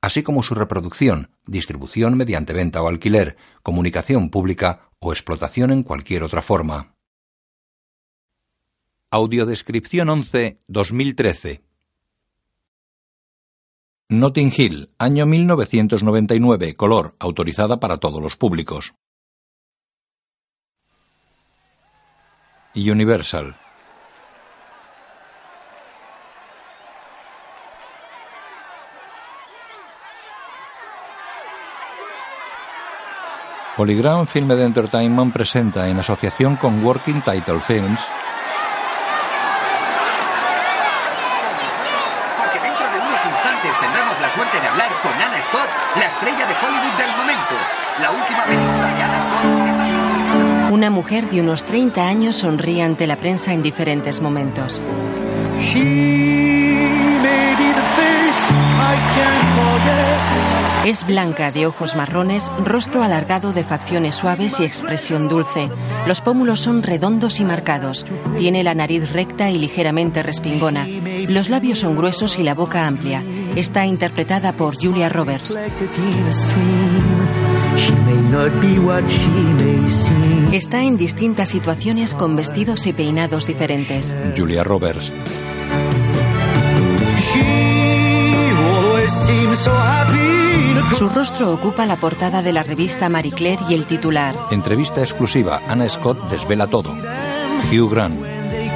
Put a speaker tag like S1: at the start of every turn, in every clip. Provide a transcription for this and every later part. S1: así como su reproducción, distribución mediante venta o alquiler, comunicación pública o explotación en cualquier otra forma. Audiodescripción 11 2013 Notting Hill, año 1999, color, autorizada para todos los públicos. Universal. Polygram Film and Entertainment presenta en asociación con Working Title Films
S2: Porque dentro de unos instantes tendremos la suerte de hablar con Anna Scott, la estrella de Hollywood del momento. La última película de Anna Scott.
S3: Una mujer de unos 30 años sonríe ante la prensa en diferentes momentos.
S4: He may be the face I can't forget.
S3: Es blanca, de ojos marrones, rostro alargado de facciones suaves y expresión dulce. Los pómulos son redondos y marcados. Tiene la nariz recta y ligeramente respingona. Los labios son gruesos y la boca amplia. Está interpretada por Julia Roberts.
S4: Reflected in a stream. She may not be what she may seem.
S3: Está en distintas situaciones con vestidos y peinados diferentes.
S1: Julia Roberts.
S4: She always seems so happy. in a
S3: Su rostro ocupa la portada de la revista Marie Claire y el titular.
S1: Entrevista exclusiva. Anna Scott desvela todo. Hugh Grant.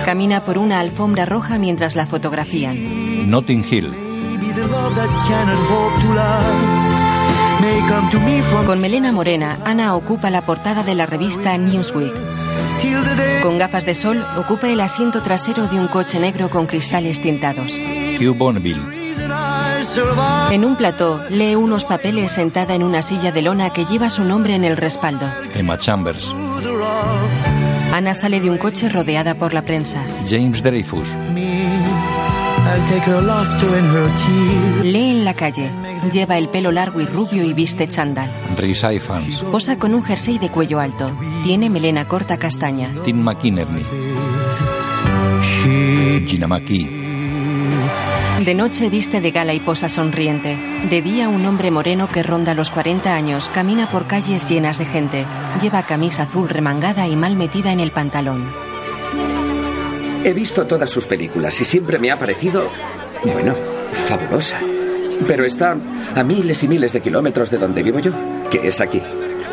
S3: Camina por una alfombra roja mientras la fotografían.
S1: Notting Hill.
S4: Maybe the love that cannot hope to last may come to me from
S3: Con melena morena, Ana ocupa la portada de la revista Newsweek.
S4: till the day
S3: Con gafas de sol, ocupa el asiento trasero de un coche negro con cristales tintados.
S1: Hugh Bonneville.
S4: reason I survive.
S3: En un plató, lee unos papeles sentada en una silla de lona que lleva su nombre en el respaldo.
S1: Emma Chambers.
S4: The rough
S3: Ana sale de un coche rodeada por la prensa.
S1: James Dreyfus.
S4: me. I'll take her laughter and her tears.
S3: Lee en la calle. Lleva el pelo largo y rubio y viste chándal.
S1: Rhys Ifans.
S3: Posa con un jersey de cuello alto. Tiene melena corta castaña.
S1: Tim McInerney.
S4: She
S1: Gina McKee.
S3: De noche viste de gala y posa sonriente. De día un hombre moreno que ronda los 40 años camina por calles llenas de gente. Lleva camisa azul remangada y mal metida en el pantalón.
S2: He visto todas sus películas y siempre me ha parecido, bueno, fabulosa. Pero está a miles y miles de kilómetros de donde vivo yo, que es aquí,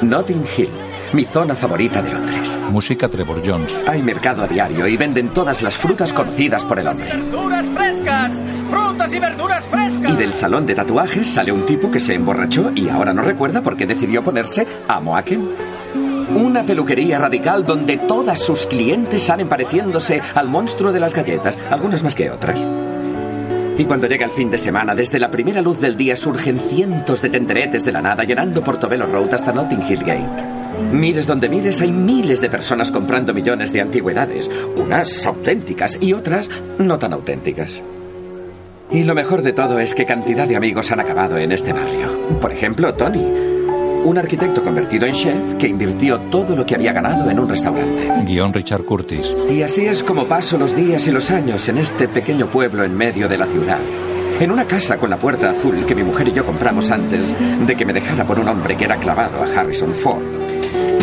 S2: Notting Hill, mi zona favorita de Londres.
S1: Música Trevor Jones.
S2: Hay mercado a diario y venden todas las frutas conocidas por el hombre.
S5: verduras frescas, frutas y verduras frescas.
S2: Y del salón de tatuajes sale un tipo que se emborrachó y ahora no recuerda por qué decidió ponerse a Moaken. Una peluquería radical donde todas sus clientes salen pareciéndose al monstruo de las galletas, algunas más que otras. Y cuando llega el fin de semana, desde la primera luz del día surgen cientos de tenderetes de la nada llenando Portobello Road hasta Notting Hill Gate. Mires donde mires, hay miles de personas comprando millones de antigüedades, unas auténticas y otras no tan auténticas. Y lo mejor de todo es que cantidad de amigos han acabado en este barrio. Por ejemplo, Tony, un arquitecto convertido en chef que invirtió todo lo que había ganado en un restaurante.
S1: Guión Richard Curtis.
S2: Y así es como paso los días y los años en este pequeño pueblo en medio de la ciudad. En una casa con la puerta azul que mi mujer y yo compramos antes de que me dejara por un hombre que era clavado a Harrison Ford.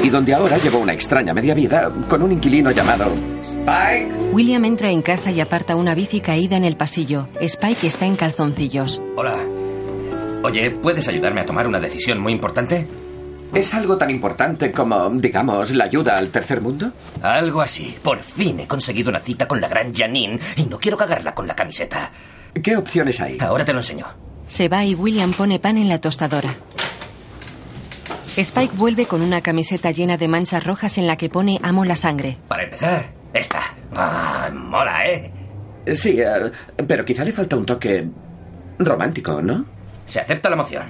S2: Y donde ahora llevo una extraña media vida con un inquilino llamado Spike.
S3: William entra en casa y aparta una bici caída en el pasillo. Spike está en calzoncillos.
S6: Hola. Oye, ¿puedes ayudarme a tomar una decisión muy importante?
S2: ¿Es algo tan importante como, digamos, la ayuda al tercer mundo?
S6: Algo así. Por fin he conseguido una cita con la gran Janine y no quiero cagarla con la camiseta.
S2: ¿Qué opciones hay?
S6: Ahora te lo enseño.
S3: Se va y William pone pan en la tostadora. Spike vuelve con una camiseta llena de manchas rojas en la que pone Amo la sangre.
S6: Para empezar, esta. Ah, Eh, mola, ¿eh?
S2: Sí, eh,
S6: ¿eh?
S2: pero quizá le falta un toque romántico, ¿no?
S6: Se acepta la moción.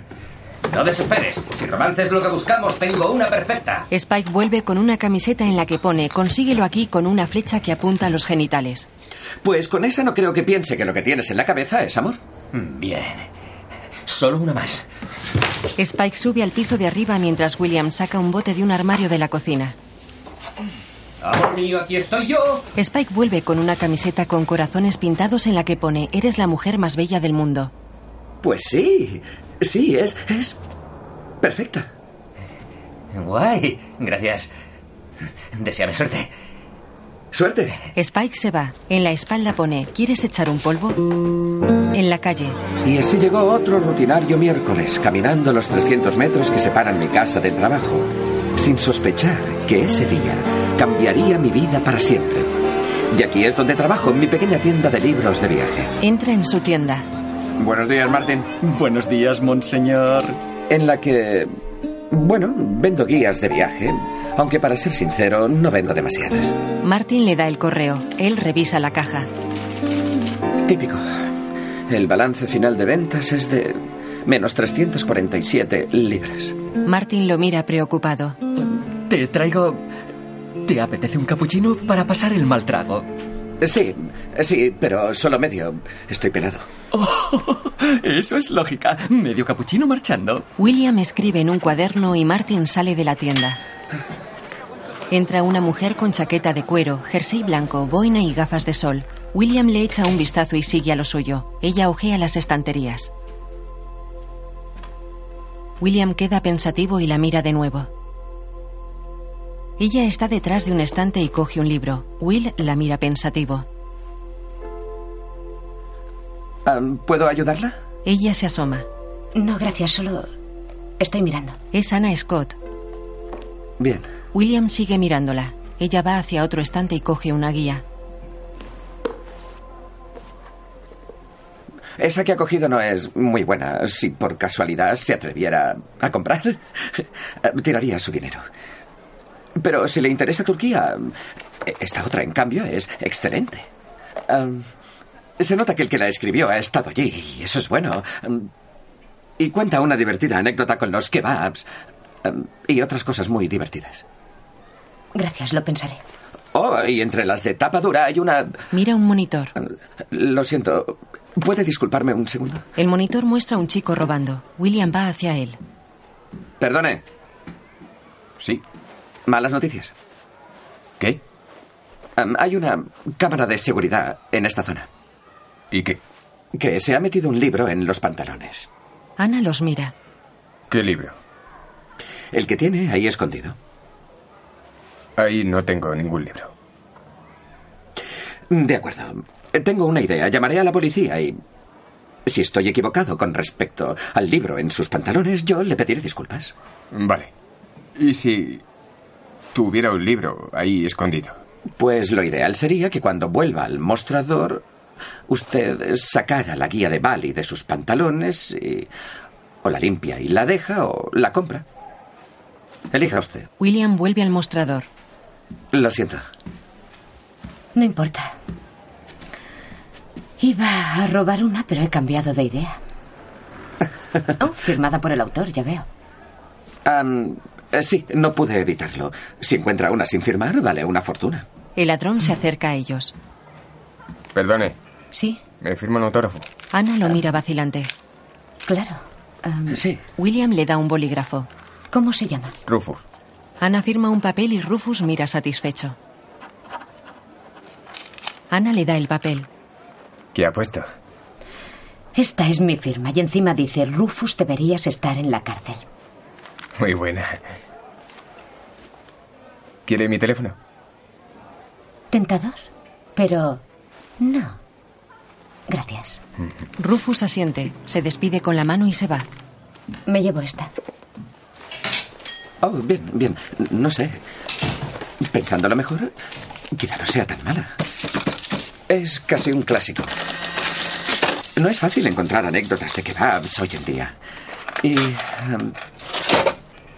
S6: No desesperes. Si romance es lo que buscamos, tengo una perfecta.
S3: Spike vuelve con una camiseta en la que pone consíguelo aquí con una flecha que apunta a los genitales.
S2: Pues con esa no creo que piense que lo que tienes en la cabeza es amor.
S6: Mm, Bien. Solo una más.
S3: Spike sube al piso de arriba mientras William saca un bote de un armario de la cocina.
S6: Amor mío, aquí estoy yo.
S3: Spike vuelve con una camiseta con corazones pintados en la que pone Eres la mujer más bella del mundo.
S2: Pues sí. Sí, es. es. perfecta.
S6: Guay. Gracias. Deseame suerte.
S2: Suerte.
S3: Spike se va. En la espalda pone ¿Quieres echar un polvo? En la calle.
S2: Y así llegó otro rutinario miércoles, caminando los 300 metros que separan mi casa del trabajo, sin sospechar que ese día cambiaría mi vida para siempre. Y aquí es donde trabajo, en mi pequeña tienda de libros de viaje.
S3: Entra en su tienda.
S2: Buenos días, Martin.
S7: Buenos días, monseñor.
S2: En la que... Bueno, vendo guías de viaje, aunque para ser sincero, no vendo demasiadas.
S3: Martin le da el correo. Él revisa la caja.
S2: Típico. El balance final de ventas es de menos 347 libras.
S3: Martin lo mira preocupado.
S7: Te traigo... ¿Te apetece un capuchino para pasar el mal trago?
S2: Sí, sí, pero solo medio. Estoy pelado.
S7: Oh, Eso es lógica. Medio capuchino marchando.
S3: William escribe en un cuaderno y Martin sale de la tienda. Entra una mujer con chaqueta de cuero, jersey blanco, boina y gafas de sol. William le echa un vistazo y sigue a lo suyo. Ella ojea las estanterías. William queda pensativo y la mira de nuevo. Ella está detrás de un estante y coge un libro. Will la mira pensativo.
S2: Ah, ¿Puedo ayudarla?
S3: Ella se asoma.
S8: No, gracias, solo estoy mirando.
S3: Es Anna Scott.
S2: Bien.
S3: William sigue mirándola. Ella va hacia otro estante y coge una guía.
S2: Esa que ha cogido no es muy buena. Si por casualidad se atreviera a comprar, tiraría su dinero. Pero si le interesa Turquía, esta otra, en cambio, es excelente. Am, se nota que el que la escribió ha estado allí, y eso es bueno. Am, y cuenta una divertida anécdota con los kebabs am, y otras cosas muy divertidas.
S8: Gracias, lo pensaré.
S2: Oh, y entre las de tapa dura hay una...
S3: Mira un monitor.
S2: Lo siento, ¿puede disculparme un segundo?
S3: El monitor muestra a un chico robando. William va hacia él.
S2: Perdone. Sí. Malas noticias.
S9: ¿Qué?
S2: Am, hay una cámara de seguridad en esta zona.
S9: ¿Y qué?
S2: Que se ha metido un libro en los pantalones.
S3: Ana los mira.
S9: ¿Qué libro?
S2: El que tiene ahí escondido.
S9: Ahí no tengo ningún libro.
S2: De acuerdo. Tengo una idea. Llamaré a la policía y... Si estoy equivocado con respecto al libro en sus pantalones, yo le pediré disculpas.
S9: Vale. ¿Y si tuviera un libro ahí escondido?
S2: Pues lo ideal sería que cuando vuelva al mostrador, usted sacara la guía de Bali de sus pantalones y... o la limpia y la deja o la compra. Elija usted.
S3: William vuelve al mostrador.
S2: Lo siento.
S8: No importa. Iba a robar una, pero he cambiado de idea. Oh, firmada por el autor, ya veo.
S2: Am, eh, sí, no pude evitarlo. Si encuentra una sin firmar, vale una fortuna.
S3: El ladrón se acerca a ellos.
S9: Perdone,
S8: Sí,
S9: ¿me firma un autógrafo?
S3: Ana lo mira vacilante.
S8: claro. Am,
S2: Sí.
S3: William le da un bolígrafo.
S8: ¿Cómo se llama?
S9: Rufus.
S3: Ana firma un papel y Rufus mira satisfecho. Ana le da el papel.
S9: ¿Qué ha puesto?
S8: Esta es mi firma y encima dice, Rufus, deberías estar en la cárcel.
S9: Muy buena. ¿Quiere mi teléfono?
S8: Tentador, pero no. Gracias.
S3: Rufus asiente, se despide con la mano y se va.
S8: Me llevo esta.
S2: Oh, bien, bien. No sé. Pensándolo mejor, quizá no sea tan mala. Es casi un clásico. No es fácil encontrar anécdotas de kebabs hoy en día. Y... em,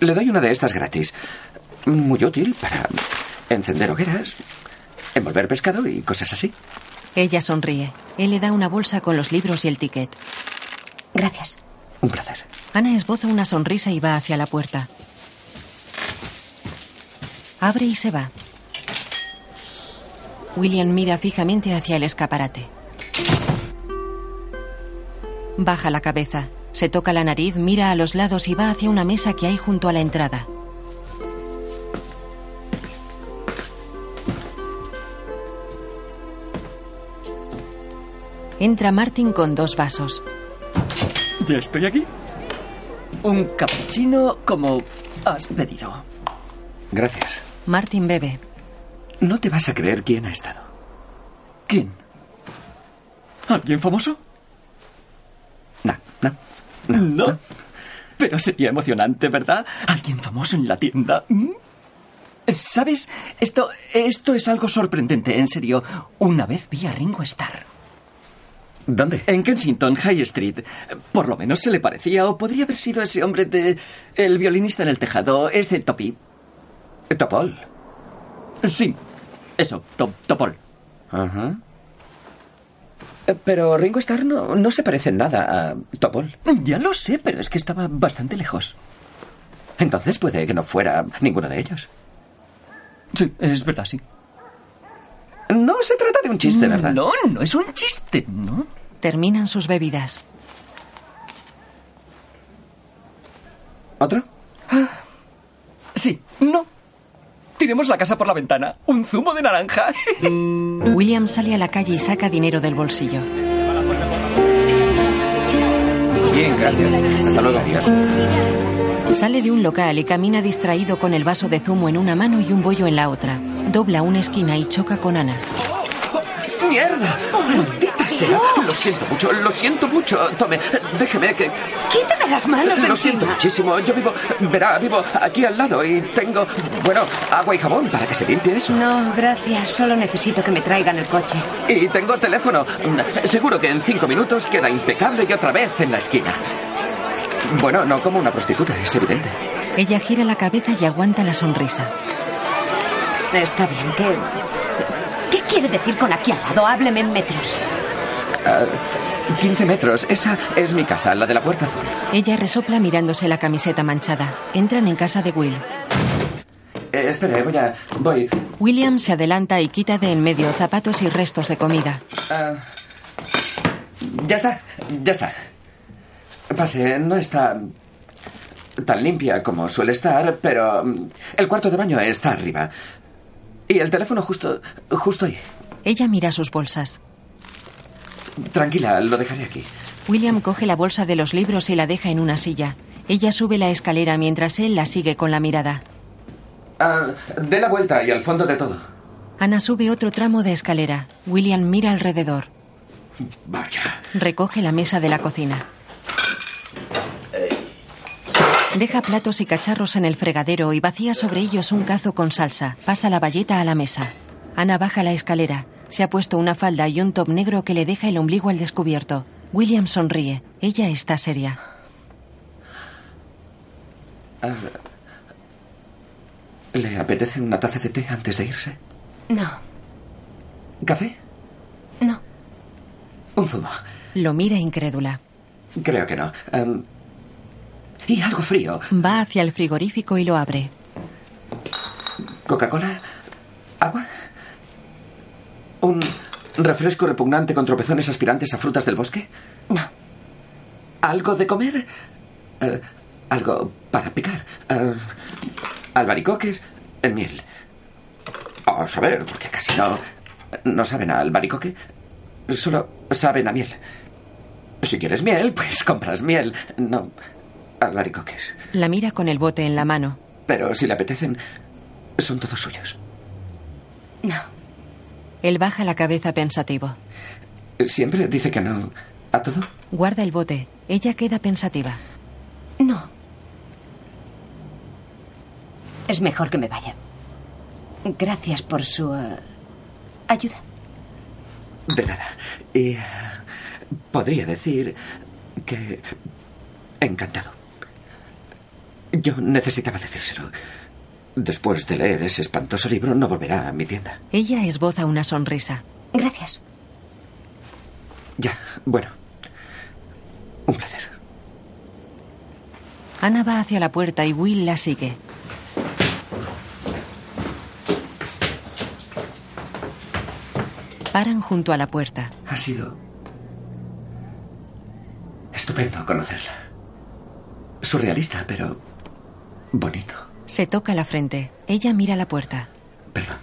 S2: le doy una de estas gratis. Muy útil para encender hogueras, envolver pescado y cosas así.
S3: Ella sonríe. Él le da una bolsa con los libros y el ticket.
S8: Gracias.
S2: Un placer.
S3: Ana esboza una sonrisa y va hacia la puerta. Abre y se va. William mira fijamente hacia el escaparate. Baja la cabeza, se toca la nariz, mira a los lados y va hacia una mesa que hay junto a la entrada. Entra Martin con dos vasos.
S7: Ya estoy aquí. Un cappuccino como has pedido.
S2: Gracias.
S3: Martin bebe.
S2: No te vas a creer quién ha estado.
S7: ¿Quién? ¿Alguien famoso?
S2: No, no.
S7: No. Pero sería emocionante, ¿verdad? Alguien famoso en la tienda. ¿Mm? ¿Sabes? Esto, esto es algo sorprendente, en serio. Una vez vi a Ringo Starr.
S2: ¿Dónde?
S7: En Kensington High Street. Por lo menos se le parecía, o podría haber sido ese hombre de. El violinista en el tejado, ese Topi.
S2: Topol.
S7: Sí, eso, Top- Topol.
S2: Ajá. Eh, Pero Ringo Starr no, no se parece en nada a Topol.
S7: Mm, Ya lo sé, pero es que estaba bastante lejos.
S2: Entonces puede que no fuera ninguno de ellos.
S7: Sí, es verdad, sí.
S2: No se trata de un chiste, ¿verdad?
S7: Mm, No, no es un chiste, ¿no?
S3: Terminan sus bebidas.
S2: ¿Otro?
S7: Sí, no. Tiremos la casa por la ventana. Un zumo de naranja.
S3: William sale a la calle y saca dinero del bolsillo.
S2: Bien, gracias. Hasta luego. Adiós.
S3: Sale de un local y camina distraído con el vaso de zumo en una mano y un bollo en la otra. Dobla una esquina y choca con Ana.
S2: ¡Mierda! ¡Maldita sea! Lo siento mucho, lo siento mucho. Tome, déjeme que...
S8: Quítame las manos de
S2: Lo siento
S8: encima.
S2: muchísimo. Yo vivo... Verá, vivo aquí al lado y tengo... Bueno, agua y jabón para que se limpie eso.
S8: No, Oh, gracias. Solo necesito que me traigan el coche.
S2: Y tengo teléfono. Seguro que en cinco minutos queda impecable y otra vez en la esquina. Bueno, no como una prostituta, es evidente.
S3: Ella gira la cabeza y aguanta la sonrisa.
S8: Está bien, ¿qué. ¿Qué quiere decir con aquí al lado? Hábleme en metros.
S2: 15 Ah, metros. Esa es mi casa, la de la puerta azul.
S3: Ella resopla mirándose la camiseta manchada. Entran en casa de Will.
S2: Eh, espere, voy a... Voy...
S3: William se adelanta y quita de en medio zapatos y restos de comida.
S2: Ah, ya está, ya está. Pase, no está tan limpia como suele estar, pero mm, el cuarto de baño está arriba. Y el teléfono justo, justo ahí.
S3: Ella mira sus bolsas.
S2: Tranquila, lo dejaré aquí.
S3: William coge la bolsa de los libros y la deja en una silla. Ella sube la escalera mientras él la sigue con la mirada.
S2: Ah, dé la vuelta y al fondo de todo.
S3: Ana sube otro tramo de escalera. William mira alrededor.
S2: Vaya.
S3: Recoge la mesa de la cocina. Deja platos y cacharros en el fregadero y vacía sobre ellos un cazo con salsa. Pasa la bayeta a la mesa. Ana baja la escalera. Se ha puesto una falda y un top negro que le deja el ombligo al descubierto. William sonríe. Ella está seria.
S2: Ah, ¿Le apetece una taza de té antes de irse?
S8: No,
S2: ¿Café?
S8: no.
S2: Un zumo.
S3: Lo mira incrédula.
S2: Creo que no. Em, y algo frío.
S3: Va hacia el frigorífico y lo abre.
S2: ¿Coca-Cola? ¿Agua? ¿Un refresco repugnante con tropezones aspirantes a frutas del bosque?
S8: No.
S2: ¿Algo de comer? Eh, ¿Algo para picar? Eh, ¿Albaricoques? En miel. Oh, A saber, porque casi no... No saben a albaricoque. Solo saben a miel. Si quieres miel, pues compras miel. No albaricoques.
S3: La mira con el bote en la mano.
S2: Pero si le apetecen, son todos suyos.
S8: No.
S3: Él baja la cabeza pensativo.
S2: Siempre dice que no. ¿A todo?
S3: Guarda el bote. Ella queda pensativa.
S8: No. Es mejor que me vaya. Gracias por su eh, ayuda.
S2: De nada. Y eh, podría decir que... Encantado. Yo necesitaba decírselo. Después de leer ese espantoso libro, no volverá a mi tienda.
S3: Ella esboza una sonrisa.
S8: Gracias.
S2: Ya, bueno. Un placer.
S3: Ana va hacia la puerta y Will la sigue. Paran junto a la puerta.
S2: Ha sido estupendo conocerla. Surrealista, pero bonito.
S3: Se toca la frente. Ella mira la puerta.
S2: Perdón.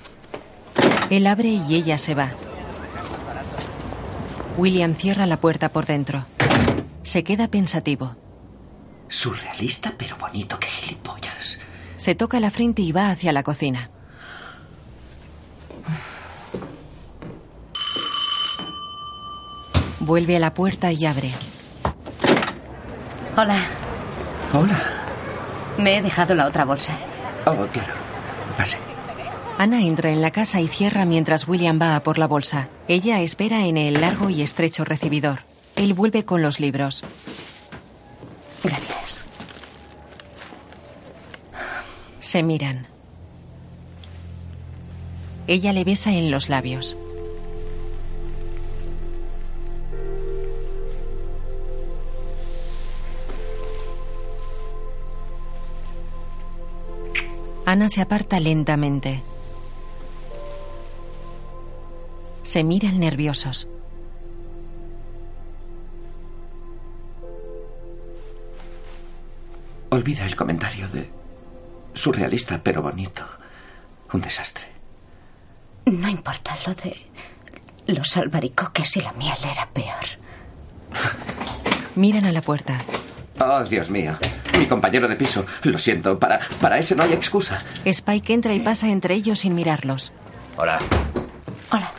S3: Él abre y ella se va. William cierra la puerta por dentro. Se queda pensativo.
S2: Surrealista, pero bonito, que gilipollas.
S3: Se toca la frente y va hacia la cocina. Vuelve a la puerta y abre.
S8: Hola,
S2: Hola.
S8: me he dejado la otra bolsa.
S2: Oh, claro. Pase.
S3: Ana entra en la casa y cierra mientras William va a por la bolsa. Ella espera en el largo y estrecho recibidor. Él vuelve con los libros.
S8: Gracias.
S3: Se miran. Ella le besa en los labios. Ana se aparta lentamente. Se miran nerviosos.
S2: Olvida el comentario de surrealista, pero bonito. Un desastre.
S8: No importa lo de los albaricoques y la miel era peor.
S3: Miran a la puerta.
S2: Oh, Dios mío. Mi compañero de piso. Lo siento, para, para ese no hay excusa.
S3: Spike entra y pasa entre ellos sin mirarlos.
S6: Hola.
S8: Hola.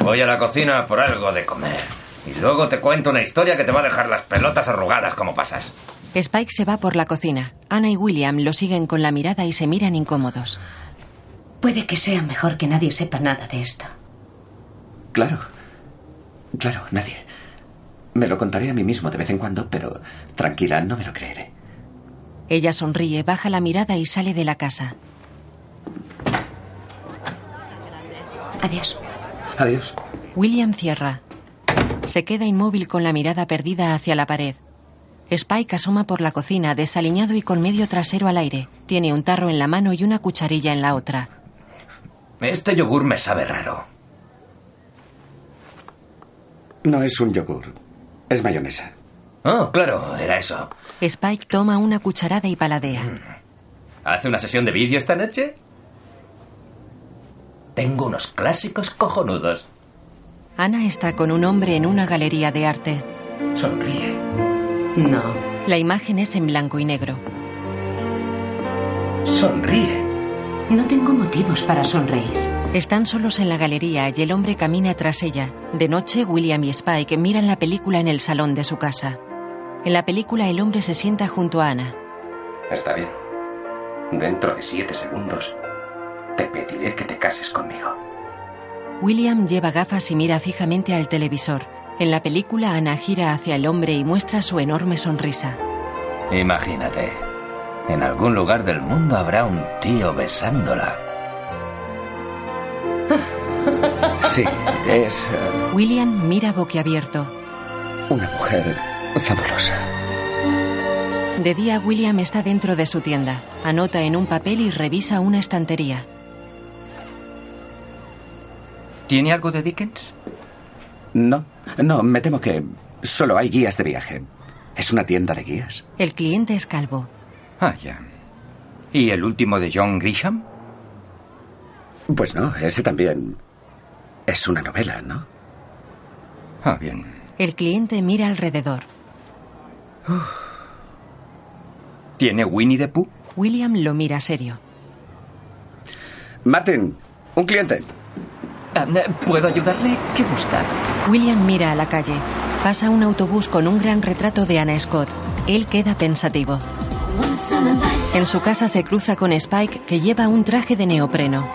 S6: Voy a la cocina por algo de comer. Y luego te cuento una historia que te va a dejar las pelotas arrugadas como pasas.
S3: Spike se va por la cocina. Anna y William lo siguen con la mirada y se miran incómodos.
S8: Puede que sea mejor que nadie sepa nada de esto.
S2: Claro. Claro, nadie. Me lo contaré a mí mismo de vez en cuando, pero tranquila, no me lo creeré.
S3: Ella sonríe, baja la mirada y sale de la casa.
S8: Adiós.
S2: Adiós.
S3: William cierra. Se queda inmóvil con la mirada perdida hacia la pared. Spike asoma por la cocina, desaliñado y con medio trasero al aire. Tiene un tarro en la mano y una cucharilla en la otra.
S6: Este yogur me sabe raro.
S2: No es un yogur. Es mayonesa.
S6: Oh, claro, era eso.
S3: Spike toma una cucharada y paladea.
S6: ¿Hace una sesión de vídeo esta noche? Tengo unos clásicos cojonudos.
S3: Ana está con un hombre en una galería de arte.
S6: Sonríe.
S8: No.
S3: La imagen es en blanco y negro.
S6: Sonríe.
S8: No tengo motivos para sonreír.
S3: Están solos en la galería y el hombre camina tras ella. De noche, William y Spike miran la película en el salón de su casa. En la película, el hombre se sienta junto a Ana.
S2: Está bien. Dentro de siete segundos te pediré que te cases conmigo.
S3: William lleva gafas y mira fijamente al televisor. En la película, Ana gira hacia el hombre y muestra su enorme sonrisa.
S6: Imagínate. En algún lugar del mundo habrá un tío besándola.
S2: Sí, es eh,
S3: William mira boquiabierto.
S2: una mujer fabulosa.
S3: De día, William está dentro de su tienda. Anota en un papel y revisa una estantería.
S7: ¿Tiene algo de Dickens?
S2: No, no, me temo que solo hay guías de viaje. ¿Es una tienda de guías?
S3: El cliente es calvo.
S7: Ah, ya. ¿Y el último de John Grisham?
S2: Pues no, ese también es una novela, ¿no?
S7: Ah, bien.
S3: El cliente mira alrededor.
S7: ¿Tiene Winnie the Pooh?
S3: William lo mira serio.
S2: Martin, un cliente.
S7: ¿Puedo ayudarle? ¿Qué busca?
S3: William mira a la calle. Pasa un autobús con un gran retrato de Anna Scott. Él queda pensativo. En su casa se cruza con Spike, que lleva un traje de neopreno.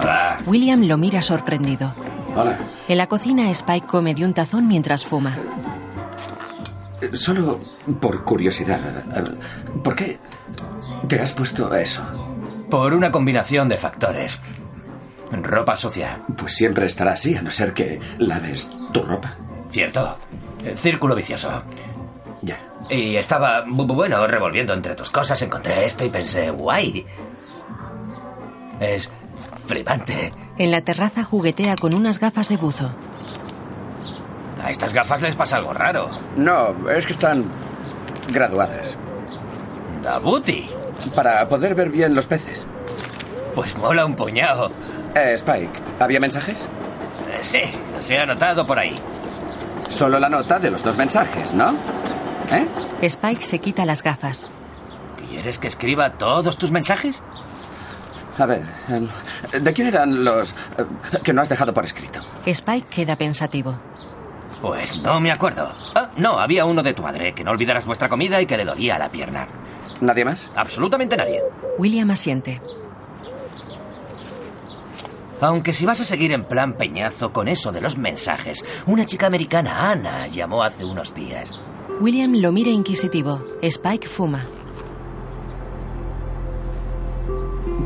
S6: Hola.
S3: William lo mira sorprendido.
S2: Hola.
S3: En la cocina, Spike come de un tazón mientras fuma.
S2: Solo por curiosidad, eh, ¿por qué te has puesto eso?
S6: Por una combinación de factores. Ropa sucia,
S2: Pues siempre estará así, a no ser que laves tu ropa.
S6: cierto. Círculo vicioso.
S2: Ya.
S6: Y estaba, bu- bu- bueno, revolviendo entre tus cosas, encontré esto y pensé, guay. Es flipante.
S3: En la terraza juguetea con unas gafas de buzo.
S6: A estas gafas les pasa algo raro.
S2: No, es que están graduadas.
S6: Dabuti.
S2: Para poder ver bien los peces.
S6: Pues mola un puñado.
S2: Eh, Spike, ¿había mensajes?
S6: Eh, Sí, se ha notado por ahí.
S2: Solo la nota de los dos mensajes, ¿no? ¿Eh?
S3: Spike se quita las gafas.
S6: ¿Quieres que escriba todos tus mensajes?
S2: A ver, eh, ¿de quién eran los eh, que no has dejado por escrito?
S3: Spike queda pensativo.
S6: Pues no me acuerdo. Ah, no, había uno de tu madre, que no olvidaras vuestra comida y que le dolía la pierna.
S2: ¿Nadie más?
S6: Absolutamente nadie.
S3: William asiente.
S6: Aunque si vas a seguir en plan peñazo con eso de los mensajes, una chica americana, Ana, llamó hace unos días.
S3: William lo mira inquisitivo. Spike fuma.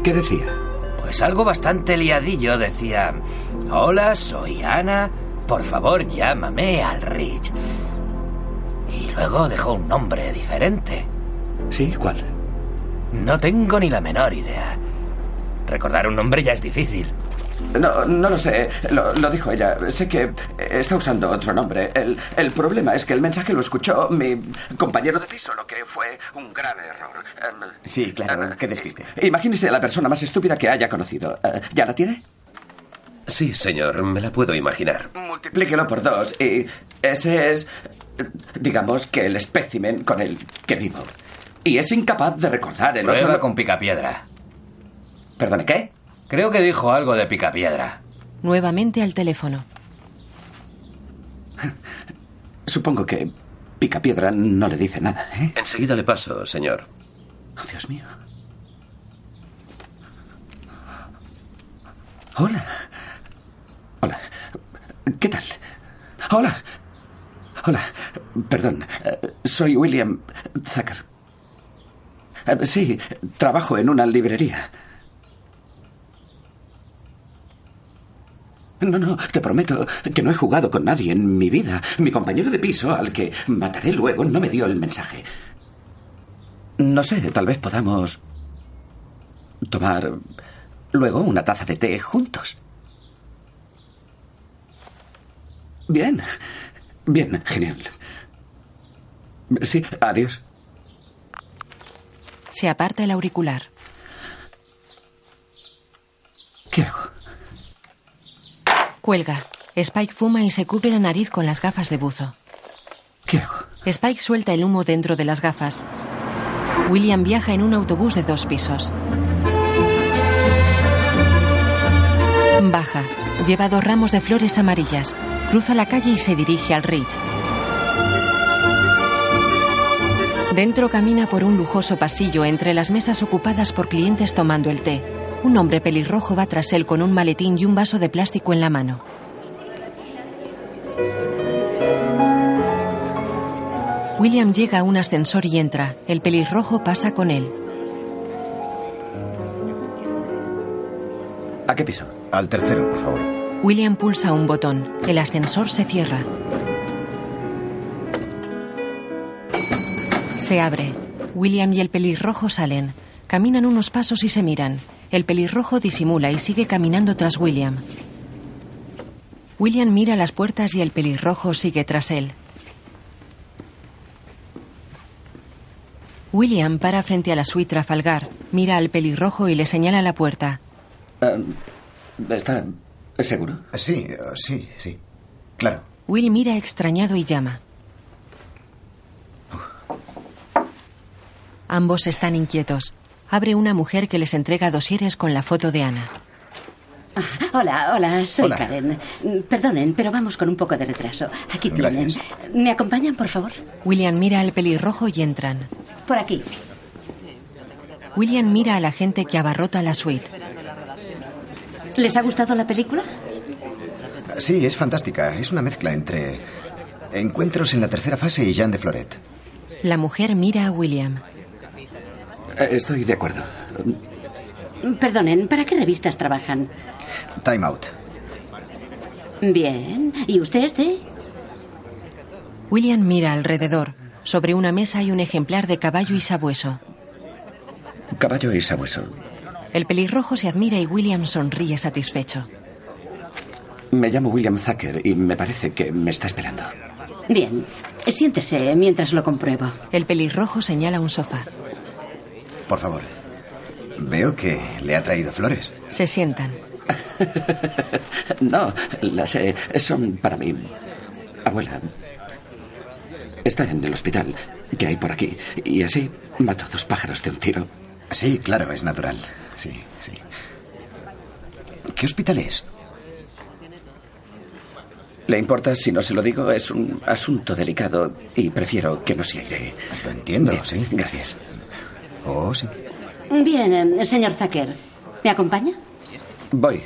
S2: ¿Qué decía?
S6: Pues algo bastante liadillo decía, hola, soy Ana, por favor llámame al Rich. Y luego dejó un nombre diferente.
S2: Sí, ¿cuál?
S6: No tengo ni la menor idea. Recordar un nombre ya es difícil.
S2: No, no lo sé. Lo, lo dijo ella. Sé que está usando otro nombre. El, el problema es que el mensaje lo escuchó mi compañero de piso, lo que fue un grave error. Em,
S10: Sí, claro, qué despiste.
S2: Imagínese la persona más estúpida que haya conocido. Eh, ¿Ya la tiene?
S10: Sí, señor, me la puedo imaginar.
S2: Multiplíquelo por dos y ese es, eh, digamos, que el espécimen con el que vivo. Y es incapaz de recordar el
S6: Prueba
S2: otro...
S6: con picapiedra.
S2: Perdone, ¿qué?
S6: Creo que dijo algo de picapiedra.
S3: Nuevamente al teléfono.
S2: Supongo que Picapiedra no le dice nada, ¿eh?
S10: Enseguida le paso, señor.
S2: Oh, Dios mío. Hola. Hola. ¿Qué tal? Hola. Hola. Perdón. eh, Soy William Zucker. Eh, Sí, trabajo en una librería. No, no, te prometo que no he jugado con nadie en mi vida. Mi compañero de piso, al que mataré luego, no me dio el mensaje. No sé, tal vez podamos tomar luego una taza de té juntos. Bien, bien, genial. Sí, adiós.
S3: Se aparta el auricular.
S2: ¿Qué hago?
S3: Cuelga. Spike fuma y se cubre la nariz con las gafas de buzo.
S2: ¿Qué hago?
S3: Spike suelta el humo dentro de las gafas. William viaja en un autobús de dos pisos. Baja. Lleva dos ramos de flores amarillas. Cruza la calle y se dirige al Ridge. Dentro camina por un lujoso pasillo entre las mesas ocupadas por clientes tomando el té. Un hombre pelirrojo va tras él con un maletín y un vaso de plástico en la mano. William llega a un ascensor y entra. El pelirrojo pasa con él.
S2: ¿A qué piso?
S11: Al tercero, por favor.
S3: William pulsa un botón. El ascensor se cierra. Se abre. William y el pelirrojo salen. Caminan unos pasos y se miran. El pelirrojo disimula y sigue caminando tras William. William mira las puertas y el pelirrojo sigue tras él. William para frente a la suite Trafalgar, mira al pelirrojo y le señala la puerta.
S2: Eh, ¿Está seguro?
S11: Sí, eh, sí, sí. Claro.
S3: Will mira extrañado y llama. Ambos están inquietos. Abre una mujer que les entrega dosieres con la foto de Ana.
S8: Hola, hola, soy
S11: Hola.
S8: Karen. Mm, Perdonen, pero vamos con un poco de retraso. Aquí tienen.
S11: Gracias.
S8: ¿Me acompañan, por favor?
S3: William mira al pelirrojo y entran.
S8: Por aquí.
S3: William mira a la gente que abarrota la suite.
S8: ¿Les ha gustado la película?
S11: Sí, es fantástica. Es una mezcla entre Encuentros en la tercera fase y Jean de Floret.
S3: La mujer mira a William.
S2: Eh, Estoy de acuerdo.
S8: Perdonen, ¿para qué revistas trabajan?
S11: Time Out.
S8: Bien. ¿Y usted este? es de?
S3: William mira alrededor. Sobre una mesa hay un ejemplar de caballo y sabueso.
S12: Caballo y sabueso.
S3: El pelirrojo se admira y William sonríe satisfecho.
S2: Me llamo William Zucker y me parece que me está esperando.
S13: Bien, siéntese mientras lo compruebo.
S3: El pelirrojo señala un sofá.
S14: Por favor. Veo que le ha traído flores.
S3: Se sientan.
S2: No, las eh, son para mí. Abuela. Está en el hospital que hay por aquí. Y así mato dos pájaros de un tiro.
S14: Sí, claro, es natural. Sí, sí. ¿Qué hospital es?
S2: ¿Le importa si no se lo digo? Es un asunto delicado y prefiero que no se aire.
S14: Lo entiendo,
S2: Bien,
S14: sí.
S2: Gracias.
S14: Oh, sí.
S13: Bien, eh, señor Zucker, ¿me acompaña?
S2: Voy.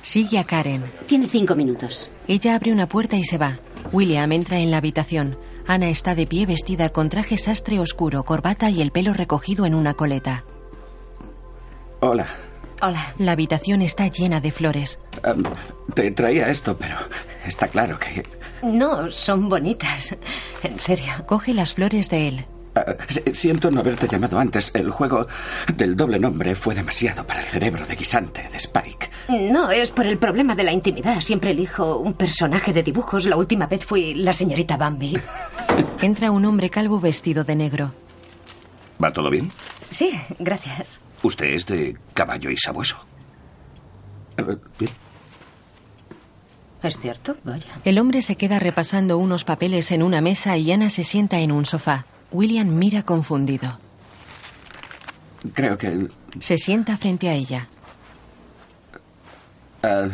S3: Sigue a Karen.
S13: Tiene cinco minutos.
S3: Ella abre una puerta y se va. William entra en la habitación. Ana está de pie vestida con traje sastre oscuro, corbata y el pelo recogido en una coleta.
S2: Hola.
S3: Hola. La habitación está llena de flores.
S2: Am, te traía esto, pero está claro que...
S15: No, son bonitas. En serio.
S3: Coge las flores de él.
S2: ah, si- siento no haberte llamado antes. El juego del doble nombre fue demasiado para el cerebro de guisante de Spike.
S15: No, es por el problema de la intimidad. Siempre elijo un personaje de dibujos. La última vez fui la señorita Bambi.
S3: Entra un hombre calvo vestido de negro.
S16: ¿Va todo bien?
S15: Sí, gracias.
S16: Usted es de caballo y sabueso.
S2: Eh,
S15: Es cierto, vaya.
S3: El hombre se queda repasando unos papeles en una mesa y Ana se sienta en un sofá. William mira confundido.
S2: Creo que...
S3: Se sienta frente a ella.
S2: ah,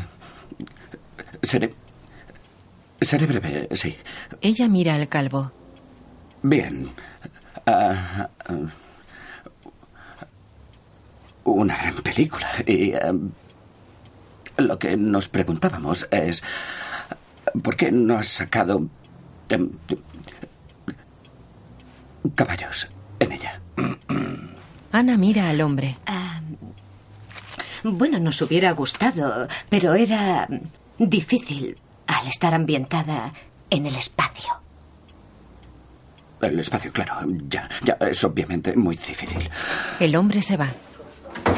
S2: seré... Seré breve, sí.
S3: Ella mira al calvo.
S2: Bien. Ah, ah, una gran película. Y ah, lo que nos preguntábamos es, ¿por qué no has sacado em, caballos en ella?
S3: Ana mira al hombre.
S15: Ah, Bueno, nos hubiera gustado, pero era difícil al estar ambientada en el espacio.
S2: El espacio, claro, ya, ya, es obviamente muy difícil.
S3: El hombre se va.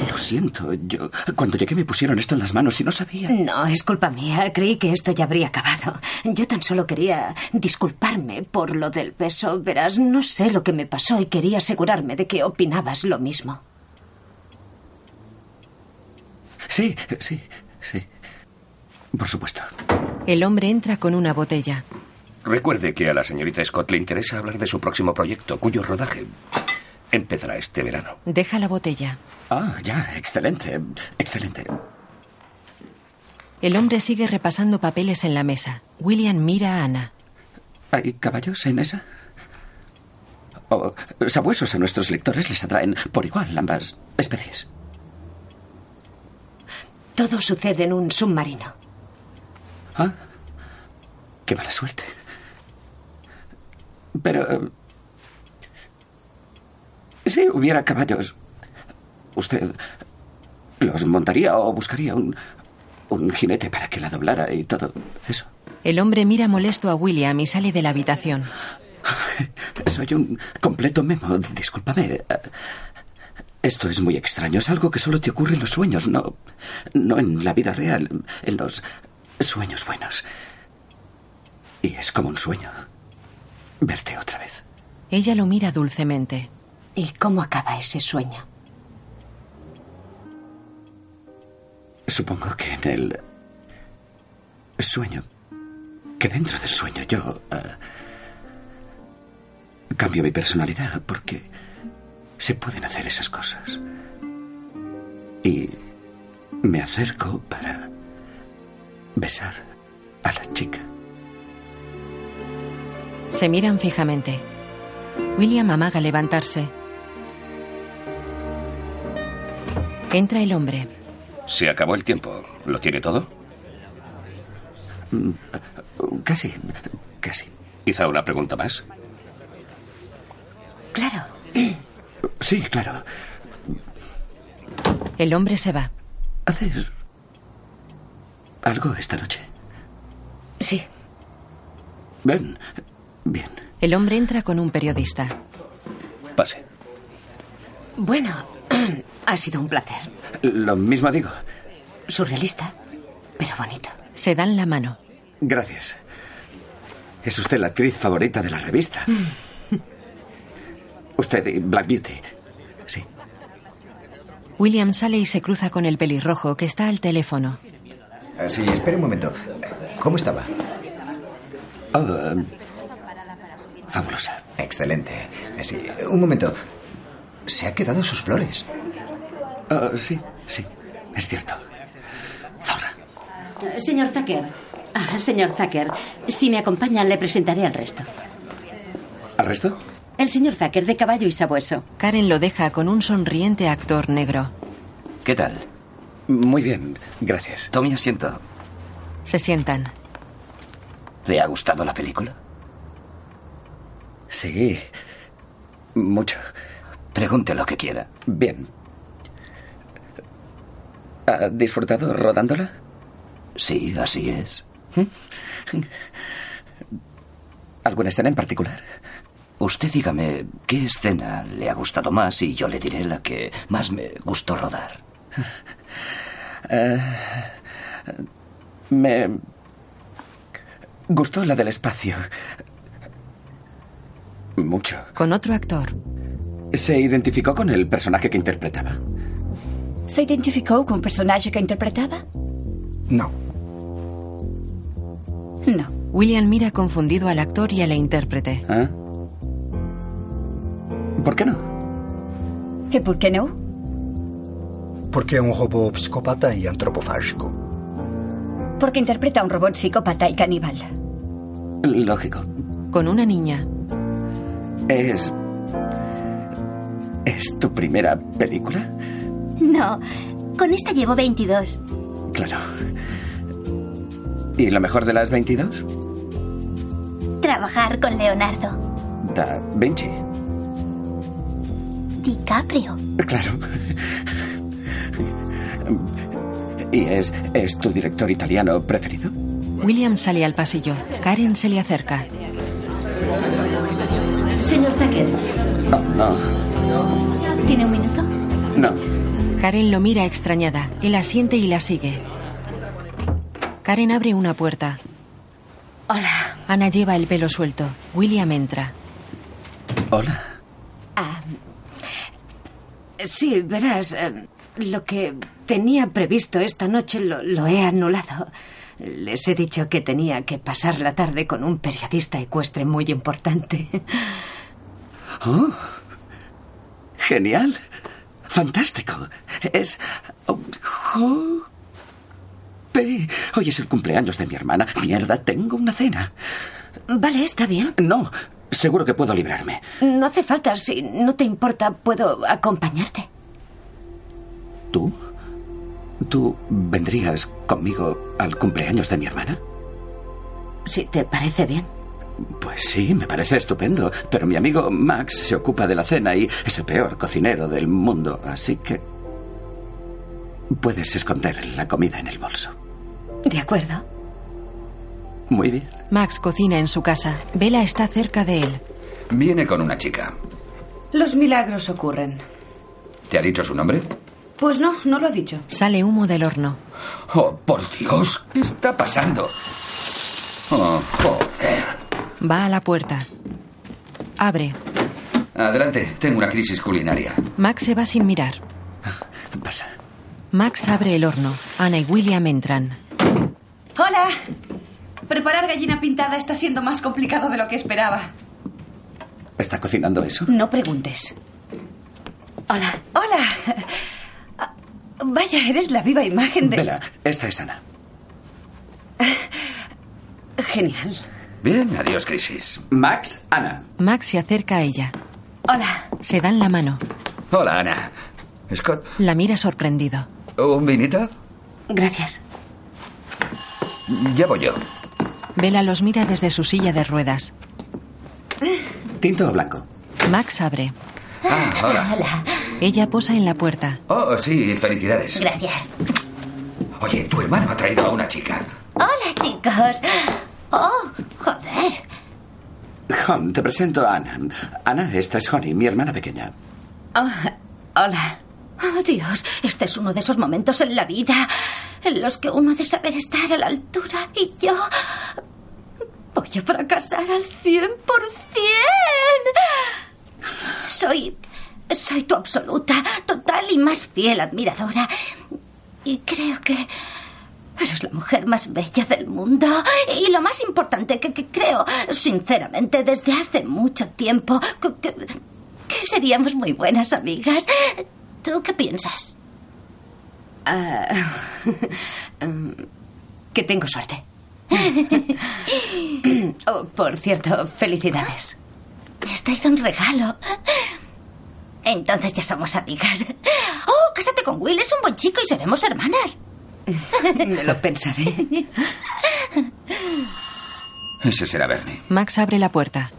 S2: Lo siento, yo cuando llegué me pusieron esto en las manos y no sabía.
S15: No, es culpa mía. Creí que esto ya habría acabado. Yo tan solo quería disculparme por lo del beso. Verás, no sé lo que me pasó y quería asegurarme de que opinabas lo mismo.
S2: Sí, sí, sí. Por supuesto.
S3: El hombre entra con una botella.
S16: Recuerde que a la señorita Scott le interesa hablar de su próximo proyecto, cuyo rodaje empezará este verano.
S3: Deja la botella.
S2: Ah, ya, excelente, excelente.
S3: El hombre sigue repasando papeles en la mesa. William mira a Ana.
S2: ¿Hay caballos en esa? O sabuesos a nuestros lectores les atraen por igual ambas especies.
S15: Todo sucede en un submarino.
S2: Ah, qué mala suerte. Pero... eh, Si hubiera caballos, usted los montaría o buscaría un, un jinete para que la doblara y todo eso.
S3: El hombre mira molesto a William y sale de la habitación.
S2: Soy un completo memo, discúlpame. Esto es muy extraño, es algo que solo te ocurre en los sueños, no, no en la vida real, en los sueños buenos. Y es como un sueño verte otra vez.
S3: Ella lo mira dulcemente.
S15: ¿Y cómo acaba ese sueño?
S2: Supongo que en el sueño, que dentro del sueño yo eh, cambio mi personalidad porque se pueden hacer esas cosas. Y me acerco para besar a la chica.
S3: Se miran fijamente. William amaga levantarse. Entra el hombre.
S16: Se acabó el tiempo. ¿Lo tiene todo?
S2: Mm, Casi, casi.
S16: Quizá una pregunta más.
S15: Claro.
S2: Sí, claro.
S3: El hombre se va.
S2: ¿Haces algo esta noche?
S15: Sí.
S2: Ven,
S3: El El hombre entra con un periodista.
S17: Pase.
S18: Bueno, ha sido un placer.
S2: Lo mismo digo.
S18: Surrealista, pero bonito.
S3: Se dan la mano.
S2: Gracias. Es usted la actriz favorita de la revista. usted, y Black Beauty.
S3: William sale y se cruza con el pelirrojo que está al teléfono.
S19: Ah, Sí, espere un momento. ¿Cómo estaba?
S2: Oh, em, fabulosa.
S19: Excelente. Eh, Sí, un momento. ¿Se ha quedado sus flores?
S2: Ah, sí, sí. Es cierto.
S15: Eh, Señor Zucker. Ah, señor Zucker, si me acompañan le presentaré al resto.
S2: ¿Al resto?
S15: El señor Zucker de Caballo y Sabueso.
S3: Karen lo deja con un sonriente actor negro.
S2: ¿Qué tal? Muy bien, gracias.
S6: Tome asiento.
S3: Se sientan.
S6: ¿Le ha gustado la película?
S2: Sí. Mucho.
S6: Pregunte lo que quiera.
S2: Bien. ¿Ha disfrutado rodándola?
S6: Sí, así es.
S2: ¿Alguna escena en particular?
S6: Usted dígame qué escena le ha gustado más y yo le diré la que más me gustó rodar.
S2: Eh, me gustó la del espacio. Mucho.
S3: Con otro actor.
S2: ¿Se identificó con el personaje que interpretaba?
S20: ¿Se identificó con un personaje que interpretaba?
S2: No.
S3: No. William mira confundido al actor y a la intérprete.
S2: ¿Ah? ¿Por qué no?
S20: ¿Y por qué no?
S21: Porque é um robô psicopata e antropofágico.
S20: Porque interpreta a un robot psicópata y caníbal.
S2: Lógico.
S3: Con una niña.
S2: Es. ¿Es tu primera película?
S22: No, con esta llevo 22.
S2: Claro. ¿Y lo mejor de las 22?
S22: Trabajar con Leonardo
S2: Da Vinci.
S22: DiCaprio.
S2: Claro. ¿Y es, es tu director italiano preferido?
S3: William sale al pasillo. Karen se le acerca.
S15: Señor Zucker,
S2: No, no,
S15: ¿tiene un minuto?
S2: no.
S3: Karen lo mira extrañada. Él asiente y la sigue. Karen abre una puerta.
S15: Hola.
S3: Ana lleva el pelo suelto. William entra.
S2: Hola.
S15: Ah, sí, verás, eh, lo que tenía previsto esta noche lo, lo he anulado. Les he dicho que tenía que pasar la tarde con un periodista ecuestre muy importante.
S2: Oh, genial. Fantástico. Es. oh, Jope. Hoy es el cumpleaños de mi hermana. Mierda, tengo una cena.
S15: Vale, está bien.
S2: No, seguro que puedo librarme.
S15: No hace falta, si no te importa, puedo acompañarte.
S2: ¿Tú? ¿Tú vendrías conmigo al cumpleaños de mi hermana?
S15: Si te parece bien.
S2: Pues sí, me parece estupendo. Pero mi amigo Max se ocupa de la cena y es el peor cocinero del mundo, así que. Puedes esconder la comida en el bolso.
S15: De acuerdo.
S2: Muy bien.
S3: Max cocina en su casa. Vela está cerca de él.
S23: Viene con una chica.
S24: Los milagros ocurren.
S23: ¿Te ha dicho su nombre?
S24: Pues no, no lo ha dicho.
S3: Sale humo del horno.
S23: Oh, por Dios, ¿qué está pasando? Oh, joder.
S3: Va a la puerta. Abre.
S23: Adelante, tengo una crisis culinaria.
S3: Max se va sin mirar.
S2: Pasa.
S3: Max abre el horno. Ana y William entran.
S24: ¡Hola! Preparar gallina pintada está siendo más complicado de lo que esperaba.
S2: ¿Está cocinando eso?
S24: No preguntes. Hola. Hola. Ah, Vaya, eres la viva imagen de...
S2: Vela, esta es Ana.
S24: Genial.
S23: Bien, adiós, crisis.
S2: Max, Ana.
S3: Max se acerca a ella.
S24: Hola.
S3: Se dan la mano.
S23: Hola, Ana. Scott,
S3: La mira sorprendido.
S23: ¿un vinito?
S3: Gracias.
S23: Ya voy yo.
S3: Vela los mira desde su silla de ruedas.
S2: ¿Tinto o blanco?
S3: Max abre.
S23: Ah, hola.
S3: Ella posa en la puerta.
S23: Oh, sí, felicidades.
S22: Gracias.
S23: Oye, tu hermano ha traído a una chica.
S22: Hola, chicos. Oh, joder.
S4: Hon, te presento a Ana. Ana, esta es Honey, mi hermana pequeña.
S22: Ah, hola. Oh, Dios, este es uno de esos momentos en la vida en los que uno ha de saber estar a la altura y yo voy a fracasar al 100%. Soy soy tu absoluta, total y más fiel admiradora y creo que Eres la mujer más bella del mundo y lo más importante que, que creo, sinceramente, desde hace mucho tiempo, que, que- que seríamos muy buenas amigas. ¿Tú qué piensas?
S15: Ah. Mm, que tengo suerte. Oh, por cierto, felicidades.
S22: Te has traído un regalo. Entonces ya somos amigas. Oh, cásate con Will, es un buen chico y seremos hermanas.
S15: Me lo pensaré.
S2: Ese será Bernie.
S3: Max abre la puerta.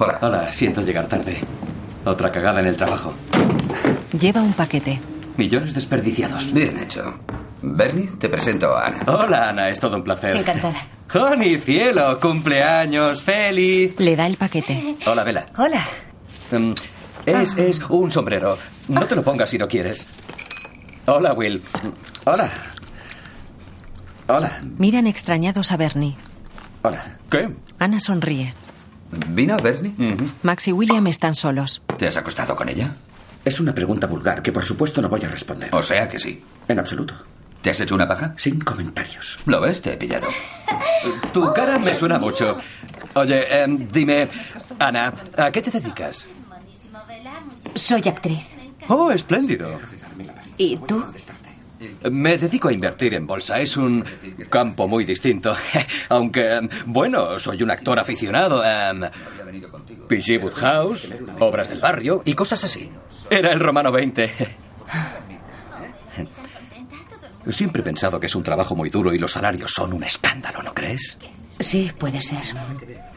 S2: Hola. Hola, siento llegar tarde. Otra cagada en el trabajo.
S3: Lleva un paquete.
S2: Millones desperdiciados. Bien hecho. Bernie, te presento a Ana. Hola, Ana, es todo un placer.
S15: Encantada.
S2: Honey, cielo, cumpleaños, feliz.
S3: Le da el paquete.
S2: Hola, Vela.
S15: Hola.
S2: Mm, es, es un sombrero. No te lo pongas si no quieres. Hola, Will. Hola. Hola.
S3: Miran extrañados a Bernie.
S2: Hola. ¿Qué?
S3: Ana sonríe.
S2: ¿Vino Bernie?
S3: Max y William están solos.
S2: ¿Te has acostado con ella?
S4: Es una pregunta vulgar que por supuesto no voy a responder.
S2: O sea que sí.
S4: En absoluto.
S2: ¿Te has hecho una paja?
S4: Sin comentarios.
S2: ¿Lo ves? Te he pillado. Tu cara me suena mucho. Oye, em, dime, Ana, ¿a qué te dedicas?
S15: Soy actriz.
S2: Oh, espléndido.
S15: ¿Y tú?
S2: Me dedico a invertir en bolsa. Es un campo muy distinto. Aunque, em, bueno, soy un actor aficionado. em, P.G. Woodhouse, obras del barrio y cosas así. Era el romano 20. Siempre he pensado que es un trabajo muy duro y los salarios son un escándalo, ¿no crees?
S15: Sí, puede ser.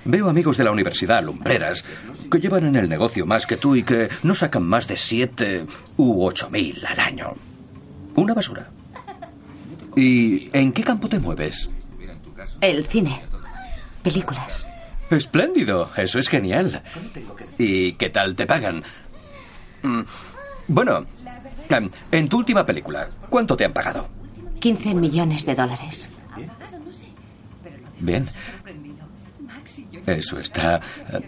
S2: Veo amigos de la universidad, lumbreras, que llevan en el negocio más que tú y que no sacan más de siete u ocho mil al año. Una basura. ¿Y en qué campo te mueves?
S15: El cine. Películas.
S2: Espléndido, eso es genial. ¿Y qué tal te pagan? Mm, Bueno, em, en tu última película, ¿cuánto te han pagado?
S15: 15 millones de dólares.
S2: Bien. Eso está eh,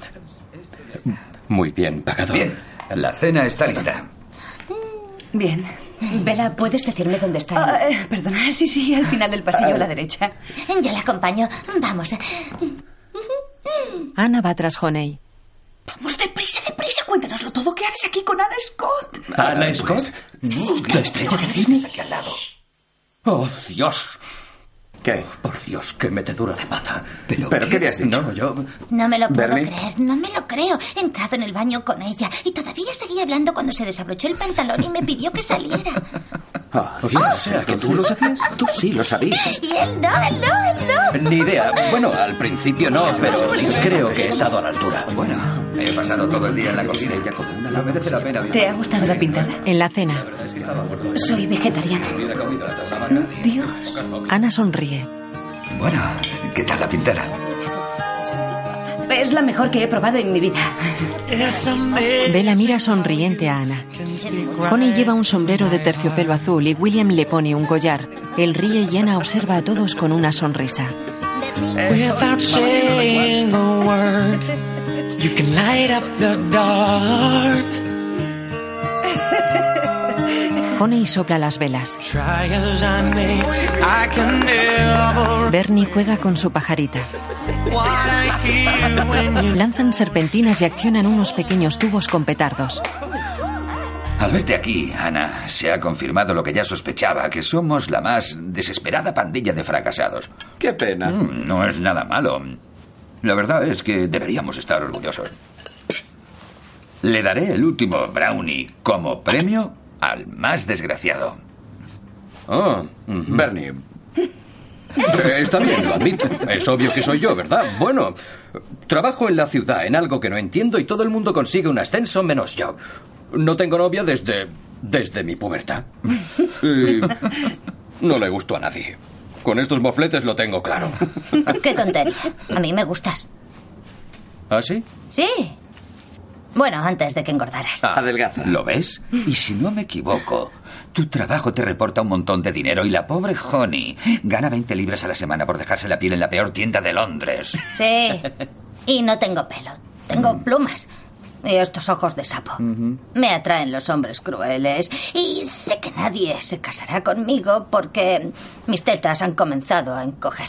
S2: muy bien pagado. Bien, la cena está lista.
S15: Bien.
S25: Vela, ¿puedes decirme dónde está?
S6: Ah, eh, perdona, sí, sí, al final del pasillo a
S15: Ah.
S6: la derecha.
S22: Yo la acompaño. Vamos.
S3: Ana va tras Honey.
S6: Vamos, deprisa, deprisa, cuéntanoslo todo. ¿Qué haces aquí con Ana Scott?
S2: ¿Ana Scott? ¿La estrella de cine?
S6: Aquí al lado.
S2: ¡Oh, Dios! ¿Qué? Por Dios, qué metedura de pata. ¿Pero,
S4: qué
S2: le has dicho? No, yo...
S22: No me lo puedo
S2: Bernie.
S22: creer, no me lo creo. He entrado en el baño con ella y todavía seguía hablando cuando se desabrochó el pantalón y me pidió que saliera.
S4: Ah, o sea, que tú lo sabías. Tú sí lo sabías.
S22: Y él no, él no, él no.
S2: Ni idea. Bueno, al principio
S15: Pues,
S2: no, pero creo que he estado a la altura. Bueno, he pasado todo el día en la cocina y ya como una... No merece la pena.
S15: ¿Te ha gustado la pintada?
S3: En la cena,
S15: Soy vegetariana. Dios.
S3: Ana sonríe.
S2: Bueno, ¿qué tal la pintara?
S15: Es la mejor que he probado en mi vida.
S3: Bella mira sonriente a Ana. Honey lleva un sombrero de terciopelo azul y William le pone un collar. Él ríe y Ana observa a todos con una sonrisa.
S10: Without saying a word, you can light up the dark.
S3: Honey sopla las velas.
S10: Try as I may, I can never
S3: Bernie juega con su pajarita.
S10: what I hear when you
S3: Lanzan serpentinas y accionan unos pequeños tubos con petardos.
S2: Al verte aquí, Ana, se ha confirmado lo que ya sospechaba, que somos la más desesperada pandilla de fracasados.
S4: Qué pena.
S2: Mm, no es nada malo. La verdad es que deberíamos estar orgullosos. Le daré el último brownie como premio al más desgraciado. Oh, Bernie. Eh, Está bien, lo admito. Es obvio que soy yo, ¿verdad? Bueno, trabajo en la ciudad, en algo que no entiendo y todo el mundo consigue un ascenso menos yo. No tengo novia desde. desde mi pubertad. Y no le gusto a nadie. Con estos mofletes lo tengo claro.
S22: Qué tontería. A mí me gustas.
S26: ¿Ah, sí?
S22: Sí. Bueno, antes de que engordaras.
S26: Adelgaza. Ah, ¿Lo ves? Y si no me equivoco, tu trabajo te reporta un montón de dinero y la pobre Honey gana 20 libras a la semana por dejarse la piel en la peor tienda de Londres.
S22: Sí. Y no tengo pelo. Tengo plumas. Y estos ojos de sapo. Me atraen los hombres crueles. Y sé que nadie se casará conmigo porque mis tetas han comenzado a encoger.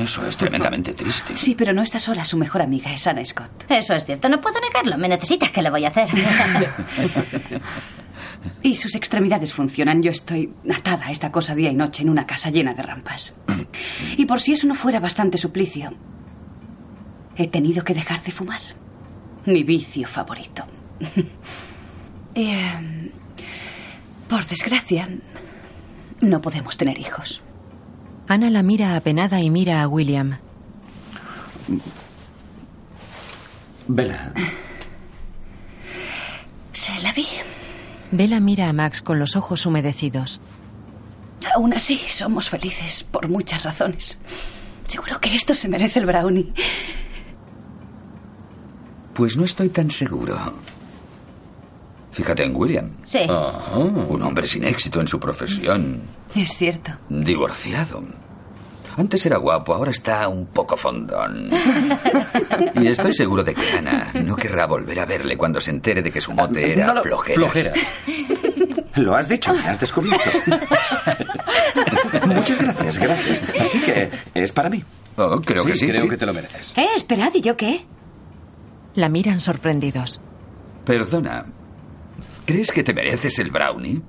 S26: Eso es tremendamente triste.
S15: Sí, pero no está sola. Su mejor amiga es Anna Scott.
S22: Eso es cierto. No puedo negarlo. Me necesitas. ¿Qué le voy a hacer?
S15: Y sus extremidades funcionan. Yo estoy atada a esta cosa día y noche en una casa llena de rampas. Y por si eso no fuera bastante suplicio, he tenido que dejar de fumar. Mi vicio favorito. Y, eh, por desgracia, no podemos tener hijos.
S3: Ana la mira apenada y mira a William.
S2: Vela.
S15: Se la vi.
S3: Bella mira a Max con los ojos humedecidos.
S15: Aún así, somos felices por muchas razones. Seguro que esto se merece el brownie.
S26: Pues no estoy tan seguro. Fíjate en William.
S15: Sí.
S26: Ah, un hombre sin éxito en su profesión.
S15: Es cierto.
S26: Divorciado. Antes era guapo, ahora está un poco fondón. Y estoy seguro de que Ana no querrá volver a verle cuando se entere de que su mote era
S2: No lo-
S26: flojeras.
S2: flojeras. Lo has dicho, me has descubierto. Muchas gracias, gracias. Así que es para mí.
S26: Oh, creo que sí,
S2: Creo
S26: sí.
S2: que te lo mereces.
S15: Eh, esperad, ¿y yo qué?
S3: La miran sorprendidos.
S26: Perdona. ¿Crees que te mereces el brownie?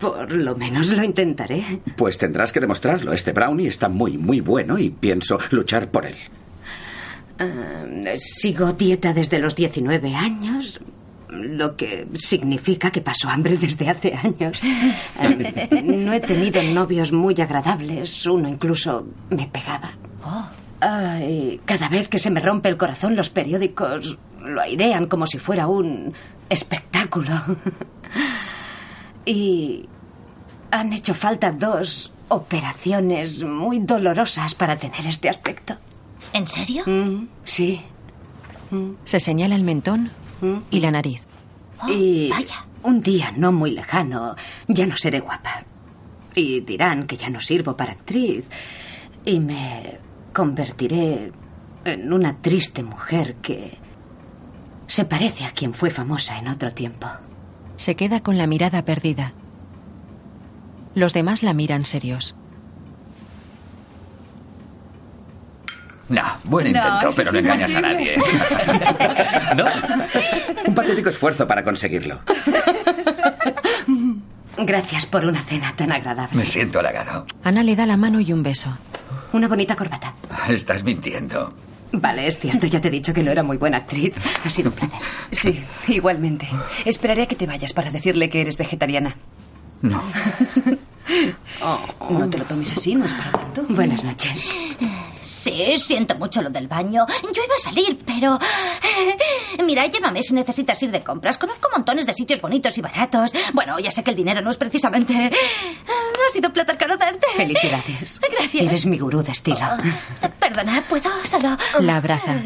S15: Por lo menos lo intentaré.
S2: Pues tendrás que demostrarlo. Este brownie está muy, muy bueno y pienso luchar por él.
S15: Ah, sigo dieta desde los 19 años, lo que significa que paso hambre desde hace años. Ah, no he tenido novios muy agradables, uno incluso me pegaba. Ah, y cada vez que se me rompe el corazón, los periódicos lo airean como si fuera un espectáculo. y han hecho falta dos operaciones muy dolorosas para tener este aspecto.
S22: ¿En serio?
S15: Mm, sí. Mm.
S3: Se señala el mentón y la nariz.
S22: Oh,
S15: y un día no muy lejano ya no seré guapa. Y dirán que ya no sirvo para actriz. Y me convertiré en una triste mujer que se parece a quien fue famosa en otro tiempo.
S3: Se queda con la mirada perdida. Los demás la miran serios.
S26: Nah, buen intento, pero no engañas a nadie.
S2: Un patético esfuerzo para conseguirlo.
S15: Gracias por una cena tan agradable.
S26: Me siento halagado.
S3: Ana le da la mano y un beso.
S15: Una bonita corbata.
S26: Estás mintiendo.
S15: Vale, es cierto, ya te he dicho que no era muy buena actriz. Ha sido un placer.
S27: Sí, igualmente. Esperaré a que te vayas para decirle que eres vegetariana. No. No te lo tomes así, no es para tanto.
S15: Buenas noches.
S22: Sí, siento mucho lo del baño. Yo iba a salir, pero... eh, Mira, llámame si necesitas ir de compras. Conozco montones de sitios bonitos y baratos. Bueno, ya sé que el dinero no es precisamente... eh, Ha sido un placer conocerte.
S15: Felicidades.
S22: Gracias. Oh,
S15: Eres mi gurú de estilo.
S22: Perdona, ¿puedo solo...?
S15: La abraza.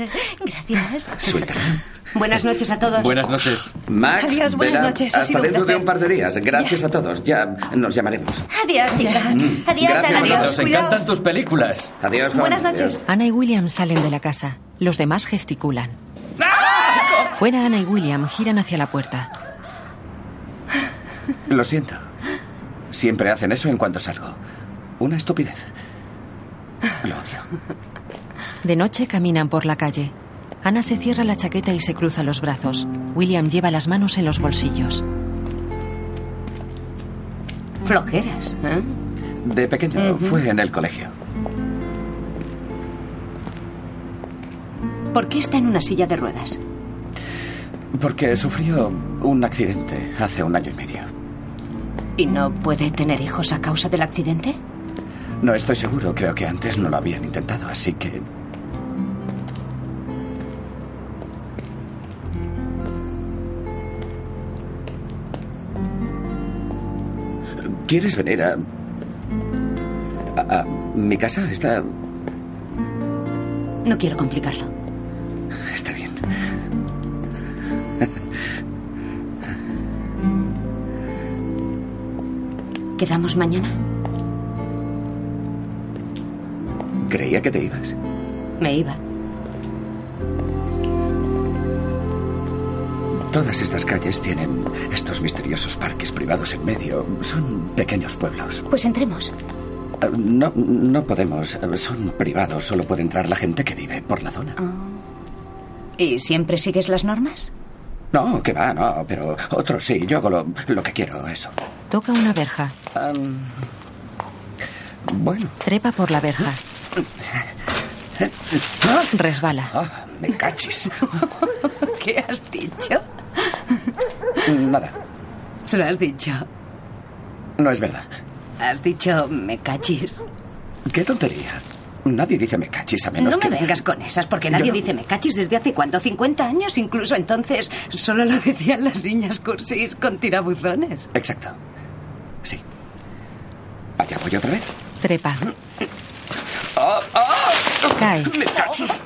S22: Gracias.
S2: Suéltala.
S15: Buenas noches a todos.
S2: Buenas noches. Max,
S15: Adiós, buenas
S2: Bella,
S15: noches, ha
S2: hasta
S15: sido un
S2: dentro de
S15: placer.
S2: un par de días. Gracias a todos. Ya nos llamaremos. Mm.
S22: Adiós, chicas.
S15: Mm.
S22: Adiós,
S2: Gracias,
S22: Ana,
S2: Ana.
S22: adiós.
S2: Nos encantan
S22: Cuidaos.
S2: tus películas. Adiós, Juan.
S3: Ana y William salen de la casa. Los demás gesticulan. Fuera Ana y William giran hacia la puerta.
S2: Lo siento. Siempre hacen eso en cuanto salgo. Una estupidez. Lo odio.
S3: De noche caminan por la calle. Ana se cierra la chaqueta y se cruza los brazos. William lleva las manos en los bolsillos.
S15: Flojeras, ¿eh?
S2: De pequeño fue en el colegio.
S15: ¿Por qué está en una silla de ruedas?
S2: Porque sufrió un accidente hace un año y medio.
S15: ¿Y no puede tener hijos a causa del accidente?
S2: No estoy seguro, creo que antes no lo habían intentado, así que... ¿Quieres venir a... a, a mi casa? Está...
S15: No quiero complicarlo. ¿Quedamos mañana?
S2: Creía que te ibas.
S15: Me iba.
S2: Todas estas calles tienen estos misteriosos parques privados en medio. Son pequeños pueblos.
S22: Pues entremos.
S2: Eh, No, no podemos. Eh, Son privados. Solo puede entrar la gente que vive por la zona.
S15: ¿Y siempre sigues las normas?
S2: No, que va, no. Pero otros sí. Yo hago lo, lo que quiero, eso.
S3: Toca una verja.
S2: Bueno.
S3: Trepa por la verja. Resbala.
S2: Ah, me cachis.
S27: ¿Qué has dicho?
S2: Mm, Nada.
S15: Lo has dicho.
S2: No es verdad.
S15: Has dicho me cachis.
S2: Qué tontería. Nadie dice me cachis a menos
S15: no
S2: que.
S15: me vengas con esas, porque nadie
S2: Yo-
S15: dice me cachis desde hace cuánto, 50 años incluso. Entonces solo lo decían las niñas cursis con tirabuzones.
S2: Exacto. Sí. Allá voy otra vez. Ah,
S3: Trepa. Cae.
S2: Me cachis.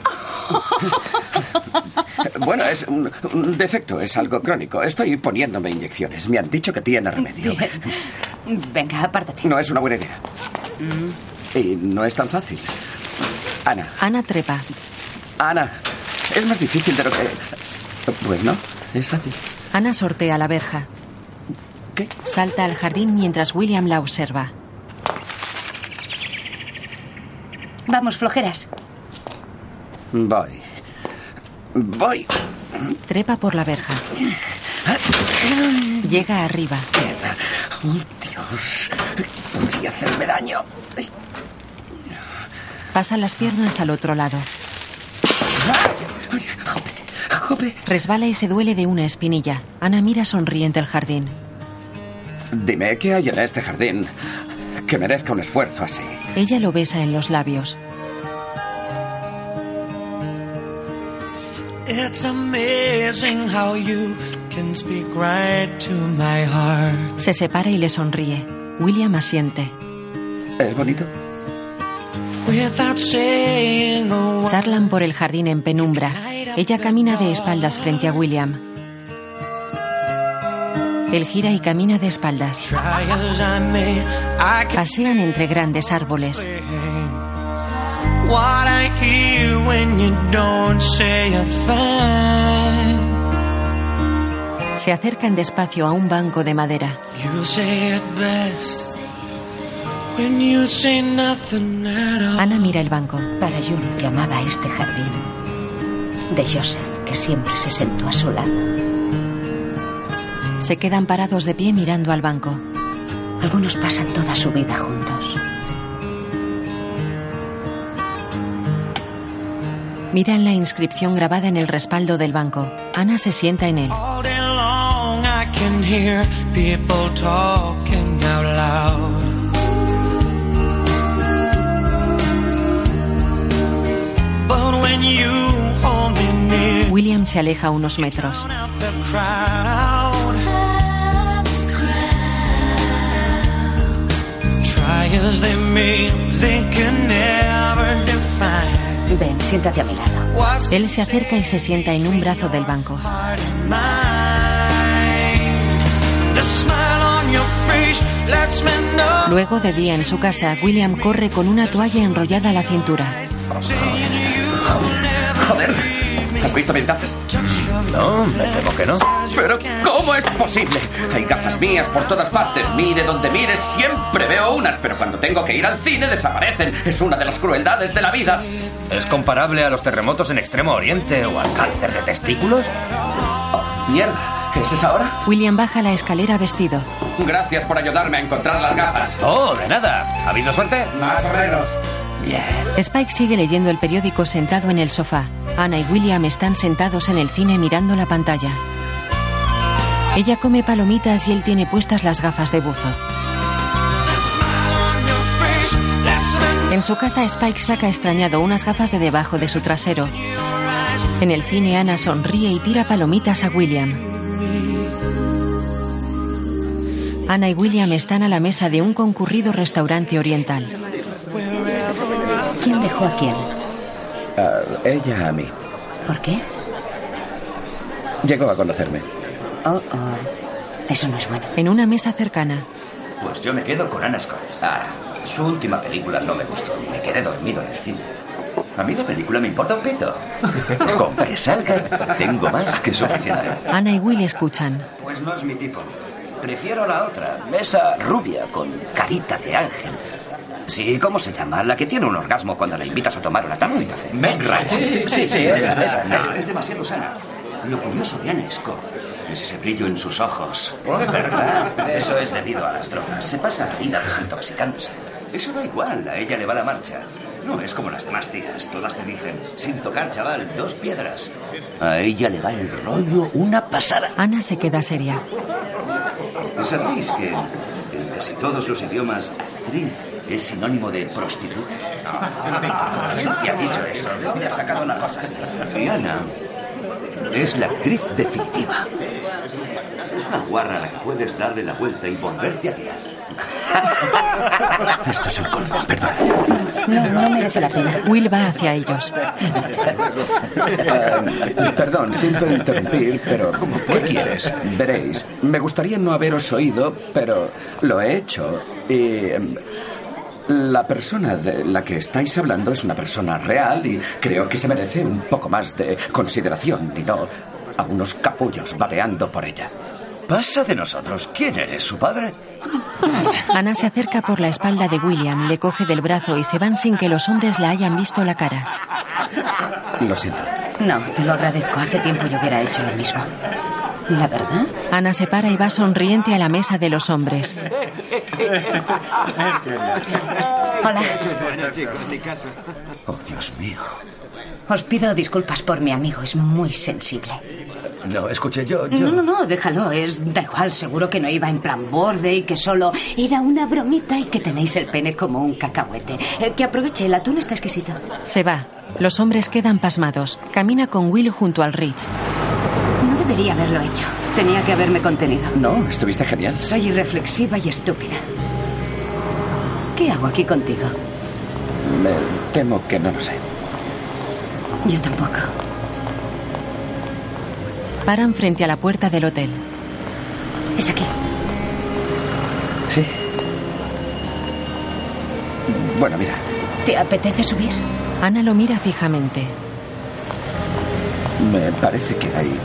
S2: Bueno, es un, un defecto, es algo crónico. Estoy poniéndome inyecciones. Me han dicho que tiene remedio.
S15: Bien. Venga, apártate.
S2: No es una buena idea.
S15: Mm.
S2: Y no es tan fácil. Ana,
S3: Ana trepa.
S2: Ana, es más difícil de lo que... Pues no, es fácil.
S3: Ana sortea la verja.
S2: ¿Qué?
S3: Salta al jardín mientras William la observa.
S28: Vamos, flojeras.
S2: Voy. Voy.
S3: Trepa por la verja. Llega arriba.
S2: Dios, podría hacerme daño.
S3: Pasa las piernas al otro lado. Resbala y se duele de una espinilla. Ana mira sonriente el jardín.
S2: Dime, ¿qué hay en este jardín que merezca un esfuerzo así?
S3: Ella lo besa en los labios.
S4: It's amazing how you can speak right to my heart.
S3: Se separa y le sonríe. William asiente.
S2: ¿Es bonito?
S4: Without saying a word.
S3: Charlan por el jardín en penumbra. Ella camina de espaldas frente a William. Él gira y camina de espaldas.
S4: Try as I may, I can
S3: Pasean entre grandes árboles.
S4: what I hear when you don't say a thing.
S3: Se acercan despacio a un banco de madera.
S4: You say it best when you say nothing at all.
S3: Ana mira el banco.
S8: Para Jules, que amaba este jardín. De Joseph, que siempre se sentó a su lado.
S3: Se quedan parados de pie mirando al banco.
S8: Algunos pasan toda su vida juntos.
S3: Miran la inscripción grabada en el respaldo del banco. Ana se sienta en él.
S4: All day long I can hear people talking out loud. But when you hold me near
S3: William se aleja unos metros.
S4: the crowd, try as they may, they can never define
S8: Ven, siéntate a mi lado.
S3: Él se acerca y se sienta en un brazo del banco.
S4: mine. The smile on your face lets me know.
S3: Luego, de día en su casa, William corre con una toalla enrollada a la cintura.
S2: Joder, ¿has visto mis gafas?
S10: No, me temo que no.
S2: Pero ¿cómo es posible? Hay gafas mías por todas partes. Mire donde mires, siempre veo unas, pero cuando tengo que ir al cine desaparecen. Es una de las crueldades de la vida.
S6: ¿Es comparable a los terremotos en Extremo Oriente o al cáncer de testículos?
S2: Oh, Mierda, ¿qué es esa hora?
S3: William baja la escalera vestido.
S2: Gracias por ayudarme a encontrar las gafas.
S6: Oh, de nada. ¿Ha habido suerte?
S2: Más o menos.
S3: Spike sigue leyendo el periódico sentado en el sofá. Ana y William están sentados en el cine mirando la pantalla. Ella come palomitas y él tiene puestas las gafas de buzo. En su casa, Spike saca extrañado unas gafas de debajo de su trasero. En el cine, Ana sonríe y tira palomitas a William. Ana y William están a la mesa de un concurrido restaurante oriental.
S8: ¿Quién dejó a quién?
S2: Ah, ella a mí.
S8: ¿Por qué?
S2: Llegó a conocerme.
S8: Oh, oh. Eso no es bueno.
S3: En una mesa cercana,
S6: Pues yo me quedo con Anna Scott.
S16: Ah, su última película no me gustó. Me quedé dormido en el cine.
S6: A mí la película me importa un pito. Con que salga, tengo más que suficiente.
S3: Ana y Will escuchan.
S16: Pues no es mi tipo. Prefiero la otra, esa rubia con carita de ángel. Sí, ¿cómo se llama? La que tiene un orgasmo cuando la invitas a tomar una taza de café.
S6: Meg Ryan.
S16: Sí, sí, sí, esa, esa,
S6: No,
S16: esa.
S6: es demasiado sana. Lo curioso de Anna Scott es ese brillo en sus ojos.
S16: ¿Verdad? Eso es debido a las drogas. Se pasa la vida desintoxicándose.
S6: Eso da igual, a ella le va la marcha. No es como las demás tías, todas te dicen, sin tocar, chaval, dos piedras. A ella le va el rollo una pasada.
S3: Ana se queda seria.
S6: ¿Sabéis que en casi todos los idiomas actriz es sinónimo de prostituta?
S16: ¿Quién te ha dicho eso? ¿De dónde has sacado una cosa así?
S6: Y Ana es la actriz definitiva. Es una guarra a la que puedes darle la vuelta y volverte a tirar.
S16: Esto es el colmo, perdón.
S3: No, no merece la pena. Will va hacia ellos.
S2: Eh, perdón, siento interrumpir, pero... ¿Qué
S6: quieres?
S2: Veréis, me gustaría no haberos oído, pero lo he hecho. Y... em, La persona de la que estáis hablando es una persona real y creo que se merece un poco más de consideración y no a unos capullos babeando por ella.
S6: Pasa de nosotros. ¿Quién eres, su padre?
S3: Ana se acerca por la espalda de William, le coge del brazo y se van sin que los hombres la hayan visto la cara.
S2: Lo siento.
S15: No, te lo agradezco. Hace tiempo yo hubiera hecho lo mismo. La verdad.
S3: Ana se para y va sonriente a la mesa de los hombres.
S15: Hola.
S10: Bueno, chicos, ni caso.
S6: Oh, Dios mío.
S15: Os pido disculpas por mi amigo. Es muy sensible.
S6: No, escuché yo, yo...
S15: No, no, no, déjalo. Es da igual. Seguro que no iba en plan borde y que solo era una bromita y que tenéis el pene como un cacahuete. Eh, que aproveche. El atún está exquisito.
S3: Se va. Los hombres quedan pasmados. Camina con Will junto al Rich.
S15: No debería haberlo hecho. Tenía que haberme contenido.
S2: No, Oh, estuviste genial.
S15: Soy irreflexiva y estúpida. ¿Qué hago aquí contigo?
S2: Me temo que no lo sé.
S15: Yo tampoco.
S3: Paran frente a la puerta del hotel.
S15: Es aquí.
S2: Sí. Bueno, mira,
S15: ¿Te apetece subir?
S3: Ana lo mira fijamente.
S2: me parece que hay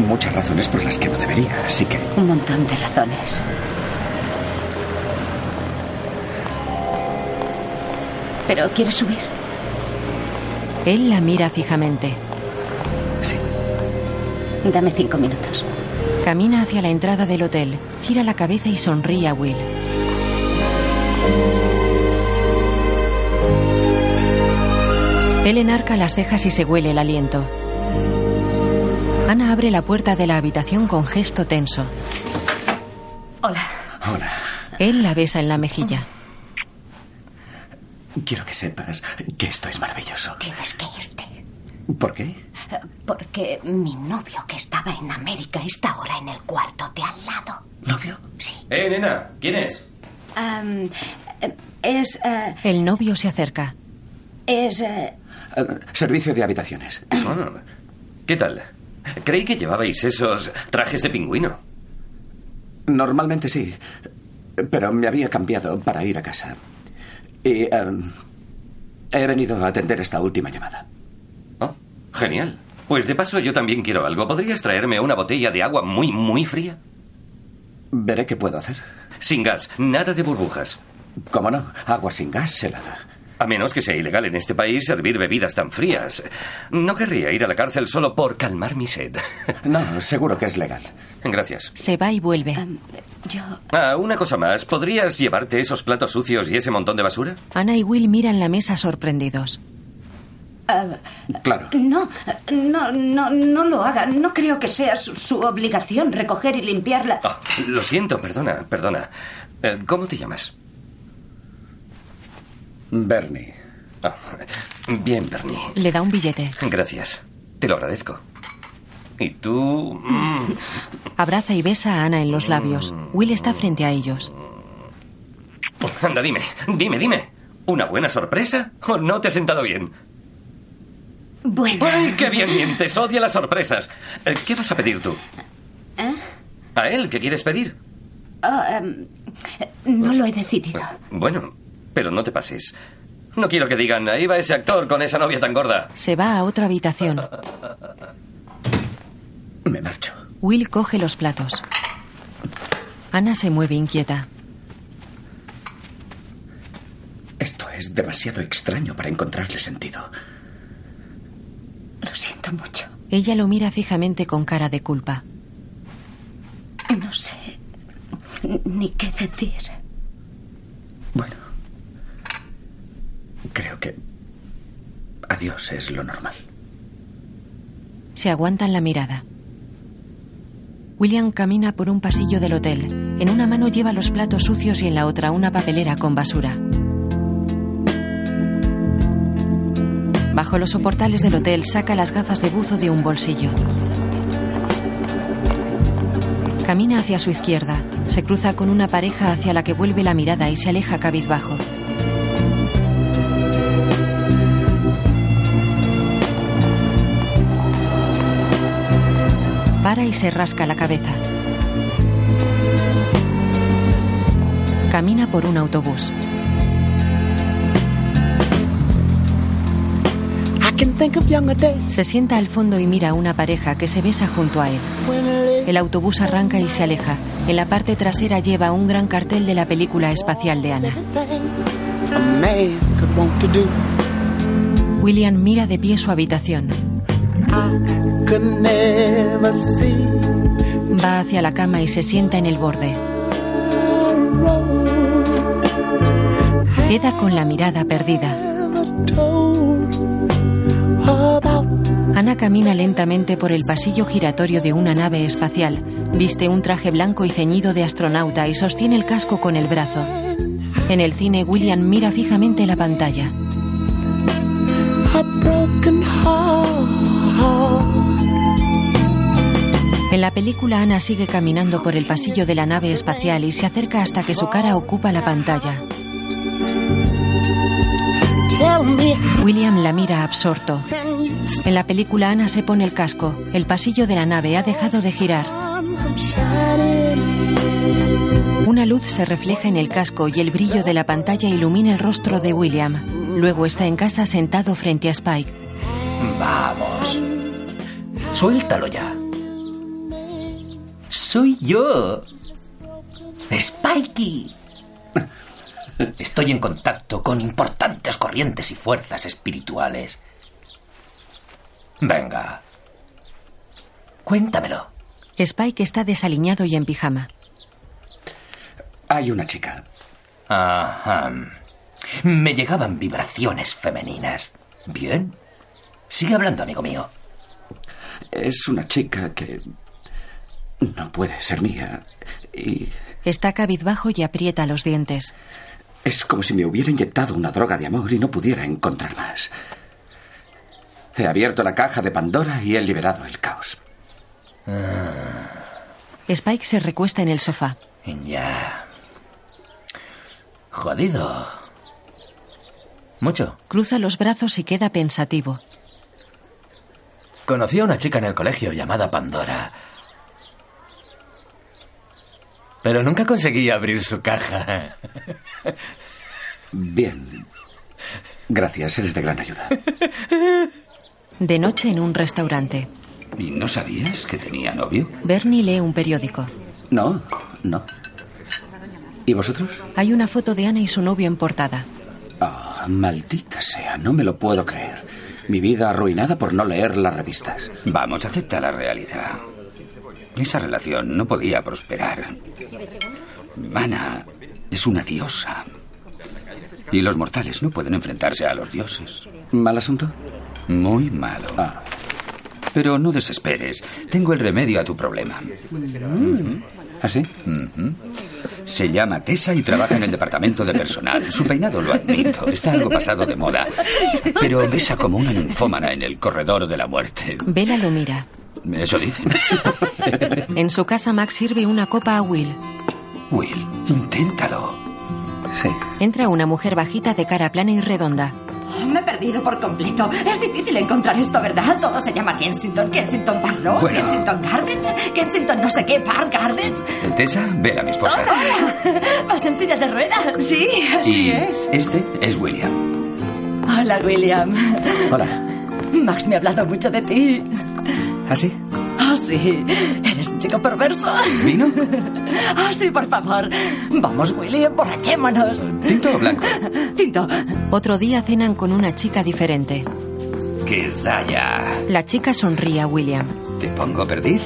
S2: muchas razones por las que no debería, así que...
S15: Un montón de razones. ¿Pero quieres subir?
S3: Él la mira fijamente.
S15: Dame cinco minutos.
S3: Camina hacia la entrada del hotel, gira la cabeza y sonríe a Will. Él enarca las cejas y se huele el aliento. Ana abre la puerta de la habitación con gesto tenso.
S15: Hola.
S3: Él la besa en la mejilla.
S2: Quiero que sepas que esto es maravilloso.
S15: Tienes que irte.
S2: ¿Por qué?
S15: Eh, Porque mi novio que estaba en América está ahora en el cuarto de al lado.
S10: Eh, nena, ¿quién es?
S15: Am, eh, es... eh,
S3: El novio se acerca.
S15: es... eh,
S2: Eh, servicio de habitaciones.
S10: Ah, ¿Qué tal? Creí que llevabais esos trajes de pingüino.
S2: Normalmente sí, pero me había cambiado para ir a casa. Y em, he venido a atender esta última llamada.
S10: Genial. Pues de paso yo también quiero algo. ¿Podrías traerme una botella de agua muy, muy fría?
S2: Veré qué puedo hacer.
S10: Sin gas, nada de burbujas.
S2: ¿Cómo no? Agua sin gas helada.
S10: A menos que sea ilegal en este país servir bebidas tan frías. No querría ir a la cárcel solo por calmar mi sed.
S2: No, seguro que es legal.
S10: Gracias.
S3: Se va y vuelve.
S10: Ah, una cosa más. ¿Podrías llevarte esos platos sucios y ese montón de basura?
S3: Ana y Will miran la mesa sorprendidos.
S15: ah,
S2: Claro.
S15: no, no, no, no lo haga. No creo que sea su, su obligación recoger y limpiarla.
S10: Ah, lo siento, perdona, perdona. Eh, ¿Cómo te llamas?
S2: Bernie.
S10: Ah, bien, Bernie.
S3: Le da un billete.
S10: Gracias. Te lo agradezco. ¿Y tú? Mm,
S3: Abraza y besa a Ana en los labios. Will está frente a ellos.
S10: Anda, dime, dime, dime. ¿Una buena sorpresa o no te has sentado bien?
S15: Bueno.
S10: ¡Ay, qué bien mientes! Odia las sorpresas. Eh, ¿Qué vas a pedir tú?
S15: ¿Eh?
S10: ¿A él qué quieres pedir?
S15: Ah, em, No lo he decidido.
S29: Bueno, pero no te pases. No quiero que digan, ahí va ese actor con esa novia tan gorda.
S3: Se va a otra habitación.
S2: Me marcho.
S3: Will coge los platos. Ana se mueve inquieta.
S2: Esto es demasiado extraño para encontrarle sentido.
S15: Lo siento mucho.
S3: Ella lo mira fijamente con cara de culpa.
S15: No sé ni qué decir.
S2: Bueno, creo que adiós es lo normal.
S3: Se aguantan la mirada. William camina por un pasillo del hotel. En una mano lleva los platos sucios y en la otra una papelera con basura. Bajo los soportales del hotel saca las gafas de buzo de un bolsillo. Camina hacia su izquierda. Se cruza con una pareja hacia la que vuelve la mirada y se aleja cabizbajo. Para y se rasca la cabeza. Camina por un autobús. Se sienta al fondo y mira a una pareja que se besa junto a él. El autobús arranca y se aleja. En la parte trasera lleva un gran cartel de la película espacial de Ana. William mira de pie su habitación. Va hacia la cama y se sienta en el borde. Queda con la mirada perdida. Ana camina lentamente por el pasillo giratorio de una nave espacial. Viste un traje blanco y ceñido de astronauta y sostiene el casco con el brazo. En el cine, William mira fijamente la pantalla. En la película, Ana sigue caminando por el pasillo de la nave espacial y se acerca hasta que su cara ocupa la pantalla. William la mira absorto. En la película Ana se pone el casco. El pasillo de la nave ha dejado de girar. Una luz se refleja en el casco y el brillo de la pantalla ilumina el rostro de William. Luego está en casa sentado frente a Spike.
S6: Vamos. Suéltalo ya. Soy yo. Spikey. Estoy en contacto con importantes corrientes y fuerzas espirituales. Venga. Cuéntamelo.
S3: Spike está desaliñado y en pijama.
S2: Hay una chica.
S6: Ajá. Me llegaban vibraciones femeninas. Bien. Sigue hablando, amigo mío.
S2: Es una chica que no puede ser mía. Y
S3: Está cabizbajo y aprieta los dientes.
S2: es como si me hubiera inyectado una droga de amor y no pudiera encontrar más. He abierto la caja de Pandora y he liberado el caos.
S3: Spike se recuesta en el sofá.
S6: Ya. Jodido. Mucho.
S3: Cruza los brazos y queda pensativo.
S6: Conocí a una chica en el colegio llamada Pandora. Pero nunca conseguí abrir su caja.
S2: Bien. Gracias, eres de gran ayuda.
S3: De noche en un restaurante.
S4: ¿Y no sabías que tenía novio?
S3: Bernie lee un periódico.
S2: No, no. ¿Y vosotros?
S3: Hay una foto de Ana y su novio en portada.
S2: Ah, maldita sea, no me lo puedo creer. Mi vida arruinada por no leer las revistas.
S4: Vamos, acepta la realidad. Esa relación no podía prosperar. Ana es una diosa. Y los mortales no pueden enfrentarse a los dioses.
S2: ¿Mal asunto? Ah.
S4: Muy malo. Pero no desesperes. Tengo el remedio a tu problema.
S2: Mm. ¿Así?
S4: ¿Ah, Se llama Tessa y trabaja en el departamento de personal. Su peinado lo admito. Está algo pasado de moda. Pero besa como una ninfómana en el corredor de la muerte.
S3: Vela lo mira.
S4: Eso dicen.
S3: En su casa, Max sirve una copa a Will.
S4: Will, inténtalo.
S2: Sí.
S3: Entra una mujer bajita de cara plana y redonda.
S15: Me he perdido por completo. Es difícil encontrar esto, ¿verdad? Todo se llama Kensington, Kensington Park,
S30: Bueno.
S15: Kensington Gardens, Kensington no sé qué, Park Gardens.
S30: Tessa, ver a mi
S31: Pues
S30: esposa.
S15: Ah, Hola, ¿vas en silla de ruedas? Sí,
S30: y Este es William.
S31: Hola, William.
S30: Hola.
S31: Max me ha hablado mucho de ti.
S30: ¿Así?
S31: Ah, sí. Eres un chico perverso.
S30: ¿Vino?
S31: Ah, sí, por favor. Vamos, William, borrachémonos.
S30: ¿Tinto o blanco?
S31: Tinto.
S3: Otro día cenan con una chica diferente.
S30: Que Zaya.
S3: La chica sonríe a William.
S30: ¿Te pongo perdiz?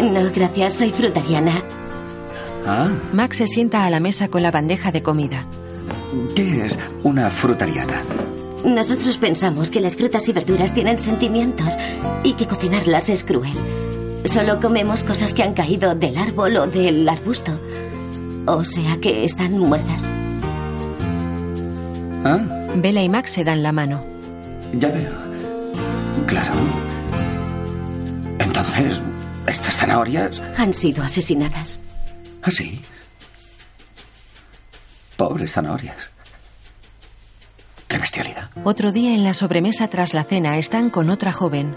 S3: No, gracias, soy frutariana.
S30: Ah,
S3: Max se sienta a la mesa con la bandeja de comida.
S2: ¿qué es una frutariana?
S22: Nosotros pensamos que las frutas y verduras tienen sentimientos y que cocinarlas es cruel. Solo comemos cosas que han caído del árbol o del arbusto. O sea que están muertas.
S2: ¿Ah?
S3: Bella y Max se dan la mano.
S2: Ya veo. Claro. Entonces, estas zanahorias.
S22: Han sido asesinadas.
S2: ¿Ah, sí? Pobres zanahorias. Qué bestialidad.
S3: Otro día en la sobremesa tras la cena están con otra joven.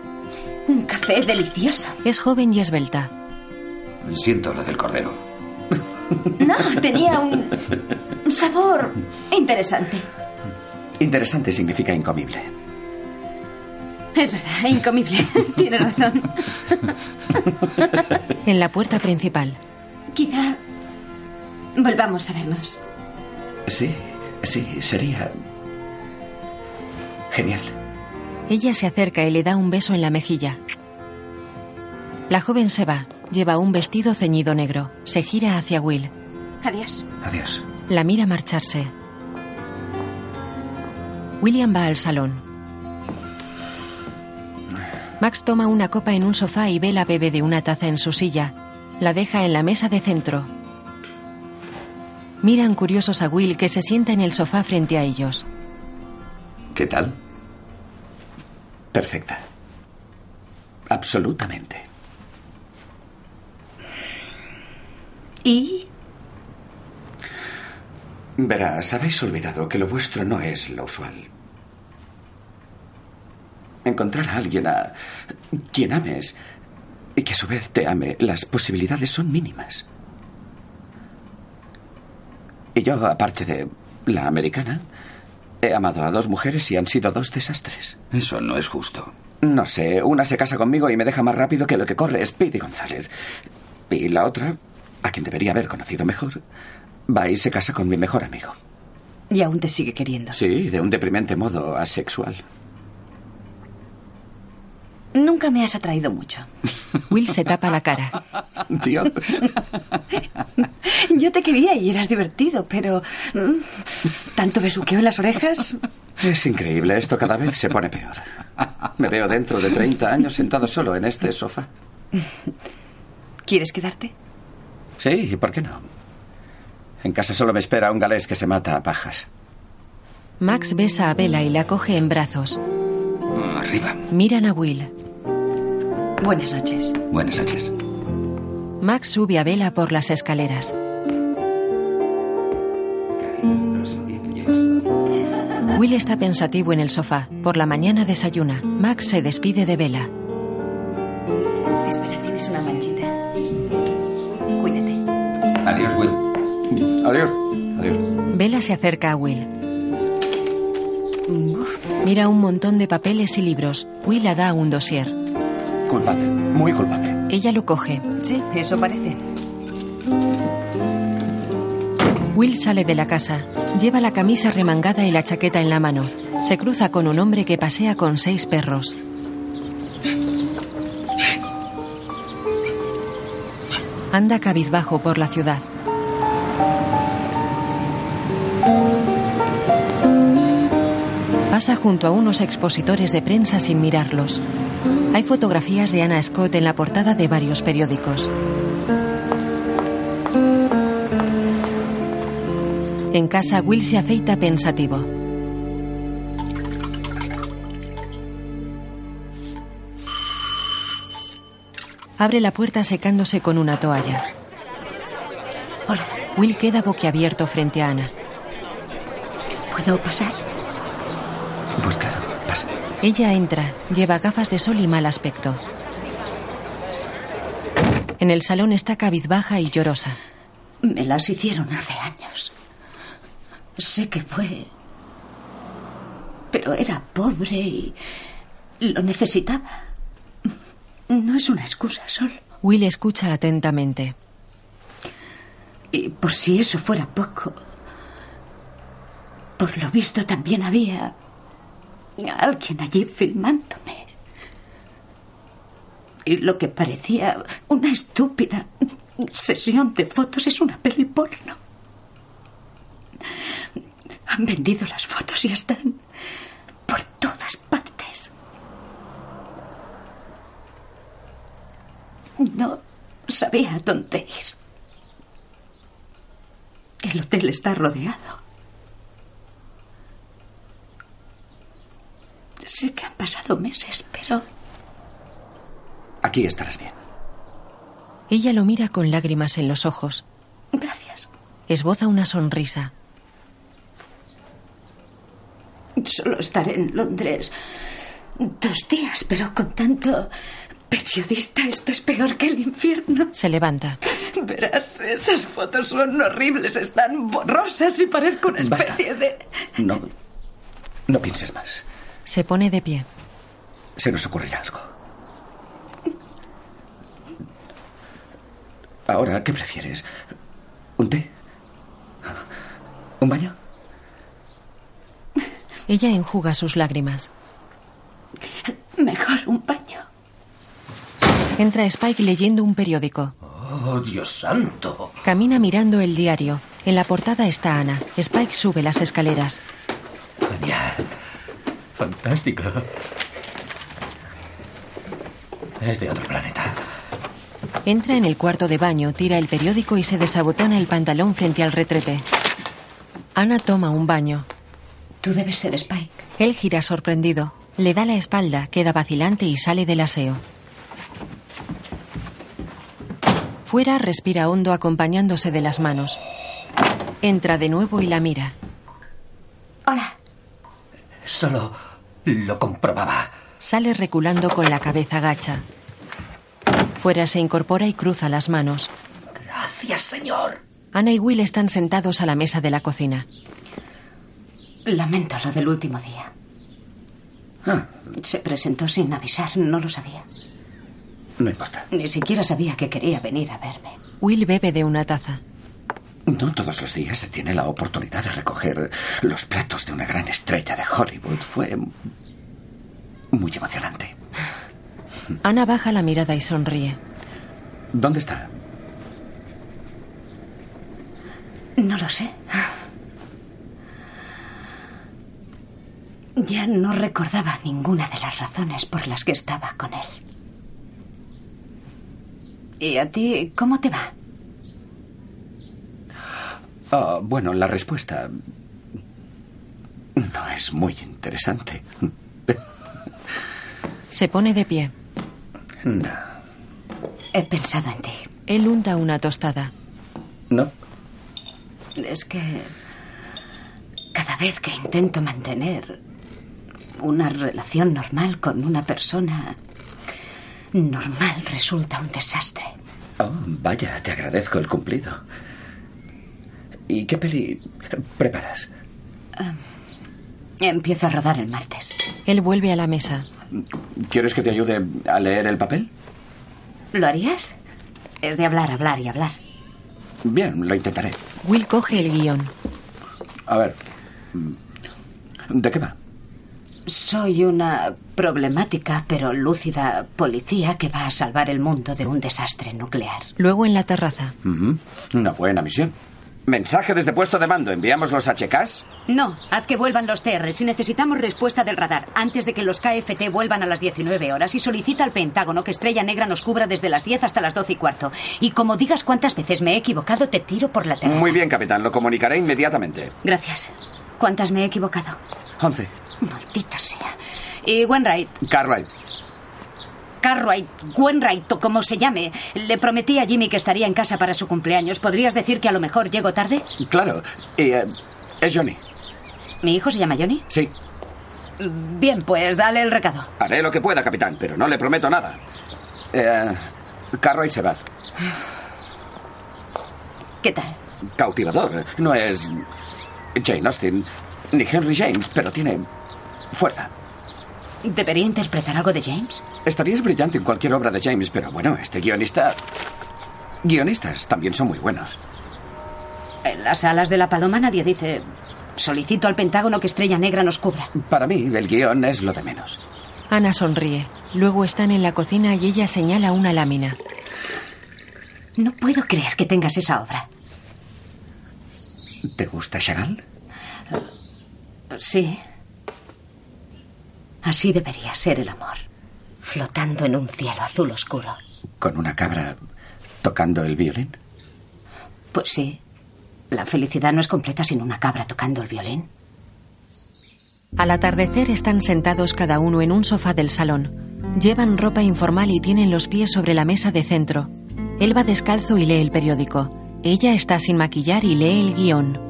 S22: Un café delicioso.
S3: Es joven y esbelta.
S30: Siento lo del cordero.
S22: No, tenía un sabor interesante.
S2: Interesante significa incomible.
S15: Es verdad, incomible. Tiene razón.
S3: En la puerta principal.
S15: Quizá volvamos a vernos.
S2: Sí, sí, sería. Genial.
S3: Ella se acerca y le da un beso en la mejilla. La joven se va. Lleva un vestido ceñido negro. Se gira hacia Will.
S15: Adiós.
S2: Adiós.
S3: La mira marcharse. William va al salón. Max toma una copa en un sofá y Bella bebe de una taza en su silla. La deja en la mesa de centro. Miran curiosos a Will que se sienta en el sofá frente a ellos.
S2: ¿Qué tal? Perfecta. Absolutamente.
S15: ¿Y?
S2: Verás, habéis olvidado que lo vuestro no es lo usual. Encontrar a alguien a quien ames y que a su vez te ame, las posibilidades son mínimas. Y yo, aparte de la americana, he amado a dos mujeres y han sido dos desastres.
S30: Eso no es justo.
S2: No sé, una se casa conmigo y me deja más rápido que lo que corre Speedy González. Y la otra, a quien debería haber conocido mejor, va y se casa con mi mejor amigo.
S24: Y aún te sigue queriendo.
S2: Sí, de un deprimente modo asexual.
S24: Nunca me has atraído mucho.
S3: Will se tapa la cara.
S2: Tío.
S24: Yo te quería y eras divertido, pero... mm, ¿Tanto besuqueo en las orejas?
S2: Es increíble, esto cada vez se pone peor. Me veo dentro de 30 años sentado solo en este sofá.
S24: ¿Quieres quedarte?
S2: Sí, ¿y por qué no? En casa solo me espera un galés que se mata a pajas.
S3: Max besa a Bella y la coge en brazos.
S30: Mm, Arriba.
S3: Miran a Will.
S24: Buenas noches.
S30: Buenas noches.
S3: Max sube a Bella por las escaleras. Will está pensativo en el sofá. Por la mañana desayuna. Max se despide de Bella.
S24: Espera, tienes una manchita. Cuídate.
S30: Adiós, Will.
S2: Adiós. Adiós.
S3: Bella se acerca a Will. Mira un montón de papeles y libros. Will la da un dossier.
S2: Culpable, muy culpable.
S3: Ella lo coge.
S24: Sí, eso parece.
S3: Will sale de la casa. Lleva la camisa remangada y la chaqueta en la mano. Se cruza con un hombre que pasea con seis perros. Anda cabizbajo por la ciudad. Pasa junto a unos expositores de prensa sin mirarlos. Hay fotografías de Anna Scott en la portada de varios periódicos. En casa, Will se afeita pensativo. Abre la puerta secándose con una toalla. Will queda boquiabierto frente a Ana.
S32: ¿Puedo pasar?
S2: Pues claro, pasa.
S3: Ella entra, lleva gafas de sol y mal aspecto. En el salón está cabizbaja y llorosa.
S15: Me las hicieron hace años. Sé que fue... Pero era pobre y lo necesitaba. No es una excusa, Sol.
S3: Will escucha atentamente.
S15: Y por si eso fuera poco, por lo visto también había alguien allí filmándome. Y lo que parecía una estúpida sesión de fotos es una peli porno. Han vendido las fotos y están por todas partes. No sabía dónde ir. El hotel está rodeado. Sé que han pasado meses, pero
S2: Aquí estarás bien.
S3: Ella lo mira con lágrimas en los ojos.
S15: gracias.
S3: Esboza una sonrisa.
S15: Solo estaré en Londres dos días, pero con tanto periodista esto es peor que el infierno.
S3: Se levanta.
S33: Verás, esas fotos son horribles, están borrosas y parezco una
S2: Basta.
S33: especie de...
S2: No. No pienses más.
S3: Se pone de pie.
S2: Se nos ocurrirá algo. Ahora, ¿qué prefieres? ¿Un té? ¿Un baño?
S3: Ella enjuga sus lágrimas.
S15: Mejor un baño.
S3: Entra Spike leyendo un periódico.
S6: Oh, Dios santo.
S3: Camina mirando el diario. En la portada está Ana. Spike sube las escaleras.
S6: Genial. Fantástico. Es de otro planeta.
S3: Entra en el cuarto de baño, tira el periódico y se desabotona el pantalón frente al retrete. Ana toma un baño.
S15: Tú debes ser Spike.
S3: Él gira sorprendido. Le da la espalda, queda vacilante y sale del aseo. Fuera respira hondo acompañándose de las manos. Entra de nuevo y la mira.
S6: Solo lo comprobaba.
S3: Sale reculando con la cabeza gacha. Fuera se incorpora y cruza las manos.
S6: Gracias, señor.
S3: Ana y Will están sentados a la mesa de la cocina.
S15: Lamento lo del último día. Ah. Se presentó sin avisar, no lo sabía.
S2: No importa.
S15: Ni siquiera sabía que quería venir a verme.
S3: Will bebe de una taza.
S2: No todos los días se tiene la oportunidad de recoger los platos de una gran estrella de Hollywood. Fue muy emocionante.
S3: Ana baja la mirada y sonríe.
S2: ¿Dónde está?
S15: No lo sé. Ya no recordaba ninguna de las razones por las que estaba con él. ¿Y a ti cómo te va?
S2: Ah, bueno, la respuesta no es muy interesante.
S3: Se pone de pie.
S2: No.
S15: He pensado en ti.
S3: Él unta una tostada.
S2: No.
S15: Es que cada vez que intento mantener una relación normal con una persona normal resulta un desastre.
S2: Oh, vaya, te agradezco el cumplido. ¿Y qué peli preparas?
S15: Empiezo a rodar el martes.
S3: Él vuelve a la mesa.
S2: ¿Quieres que te ayude a leer el papel?
S15: ¿Lo harías? Es de hablar, hablar y hablar.
S2: Bien, lo intentaré.
S3: Will coge el guión.
S2: A ver. mm, ¿De qué va?
S15: Soy una problemática pero lúcida policía que va a salvar el mundo de un desastre nuclear.
S3: Luego en la terraza.
S2: Ujú, Una buena misión. Mensaje desde puesto de mando. ¿Enviamos los HKs?
S34: No, haz que vuelvan los TR si necesitamos respuesta del radar antes de que los KFT vuelvan a las 19 horas y solicita al Pentágono que Estrella Negra nos cubra desde las 10 hasta las 12 y cuarto. Y como digas cuántas veces me he equivocado, te tiro por la terraza.
S35: Muy bien, capitán. Lo comunicaré inmediatamente.
S34: Gracias.
S15: ¿Cuántas me he equivocado?
S35: Once.
S15: Maldita sea.
S34: Y Wainwright,
S35: Cartwright.
S34: Cartwright, Wainwright o como se llame, le prometí a Jimmy que estaría en casa para su cumpleaños. ¿Podrías decir que a lo mejor llego tarde?
S35: Claro. Y, eh, es Johnny.
S34: ¿Mi hijo se llama Johnny?
S35: Sí.
S15: Bien, pues dale el recado.
S36: Haré lo que pueda, capitán, pero no le prometo nada. Eh, Carroy se va.
S15: ¿Qué tal?
S36: Cautivador. No es Jane Austen ni Henry James, pero tiene fuerza.
S15: ¿Debería interpretar algo de James?
S36: Estarías brillante en cualquier obra de James, pero bueno, este guionista... Guionistas también son muy buenos.
S15: En las alas de la paloma nadie dice, solicito al Pentágono que Estrella Negra nos cubra.
S36: Para mí, el guión es lo de menos.
S3: Ana sonríe. Luego están en la cocina y ella señala una lámina.
S15: No puedo creer que tengas esa obra.
S36: ¿Te gusta Chagall?
S15: Sí. Así debería ser el amor. Flotando en un cielo azul oscuro.
S36: ¿Con una cabra tocando el violín?
S15: Pues sí. La felicidad no es completa sin una cabra tocando el violín.
S3: Al atardecer están sentados cada uno en un sofá del salón. Llevan ropa informal y tienen los pies sobre la mesa de centro. Él va descalzo y lee el periódico. Ella está sin maquillar y lee el guión.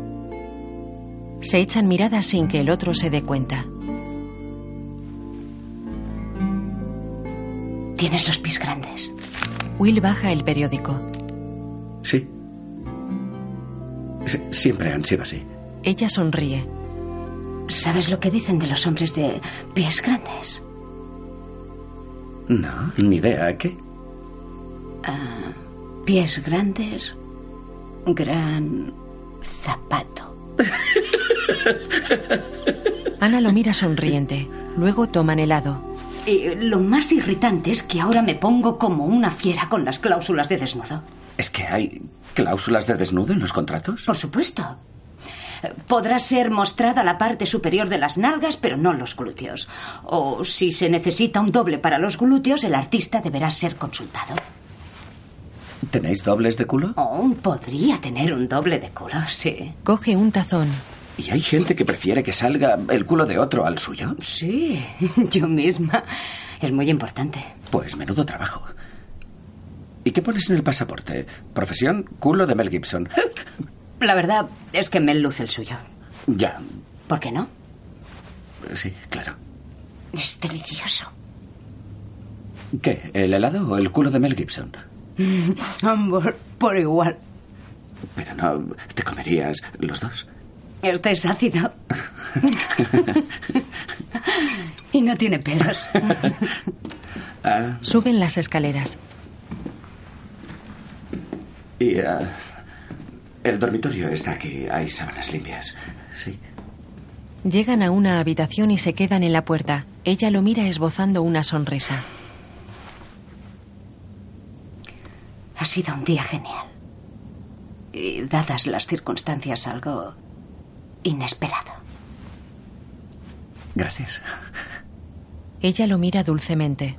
S3: Se echan miradas sin que el otro se dé cuenta.
S15: Tienes los pies grandes.
S3: Will baja el periódico.
S2: Sí. Sie- siempre han sido así.
S3: Ella sonríe.
S15: ¿Sabes lo que dicen de los hombres de pies grandes?
S2: No, ni idea. ¿Qué?
S15: Ah, pies grandes, gran zapato.
S3: Ana lo mira sonriente. Luego toman helado.
S37: Y lo más irritante es que ahora me pongo como una fiera con las cláusulas de desnudo.
S2: ¿Es que hay cláusulas de desnudo en los contratos?
S37: Por supuesto. Podrá ser mostrada la parte superior de las nalgas, pero no los glúteos. O si se necesita un doble para los glúteos, el artista deberá ser consultado.
S2: ¿Tenéis dobles de culo?
S37: Aún podría tener un doble de culo, sí.
S3: Coge un tazón.
S2: ¿Y hay gente que prefiere que salga el culo de otro al suyo?
S15: Sí, yo misma. Es muy importante.
S2: Pues menudo trabajo. ¿Y qué pones en el pasaporte? Profesión, culo de Mel Gibson.
S15: La verdad es que me luce el suyo.
S2: Ya,
S15: ¿Por qué no?
S2: sí, claro.
S15: Es delicioso.
S2: ¿Qué? ¿El helado o el culo de Mel Gibson?
S15: Ambos por igual.
S2: Pero no, te comerías los dos.
S15: Este es ácido. y no tiene pelos.
S2: Ah,
S3: Suben las escaleras.
S2: y ah, el dormitorio está aquí. Hay sábanas limpias. Sí.
S3: Llegan a una habitación y se quedan en la puerta. Ella lo mira esbozando una sonrisa.
S15: Ha sido un día genial. Y dadas las circunstancias, algo inesperado.
S2: Gracias.
S3: Ella lo mira dulcemente.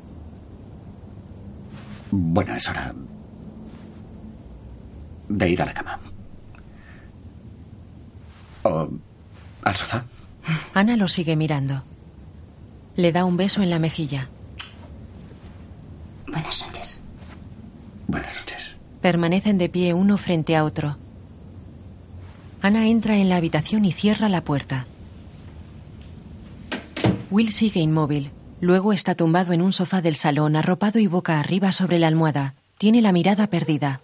S2: Bueno, es hora de ir a la cama. O al sofá.
S3: Ana lo sigue mirando. Le da un beso en la mejilla.
S15: Buenas noches.
S2: Buenas noches.
S3: Permanecen de pie uno frente a otro. Ana entra en la habitación y cierra la puerta. Will sigue inmóvil. Luego está tumbado en un sofá del salón, arropado y boca arriba sobre la almohada. Tiene la mirada perdida.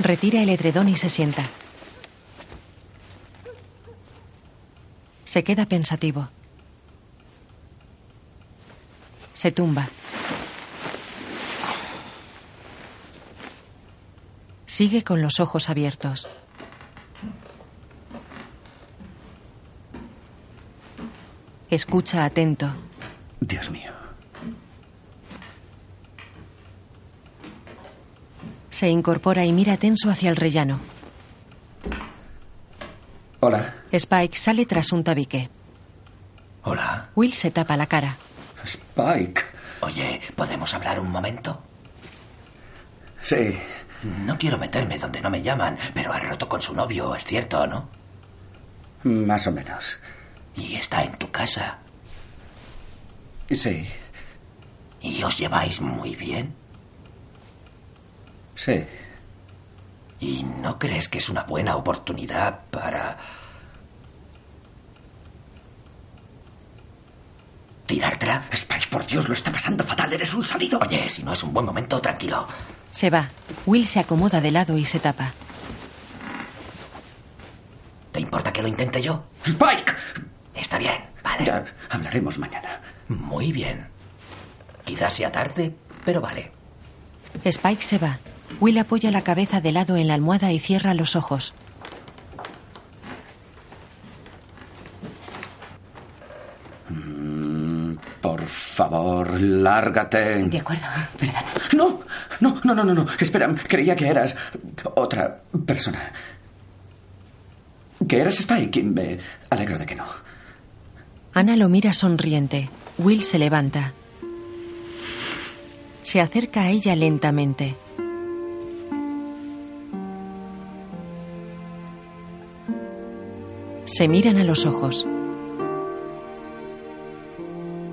S3: Retira el edredón y se sienta. Se queda pensativo. Se tumba. Sigue con los ojos abiertos. Escucha atento.
S2: Dios mío.
S3: Se incorpora y mira tenso hacia el rellano.
S2: Hola.
S3: Spike sale tras un tabique.
S6: Hola.
S3: Will se tapa la cara.
S2: Spike.
S6: Oye, ¿podemos hablar un momento?
S2: Sí.
S6: No quiero meterme donde no me llaman, pero ha roto con su novio, es cierto, ¿no?
S2: Más o menos.
S6: Y está en tu casa.
S2: Sí.
S6: ¿Y os lleváis muy bien?
S2: Sí.
S6: ¿Y no crees que es una buena oportunidad para... tirártela? Spike, por Dios, lo está pasando fatal. Eres un salido. Oye, si no es un buen momento, tranquilo.
S3: Se va. Will se acomoda de lado y se tapa.
S6: ¿Te importa que lo intente yo?
S2: ¡Spike!
S6: Está bien, vale.
S2: Ya hablaremos mañana.
S6: Muy bien. Quizás sea tarde, pero vale.
S3: Spike se va. Will apoya la cabeza de lado en la almohada y cierra los ojos.
S2: Mm, Por favor, lárgate.
S15: De acuerdo, perdona.
S2: No, no, no, no, no, no. Espera, creía que eras otra persona. Que eras Spike y me alegro de que no.
S3: Ana lo mira sonriente. Will se levanta. Se acerca a ella lentamente. Se miran a los ojos.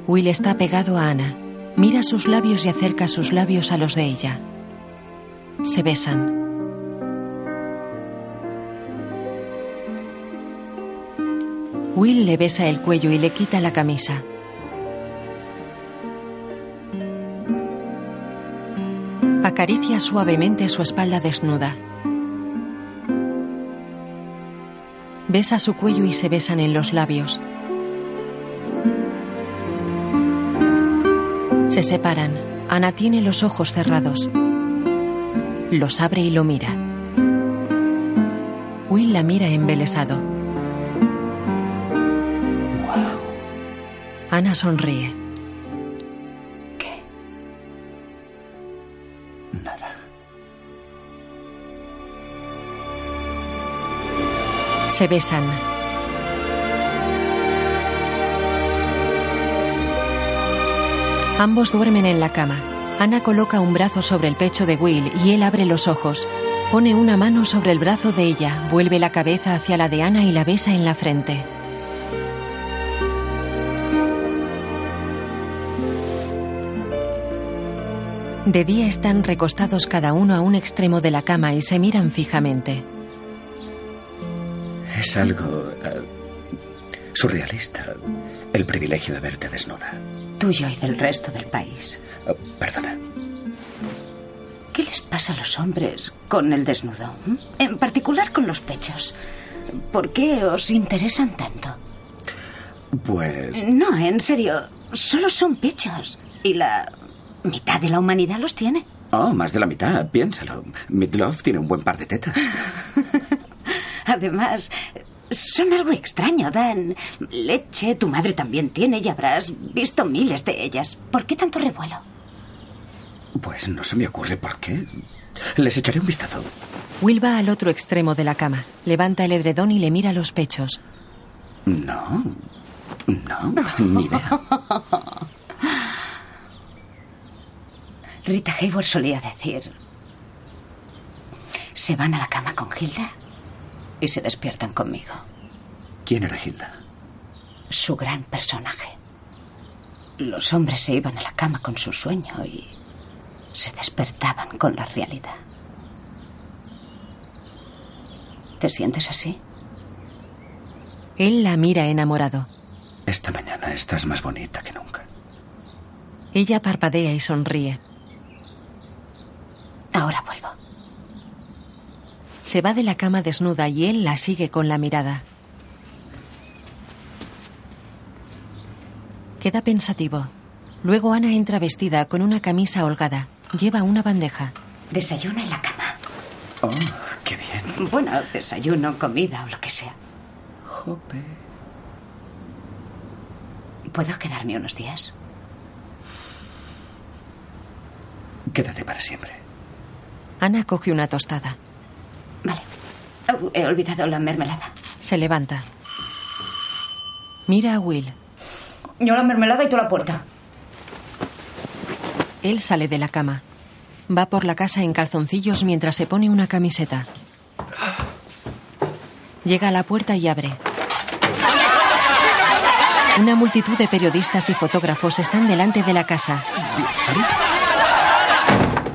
S3: Will está pegado a Ana. Mira sus labios y acerca sus labios a los de ella. Se besan. Will le besa el cuello y le quita la camisa. Acaricia suavemente su espalda desnuda. Besa su cuello y se besan en los labios. Se separan. Ana tiene los ojos cerrados. Los abre y lo mira. Will la mira embelesado. Ana sonríe.
S2: Nada.
S3: Se besan. Ambos duermen en la cama. Ana coloca un brazo sobre el pecho de Will y él abre los ojos. Pone una mano sobre el brazo de ella, vuelve la cabeza hacia la de Ana y la besa en la frente. De día están recostados cada uno a un extremo de la cama y se miran fijamente.
S2: Es algo eh, surrealista el privilegio de verte desnuda.
S15: Tuyo y del resto del país.
S2: Oh, perdona.
S15: ¿Qué les pasa a los hombres con el desnudo? ¿m? En particular con los pechos. ¿Por qué os interesan tanto?
S2: Pues
S15: No, en serio, solo son pechos. Y la mitad de la humanidad los tiene.
S2: Oh, más de la mitad, piénsalo. Midlove tiene un buen par de tetas.
S15: Además, son algo extraño, Dan. Leche, tu madre también tiene y habrás visto miles de ellas. ¿Por qué tanto revuelo?
S2: Pues no se me ocurre por qué. Les echaré un vistazo.
S3: Will va al otro extremo de la cama, levanta el edredón y le mira los pechos.
S2: No. No, ni idea.
S15: Rita Hayward solía decir, se van a la cama con Hilda y se despiertan conmigo.
S2: ¿Quién era Hilda?
S15: Su gran personaje. Los hombres se iban a la cama con su sueño y se despertaban con la realidad. ¿Te sientes así?
S3: Él la mira enamorado.
S2: Esta mañana estás más bonita que nunca.
S3: Ella parpadea y sonríe.
S15: Ahora vuelvo.
S3: Se va de la cama desnuda y él la sigue con la mirada. Queda pensativo. Luego Ana entra vestida con una camisa holgada. Lleva una bandeja.
S15: Desayuno en la cama.
S2: Oh, qué bien.
S15: Bueno, desayuno, comida o lo que sea.
S2: Jope.
S15: ¿Puedo quedarme unos días?
S2: Quédate para siempre.
S3: Ana coge una tostada.
S15: Oh, he olvidado la mermelada.
S3: Se levanta. Mira a Will.
S38: Yo la mermelada y tú la puerta.
S3: Él sale de la cama. Va por la casa en calzoncillos mientras se pone una camiseta. Llega a la puerta y abre. Una multitud de periodistas y fotógrafos están delante de la casa.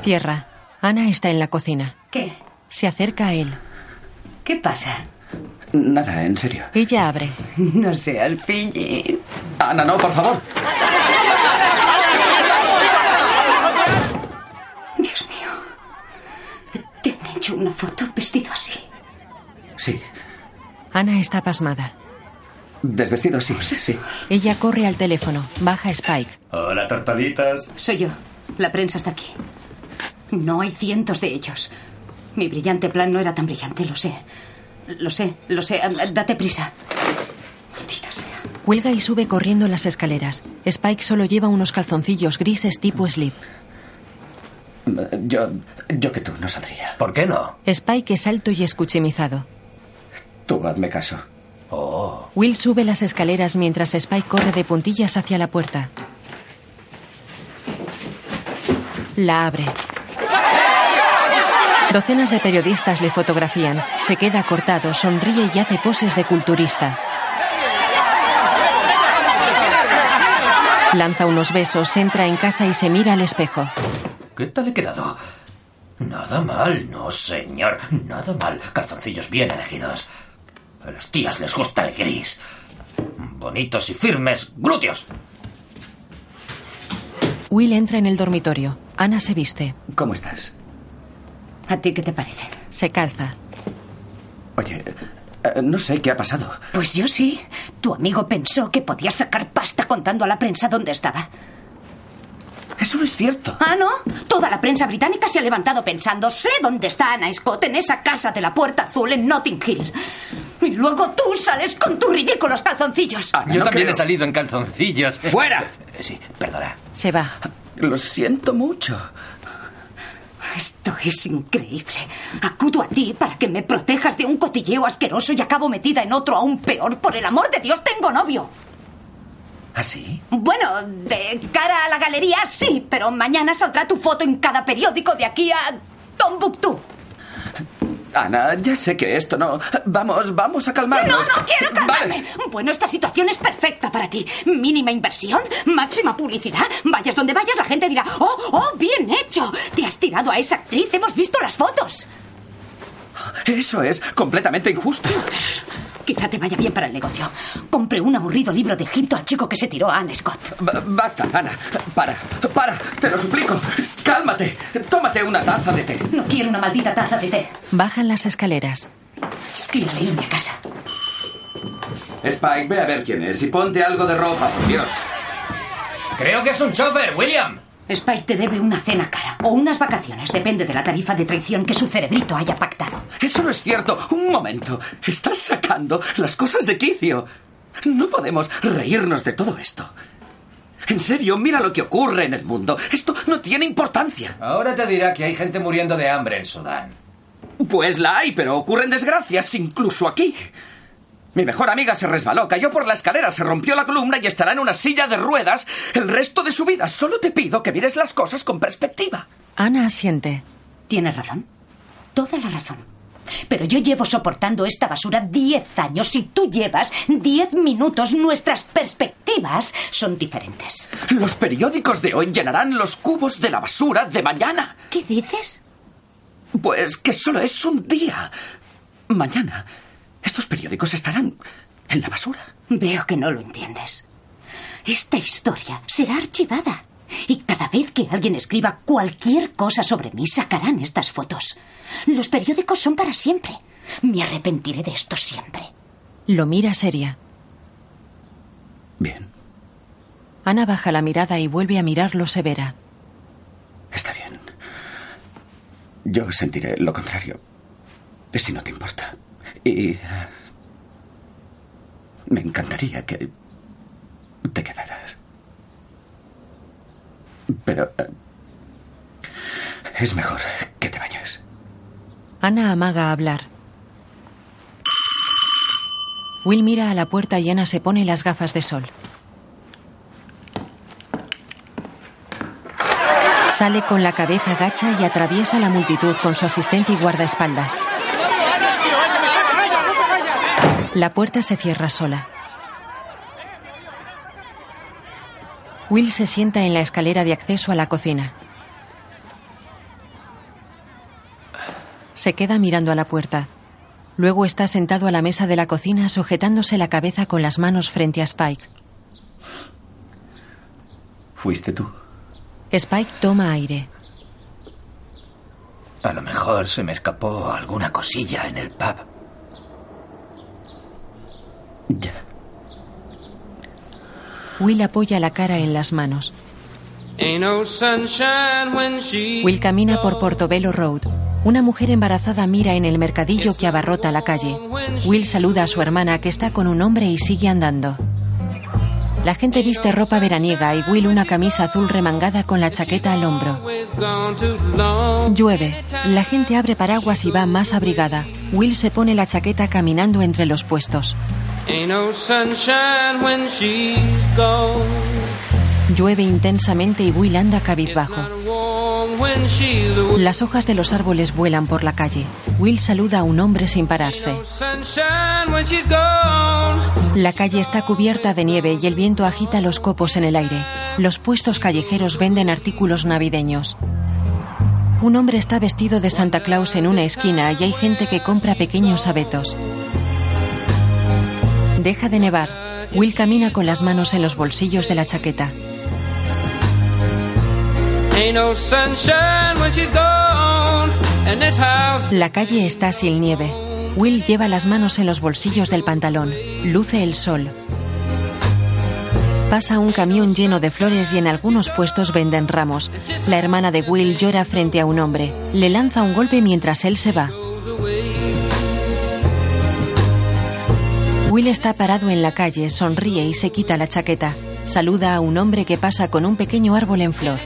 S3: Cierra. Ana está en la cocina.
S15: ¿Qué?
S3: Se acerca a él.
S39: ¿Qué pasa?
S2: Nada, en serio.
S3: Ella abre.
S39: No seas pillín.
S2: Ana, no, por favor.
S40: Dios mío. ¿Te han hecho una foto vestido así?
S2: Sí,
S3: Ana está pasmada.
S2: desvestido, sí, sí.
S3: Ella corre al teléfono. Baja Spike.
S41: Hola, tartalitas.
S15: Soy yo. La prensa está aquí. No hay cientos de ellos. Mi brillante plan no era tan brillante, lo sé. Lo sé, lo sé. Date prisa.
S3: Cuelga y sube corriendo las escaleras. Spike solo lleva unos calzoncillos grises tipo slip.
S2: Yo, yo que tú no saldría.
S6: ¿Por qué no?
S3: Spike es alto y escuchimizado.
S2: Tú hazme caso. Oh.
S3: Will sube las escaleras mientras Spike corre de puntillas hacia la puerta. La abre. Docenas de periodistas le fotografían. Se queda cortado, sonríe y hace poses de culturista. Lanza unos besos, entra en casa y se mira al espejo.
S6: ¿Qué tal he quedado? Nada mal, no señor, nada mal. Calzoncillos bien elegidos. A las tías les gusta el gris. Bonitos y firmes, glúteos.
S3: Will entra en el dormitorio. Ana se viste.
S2: ¿Cómo estás?
S42: ¿A ti qué te parece?
S3: Se calza.
S2: Oye, eh, no sé qué ha pasado.
S15: Pues yo sí. Tu amigo pensó que podía sacar pasta contando a la prensa dónde estaba.
S2: Eso no es cierto.
S15: Ah, ¿no? Toda la prensa británica se ha levantado pensando, sé dónde está Ana Scott, en esa casa de la Puerta Azul en Notting Hill. Y luego tú sales con tus ridículos calzoncillos.
S2: Ah,
S6: Yo también he salido en calzoncillos.
S2: ¡Fuera!
S6: Sí, perdona.
S3: Se va.
S2: Lo siento mucho.
S15: Esto es increíble. Acudo a ti para que me protejas de un cotilleo asqueroso y acabo metida en otro aún peor. Por el amor de Dios, tengo novio.
S2: ¿Así?
S15: Bueno, de cara a la galería sí, pero mañana saldrá tu foto en cada periódico de aquí a Tombuctú.
S2: Ana, ya sé que esto no. Vamos, vamos a calmarnos.
S15: No, no quiero calmarme. Bueno, esta situación es perfecta para ti. Mínima inversión, máxima publicidad. Vayas donde vayas, la gente dirá, oh, oh, bien hecho. Te has tirado a esa actriz, hemos visto las fotos.
S2: Eso es completamente injusto.
S15: Quizá te vaya bien para el negocio. Compré un aburrido libro de Egipto al chico que se tiró a Anne Scott.
S2: Ba- basta, Ana. Para, para, te lo suplico. Cálmate. Tómate una taza de té.
S15: No quiero una maldita taza de té.
S3: Bajan las escaleras.
S15: Quiero irme a casa.
S43: Spike, ve a ver quién es y ponte algo de ropa, por Dios.
S6: Creo que es un chofer, William.
S15: Spike te debe una cena cara o unas vacaciones, depende de la tarifa de traición que su cerebrito haya pactado.
S2: Eso no es cierto. Un momento. Estás sacando las cosas de quicio. No podemos reírnos de todo esto. En serio, mira lo que ocurre en el mundo. Esto no tiene importancia.
S6: Ahora te dirá que hay gente muriendo de hambre en Sudán.
S2: Pues la hay, pero ocurren desgracias incluso aquí. Mi mejor amiga se resbaló, cayó por la escalera, se rompió la columna y estará en una silla de ruedas el resto de su vida. Solo te pido que mires las cosas con perspectiva.
S3: Ana asiente.
S15: Tienes razón. Toda la razón. Pero yo llevo soportando esta basura 10 años y tú llevas 10 minutos. Nuestras perspectivas son diferentes.
S2: Los periódicos de hoy llenarán los cubos de la basura de mañana.
S15: ¿Qué dices?
S2: Pues que solo es un día. Mañana estos periódicos estarán en la basura.
S15: Veo que no lo entiendes. Esta historia será archivada. Y cada vez que alguien escriba cualquier cosa sobre mí, sacarán estas fotos. Los periódicos son para siempre. Me arrepentiré de esto siempre.
S3: Lo mira seria.
S2: Bien.
S3: Ana baja la mirada y vuelve a mirarlo severa.
S2: Está bien. Yo sentiré lo contrario. Si no te importa. Y... eh, Me encantaría que... Te quedaras. Pero... eh, Es mejor que te vayas.
S3: Ana amaga hablar. Will mira a la puerta y Ana se pone las gafas de sol. Sale con la cabeza gacha y atraviesa la multitud con su asistente y guardaespaldas. La puerta se cierra sola. Will se sienta en la escalera de acceso a la cocina. Se queda mirando a la puerta. Luego está sentado a la mesa de la cocina sujetándose la cabeza con las manos frente a Spike.
S44: Fuiste tú.
S3: Spike toma aire.
S6: A lo mejor se me escapó alguna cosilla en el pub.
S3: Will apoya la cara en las manos.
S4: Ain't no sunshine when she
S3: Will camina por Portobello Road. Una mujer embarazada mira en el mercadillo que abarrota la calle. Will saluda a su hermana que está con un hombre y sigue andando. La gente viste ropa veraniega y Will una camisa azul remangada con la chaqueta al hombro.
S4: is gone too long.
S3: Llueve. La gente abre paraguas y va más abrigada. Will se pone la chaqueta caminando entre los puestos.
S4: Ain't no sunshine when she's gone.
S3: Llueve intensamente y Will anda cabizbajo.
S4: Warm when she's away.
S3: Las hojas de los árboles vuelan por la calle. Will saluda a un hombre sin pararse.
S4: Sunshine when she's gone.
S3: La calle está cubierta de nieve y el viento agita los copos en el aire. Los puestos callejeros venden artículos navideños. Un hombre está vestido de Santa Claus en una esquina y hay gente que compra pequeños abetos. Deja de nevar. Will camina con las manos en los bolsillos de la chaqueta.
S4: Ain't no sunshine when she's gone. And this house
S3: La calle está sin nieve. Will lleva las manos en los bolsillos del pantalón. Luce el sol. Pasa un camión lleno de flores y en algunos puestos venden ramos. La hermana de Will llora frente a un hombre. Le lanza un golpe mientras él se va. Will está parado en la calle, sonríe y se quita la chaqueta. Saluda a un hombre que pasa con un pequeño árbol en flor.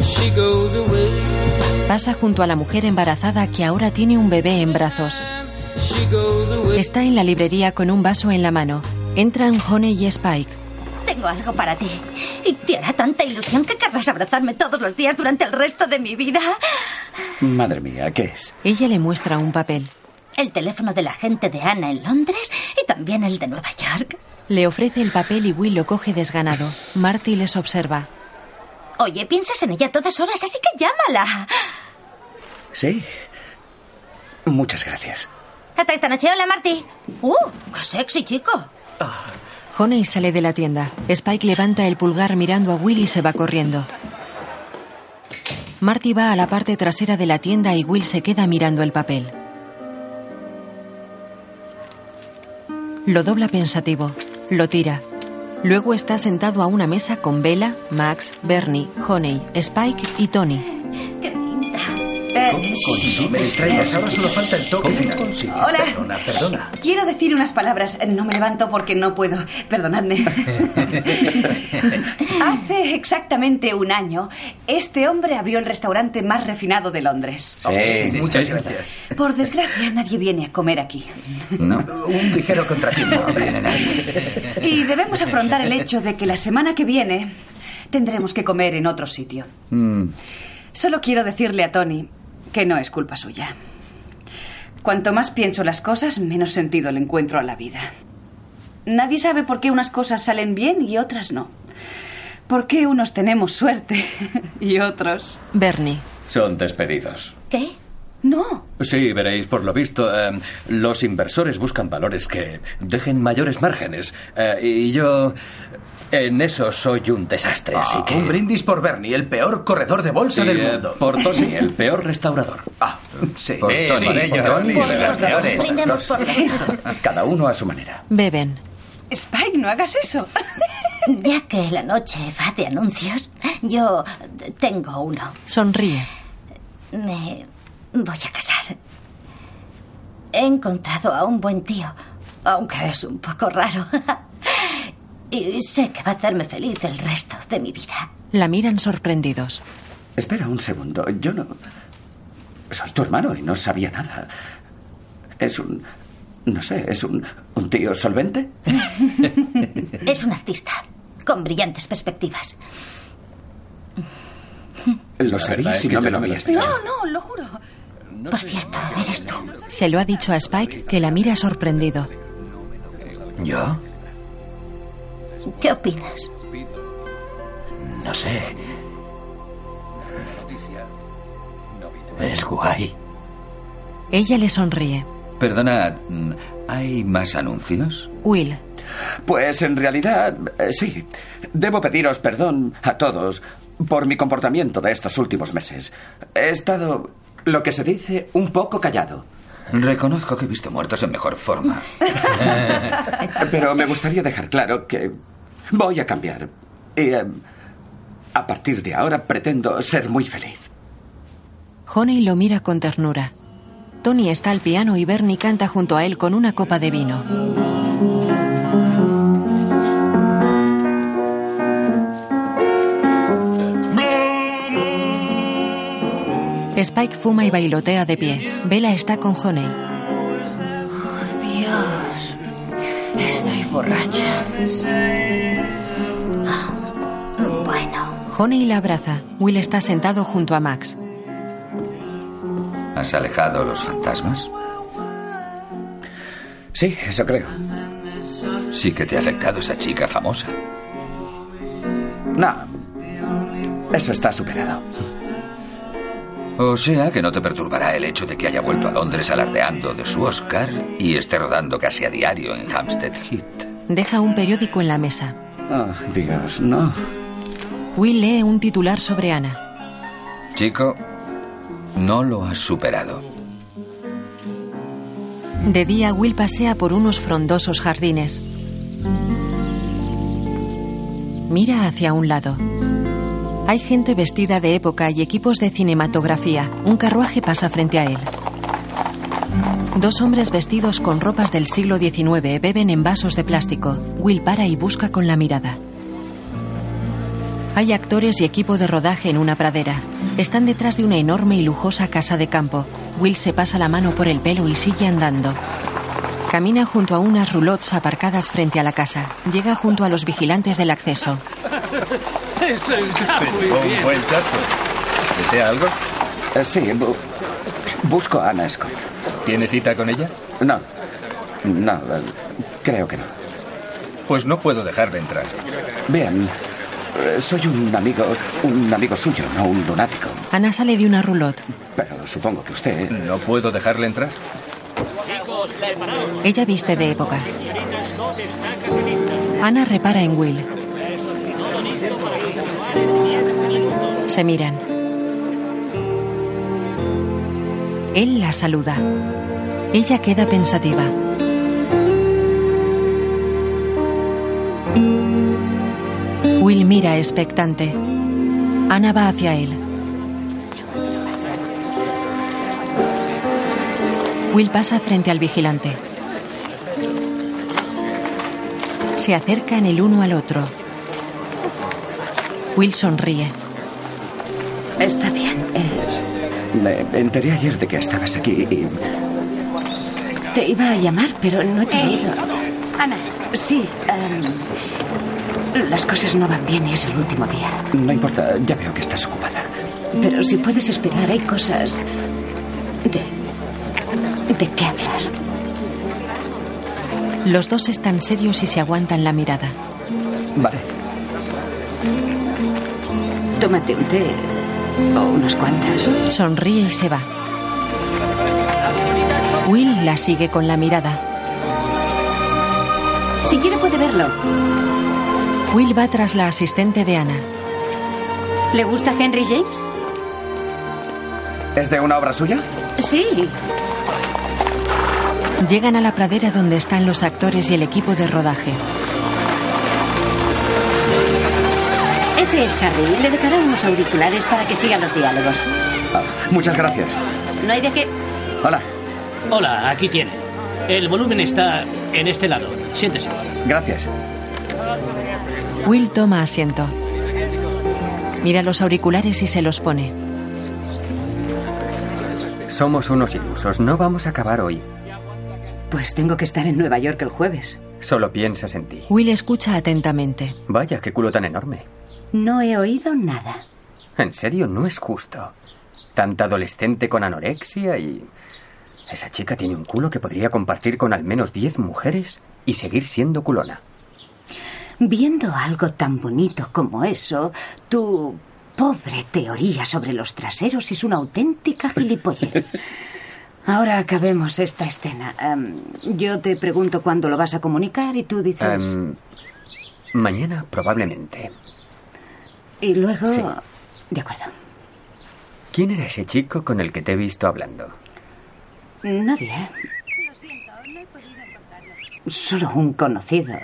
S4: she goes away.
S3: Pasa junto a la mujer embarazada que ahora tiene un bebé en brazos. Está en la librería con un vaso en la mano. Entran Honey y Spike.
S22: Tengo algo para ti. Y te hará tanta ilusión que querrás abrazarme todos los días durante el resto de mi vida.
S44: Madre mía, ¿qué es?
S3: Ella le muestra un papel.
S22: El teléfono de la gente de Ana en Londres y también el de Nueva York.
S3: Le ofrece el papel y Will lo coge desganado. Marty les observa.
S22: Oye, piensas en ella a todas horas, así que llámala.
S44: Sí. Muchas gracias.
S22: Hasta esta noche. Hola, Marty. ¡Uh! ¡Qué sexy, chico!
S3: Honey sale de la tienda. Spike levanta el pulgar mirando a Will y se va corriendo. Marty va a la parte trasera de la tienda y Will se queda mirando el papel. Lo dobla pensativo. Lo tira. Luego está sentado a una mesa con Bella, Max, Bernie, Honey, Spike y Tony.
S10: Eh,
S2: Eh,
S10: Si me distraigas, ahora solo falta el toque final.
S24: Hola.
S10: Perdona, perdona.
S24: Quiero decir unas palabras. No me levanto porque no puedo. Perdonadme. Hace exactamente un año, este hombre abrió el restaurante más refinado de Londres.
S10: Sí, muchas gracias.
S24: Por desgracia, nadie viene a comer aquí.
S10: No, un ligero contratiempo. ¿eh? No viene nadie.
S24: Y debemos afrontar el hecho de que la semana que viene tendremos que comer en otro sitio.
S10: Mm,
S24: Solo quiero decirle a Tony que no es culpa suya. Cuanto más pienso las cosas, menos sentido le encuentro a la vida. Nadie sabe por qué unas cosas salen bien y otras no. ¿Por qué unos tenemos suerte y otros?
S3: Bernie.
S45: Son despedidos.
S22: ¿Qué?
S24: No.
S45: Sí, veréis, por lo visto, eh, los inversores buscan valores que dejen mayores márgenes. Eh, y yo en eso soy un desastre, así que...
S10: Ah, Un brindis por Bernie, el peor corredor de bolsa
S45: Sí,
S10: del
S45: eh,
S10: mundo.
S45: Por Tony, el peor restaurador.
S10: Ah, sí.
S45: Por
S10: Sí,
S45: Tony,
S10: sí,
S45: por
S10: ellos.
S45: Tony,
S10: Por
S45: de las
S10: los dos.
S45: peores.
S10: Brindemos por
S45: Cada uno a su manera.
S3: Beben.
S24: Spike, no hagas eso.
S22: Ya que la noche va de anuncios, yo eh, tengo uno.
S3: Sonríe.
S22: Me voy a casar. He encontrado a un buen tío, aunque es un poco raro. y sé que va a hacerme feliz el resto de mi vida.
S3: La miran sorprendidos.
S44: Espera un segundo. Yo no. Soy tu hermano y no sabía nada. Es un. No sé, es un. ¿Un tío solvente?
S22: Es un artista, con brillantes perspectivas.
S44: Lo sabía
S45: es
S44: si
S45: que
S44: no
S45: yo
S44: me lo
S45: no me lo
S44: habías
S45: esperaba.
S44: dicho.
S24: no, lo juro.
S22: Por cierto, eres tú.
S3: Se lo ha dicho a Spike que la mira sorprendido.
S6: ¿Yo?
S22: ¿Qué opinas?
S6: No sé. Es guay.
S3: Ella le sonríe.
S26: Perdona, ¿hay más anuncios?
S3: Will,
S2: Pues en realidad, eh, sí. Debo pediros perdón a todos por mi comportamiento de estos últimos meses. He estado, lo que se dice, un poco callado.
S26: Reconozco que he visto muertos en mejor forma.
S2: Pero me gustaría dejar claro que voy a cambiar. Y eh, a partir de ahora pretendo ser muy feliz.
S3: Honey lo mira con ternura. Tony está al piano y Bernie canta junto a él con una copa de vino. Spike fuma y bailotea de pie. Bella está con Honey.
S5: Dios, estoy borracha.
S3: Honey la abraza. Will está sentado junto a Max.
S26: ¿Has alejado los fantasmas?
S2: Sí, eso creo.
S26: Sí que te ha afectado esa chica famosa.
S2: No. Eso está superado.
S26: O sea que no te perturbará el hecho de que haya vuelto a Londres alardeando de su Oscar y esté rodando casi a diario en Hampstead Heath.
S3: Deja un periódico en la mesa.
S2: Oh, Dios, no.
S3: Will lee un titular sobre Ana.
S26: Chico, no lo has superado.
S3: De día, Will pasea por unos frondosos jardines. Mira hacia un lado. Hay gente vestida de época y equipos de cinematografía. Un carruaje pasa frente a él. Dos hombres vestidos con ropas del siglo XIX beben en vasos de plástico. Will para y busca con la mirada. Hay actores y equipo de rodaje en una pradera. Están detrás de una enorme y lujosa casa de campo. Will se pasa la mano por el pelo y sigue andando. Camina junto a unas roulottes aparcadas frente a la casa. Llega junto a los vigilantes del acceso.
S9: Eso está muy bien.
S44: buen chasco. ¿Desea algo?
S2: Eh, sí, bu- busco a Ana Scott.
S44: ¿Tiene cita con ella?
S2: No. No, eh, creo que no.
S44: Pues no puedo dejarle entrar.
S2: Bien. eh, Soy un amigo, un amigo suyo, no un lunático.
S3: Ana sale de una roulotte.
S2: Pero supongo que usted... eh,
S44: No puedo dejarle entrar.
S3: Ella viste de época. Ana repara en Will. Se miran. Él la saluda. Ella queda pensativa. Will mira expectante. Ana va hacia él. Will pasa frente al vigilante. Se acercan el uno al otro. Will sonríe.
S5: Está bien.
S2: Me enteré ayer de que estabas aquí y...
S5: Te iba a llamar, pero no he tenido. Ana. Sí. em, las cosas no van bien y es el último día.
S2: No importa, ya veo que estás ocupada.
S5: Pero si puedes esperar, hay cosas. de. de qué hablar.
S3: Los dos están serios y se aguantan la mirada.
S2: Vale.
S5: Tómate un té. o unas cuantas.
S3: Sonríe y se va. Will la sigue con la mirada.
S5: Si quiere, puede verlo.
S3: Will va tras la asistente de Ana.
S5: ¿Le gusta Henry James?
S2: ¿Es de una obra suya?
S5: Sí.
S3: Llegan a la pradera donde están los actores y el equipo de rodaje.
S5: Ese es Harry. Le dejará unos auriculares para que siga los diálogos.
S2: Muchas gracias.
S5: No hay de qué.
S2: Hola.
S9: Hola, aquí tiene. El volumen está en este lado. Siéntese.
S2: Gracias.
S3: Will toma asiento. Mira los auriculares y se los pone.
S11: Somos unos ilusos, no vamos a acabar hoy.
S15: Pues tengo que estar en Nueva York el jueves.
S11: Solo piensas en ti.
S3: Will escucha atentamente.
S11: Vaya, qué culo tan enorme.
S15: No he oído nada.
S11: En serio, no es justo. Tanta adolescente con anorexia y... Esa chica tiene un culo que podría compartir con al menos 10 mujeres y seguir siendo culona.
S15: Viendo algo tan bonito como eso, tu pobre teoría sobre los traseros es una auténtica gilipollez. Ahora acabemos esta escena. Em, yo te pregunto cuándo lo vas a comunicar y tú dices...
S46: Em, mañana probablemente.
S15: y luego...
S46: sí.
S15: De acuerdo.
S46: ¿Quién era ese chico con el que te he visto hablando?
S15: Nadie. ¿eh? Solo un conocido. eh,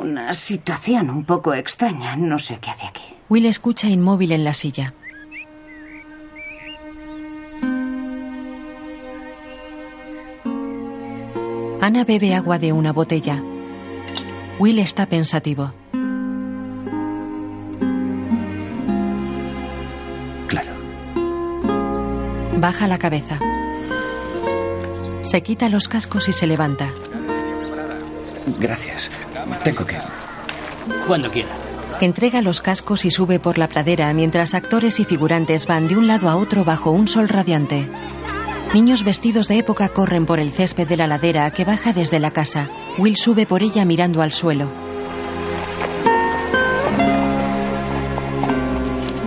S15: Una situación un poco extraña. No sé qué hace aquí.
S3: Will escucha inmóvil en la silla. Ana bebe agua de una botella. Will está pensativo.
S2: Claro.
S3: Baja la cabeza. Se quita los cascos y se levanta.
S2: Gracias. Tengo que.
S6: Cuando quiera.
S3: Entrega los cascos y sube por la pradera mientras actores y figurantes van de un lado a otro bajo un sol radiante. Niños vestidos de época corren por el césped de la ladera que baja desde la casa. Will sube por ella mirando al suelo.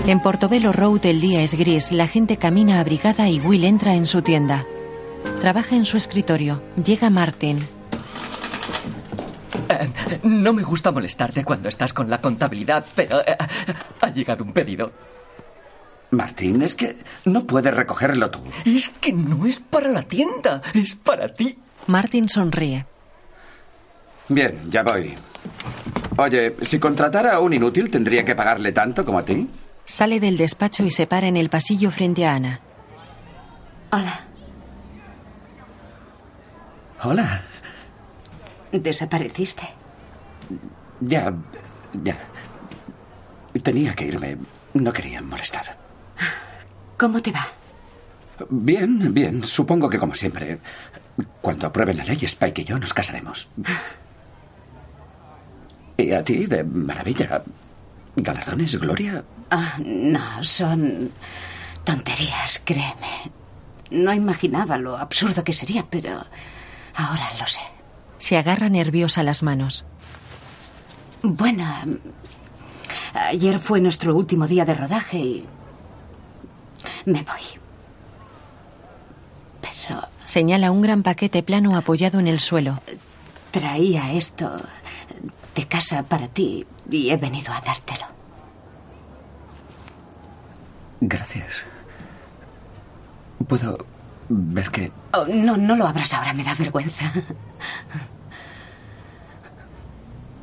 S3: En Portobelo Road el día es gris, la gente camina abrigada y Will entra en su tienda. Trabaja en su escritorio. Llega Martin.
S7: Eh, No me gusta molestarte cuando estás con la contabilidad, pero eh, ha llegado un pedido.
S2: Martín, es que no puedes recogerlo tú.
S7: Es que no es para la tienda, es para ti.
S3: Martin sonríe.
S2: Bien, ya voy. Oye, si contratara a un inútil, ¿tendría que pagarle tanto como a ti?
S3: Sale del despacho y se para en el pasillo frente a Ana.
S15: Hola.
S2: Hola.
S15: Desapareciste.
S2: Ya, ya. Tenía que irme. No quería molestar.
S15: ¿Cómo te va?
S2: Bien, bien. Supongo que como siempre. Cuando aprueben la ley, Spike y yo nos casaremos. Y a ti, de maravilla. Galardones, Gloria.
S15: Ah, no, son tonterías, créeme. No imaginaba lo absurdo que sería, pero ahora lo sé.
S3: Se agarra nerviosa las manos.
S15: Bueno, ayer fue nuestro último día de rodaje y me voy. Pero
S3: Señala un gran paquete plano apoyado en el suelo.
S15: traía esto de casa para ti y he venido a dártelo.
S2: Gracias. Puedo ver que.
S15: Oh, no, no lo abras ahora, me da vergüenza.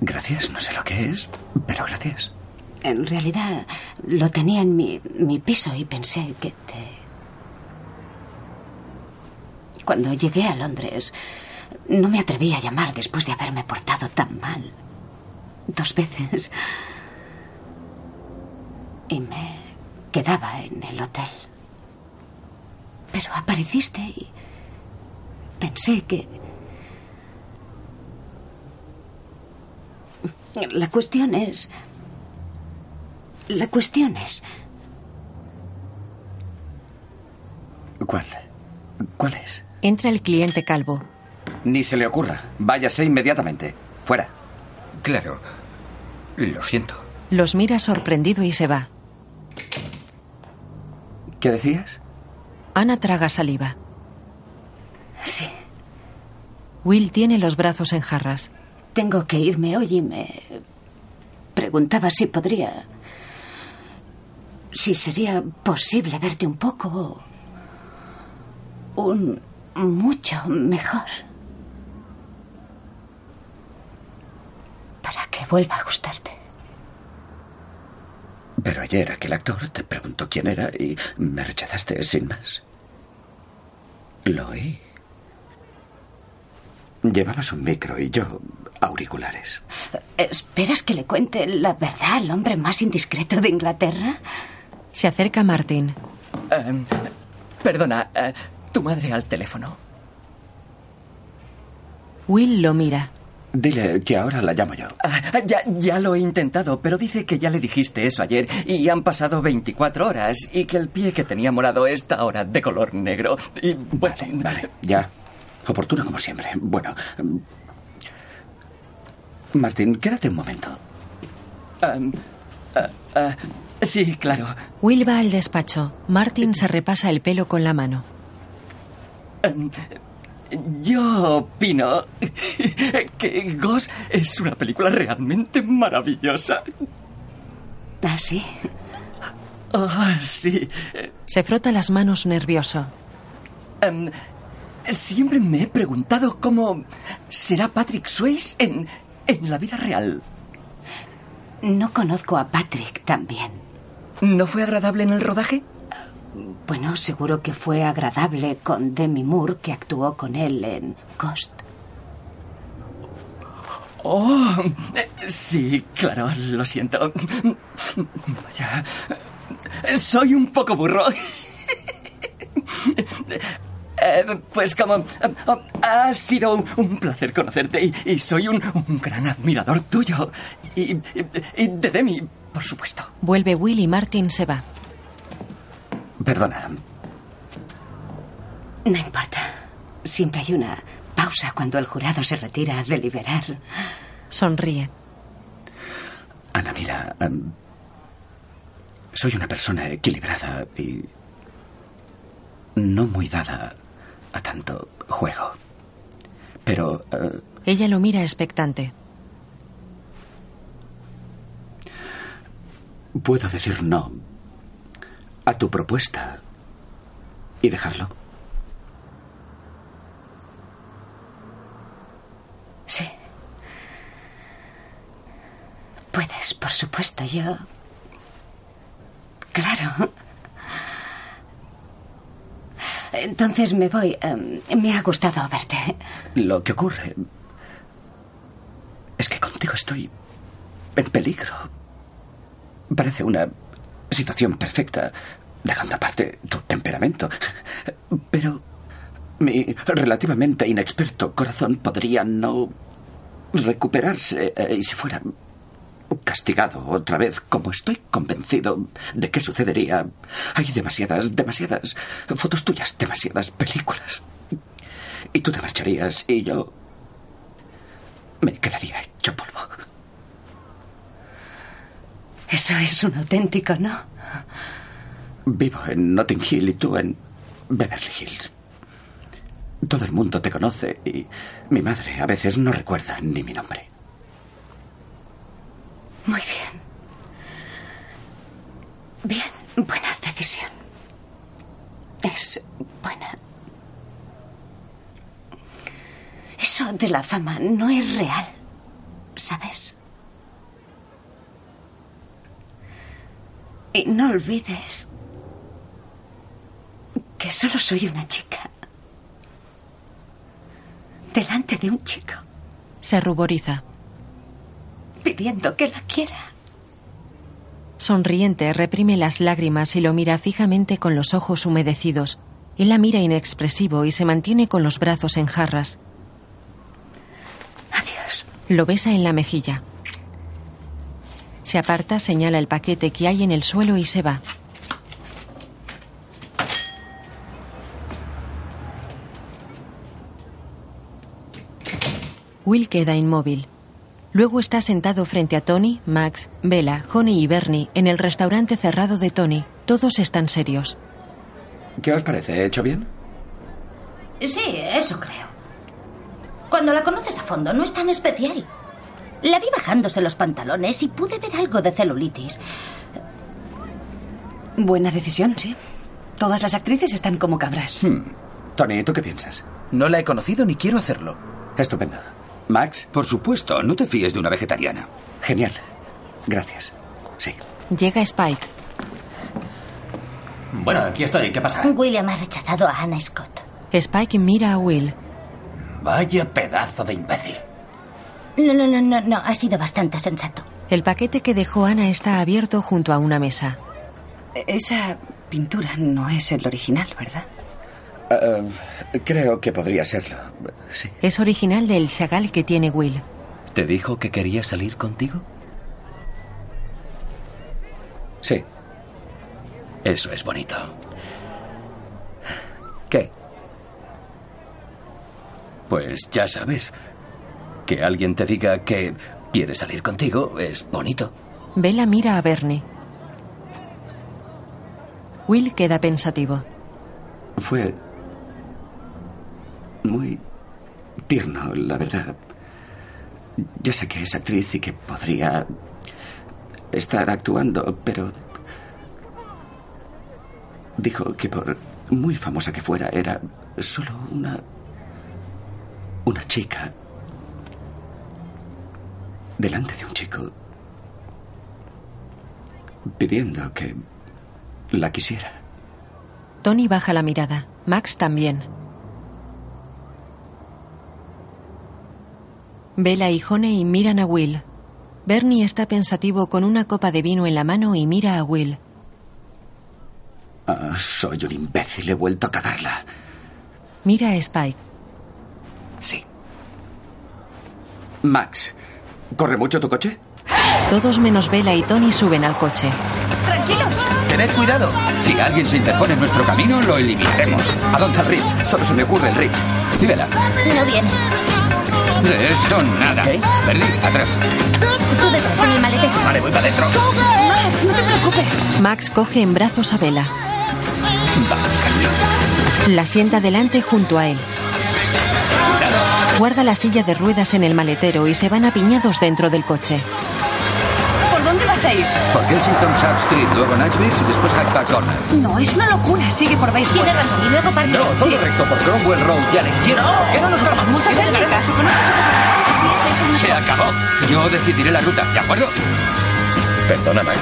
S2: Gracias, no sé lo que es, pero gracias.
S15: En realidad lo tenía en mi, mi piso y pensé que te... Cuando llegué a Londres, no me atreví a llamar después de haberme portado tan mal. Dos veces. Y me quedaba en el hotel. Pero apareciste y pensé que... La cuestión es... La cuestión es,
S2: ¿Cuál? ¿Cuál es?
S3: Entra el cliente calvo.
S2: Ni se le ocurra. Váyase inmediatamente. Fuera.
S47: Claro. Lo siento.
S3: Los mira sorprendido y se va.
S2: ¿Qué decías?
S3: Ana traga saliva.
S15: Sí.
S3: Will tiene los brazos en jarras.
S15: tengo que irme hoy y me preguntaba si podría, si sería posible verte un poco, o un mucho mejor. Para que vuelva a gustarte.
S2: Pero ayer aquel actor te preguntó quién era y me rechazaste sin más. Lo oí. Llevabas un micro y yo auriculares.
S15: ¿Esperas que le cuente la verdad al hombre más indiscreto de Inglaterra?
S3: Se acerca Martin.
S7: Em, perdona, eh, tu madre al teléfono.
S3: Will lo mira.
S2: Dile que ahora la llamo yo.
S7: Ah, ya, ya lo he intentado, pero dice que ya le dijiste eso ayer y han pasado 24 horas y que el pie que tenía morado está ahora de color negro. Y bueno,
S2: Ya. Oportuno como siempre. Bueno. mm. Martín, quédate un momento.
S7: em, ah, ah, sí, claro.
S3: Will va al despacho. Martin se repasa el pelo con la mano.
S7: Em, Yo opino que Ghost es una película realmente maravillosa.
S15: ¿Ah, sí?
S7: Ah, sí.
S3: Se frota las manos nervioso.
S7: Em, siempre me he preguntado cómo será Patrick Swayze en, en la vida real.
S15: No conozco a Patrick también.
S7: ¿No fue agradable en el rodaje?
S15: Bueno, seguro que fue agradable con Demi Moore, que actuó con él en Ghost.
S7: Oh, eh, sí, claro, lo siento. Vaya, soy un poco burro. Eh, pues como eh, oh, ha sido un- un placer conocerte y, y soy un, un gran admirador tuyo y, y- y de Demi, por supuesto.
S3: Vuelve Will y Martin se va.
S2: Perdona.
S15: No importa. Siempre hay una pausa cuando el jurado se retira a deliberar.
S3: Sonríe.
S2: Ana, mira. em, soy una persona equilibrada y. no muy dada a tanto juego. Pero. eh,
S3: Ella lo mira expectante.
S2: puedo decir no a tu propuesta y dejarlo.
S15: Sí. Puedes, por supuesto, yo. Claro. Entonces me voy. Em, me ha gustado verte.
S2: Lo que ocurre es que contigo estoy en peligro. Parece una situación perfecta, dejando aparte tu temperamento. Pero mi relativamente inexperto corazón podría no recuperarse eh, y si fuera castigado otra vez, como estoy convencido de que sucedería. Hay demasiadas, demasiadas fotos tuyas, demasiadas películas. Y tú te marcharías y yo me quedaría hecho polvo.
S15: Eso es un auténtico, ¿no?
S2: Vivo en Notting Hill y tú en Beverly Hills. Todo el mundo te conoce y mi madre a veces no recuerda ni mi nombre.
S15: Muy bien. Bien, buena decisión. Es buena. Eso de la fama no es real, ¿sabes? Y no olvides que solo soy una chica. Delante de un chico
S3: Se ruboriza.
S15: pidiendo que la quiera.
S3: Sonriente, reprime las lágrimas y lo mira fijamente con los ojos humedecidos. Él la mira inexpresivo y se mantiene con los brazos en jarras.
S15: Adiós.
S3: Lo besa en la mejilla. Se aparta, señala el paquete que hay en el suelo y se va. Will queda inmóvil. Luego está sentado frente a Tony, Max, Bella, Honey y Bernie en el restaurante cerrado de Tony. Todos están serios.
S2: ¿Qué os parece? ¿He hecho bien?
S22: Sí, eso creo. Cuando la conoces a fondo no es tan especial. La vi bajándose los pantalones y pude ver algo de celulitis.
S24: Buena decisión, sí. Todas las actrices están como cabras.
S1: Hmm.
S2: Tony, ¿tú qué piensas?
S48: No la he conocido ni quiero hacerlo.
S2: Estupendo. ¿Max?
S49: Por supuesto, no te fíes de una vegetariana.
S2: Genial. Gracias.
S3: Llega Spike.
S6: Bueno, aquí estoy. ¿Qué pasa?
S22: William ha rechazado a Anna Scott.
S3: Spike mira a Will.
S6: Vaya pedazo de imbécil.
S22: No, no, no, no, no. Ha sido bastante sensato.
S3: El paquete que dejó Ana está abierto junto a una mesa.
S24: Esa pintura no es el original, ¿verdad?
S2: Eh, creo que podría serlo. Sí.
S3: Es original del Chagall que tiene Will.
S48: ¿Te dijo que quería salir contigo?
S2: Sí.
S48: Eso es bonito. ¿Qué? Pues ya sabes, que alguien te diga que quiere salir contigo es bonito.
S3: Bella mira a Bernie. Will queda pensativo.
S2: Fue tierno, la verdad. Ya sé que es actriz y que podría estar actuando, pero dijo que por muy famosa que fuera, era solo una una chica delante de un chico pidiendo que la quisiera.
S3: Tony baja la mirada. Max también. Bella y Honey miran a Will. Bernie está pensativo con una copa de vino en la mano y mira a Will.
S2: Ah, soy un imbécil, he vuelto a cagarla.
S3: Mira a Spike.
S2: Sí. Max, ¿corre mucho tu coche?
S3: Todos menos Bella y Tony suben al coche.
S1: Tened cuidado. Si alguien se interpone en nuestro camino, lo eliminaremos.
S2: ¿A dónde el Rich? Solo se me ocurre el Rich.
S1: Y vela.
S22: No viene.
S1: De eso nada. Perdí, atrás.
S22: Tú detrás en el maletero.
S1: Vale, voy para adentro.
S22: Max, no te preocupes.
S3: Max coge en brazos a Bella. La sienta delante junto a él. Guarda la silla de ruedas en el maletero y se van apiñados dentro del coche.
S24: ¿Por dónde vas a ir?
S1: Por Kensington South Street, luego Nashville y después Hyde Corners.
S24: No, es una locura. Sigue por Bates.
S22: Tiene razón. Y luego parte.
S1: No, todo recto por Cromwell Road y a la izquierda. ¿Por qué no nos calmamos?
S24: Muchas gracias. caso con
S1: Se acabó. Yo decidiré la ruta, ¿de acuerdo? Perdona, Max.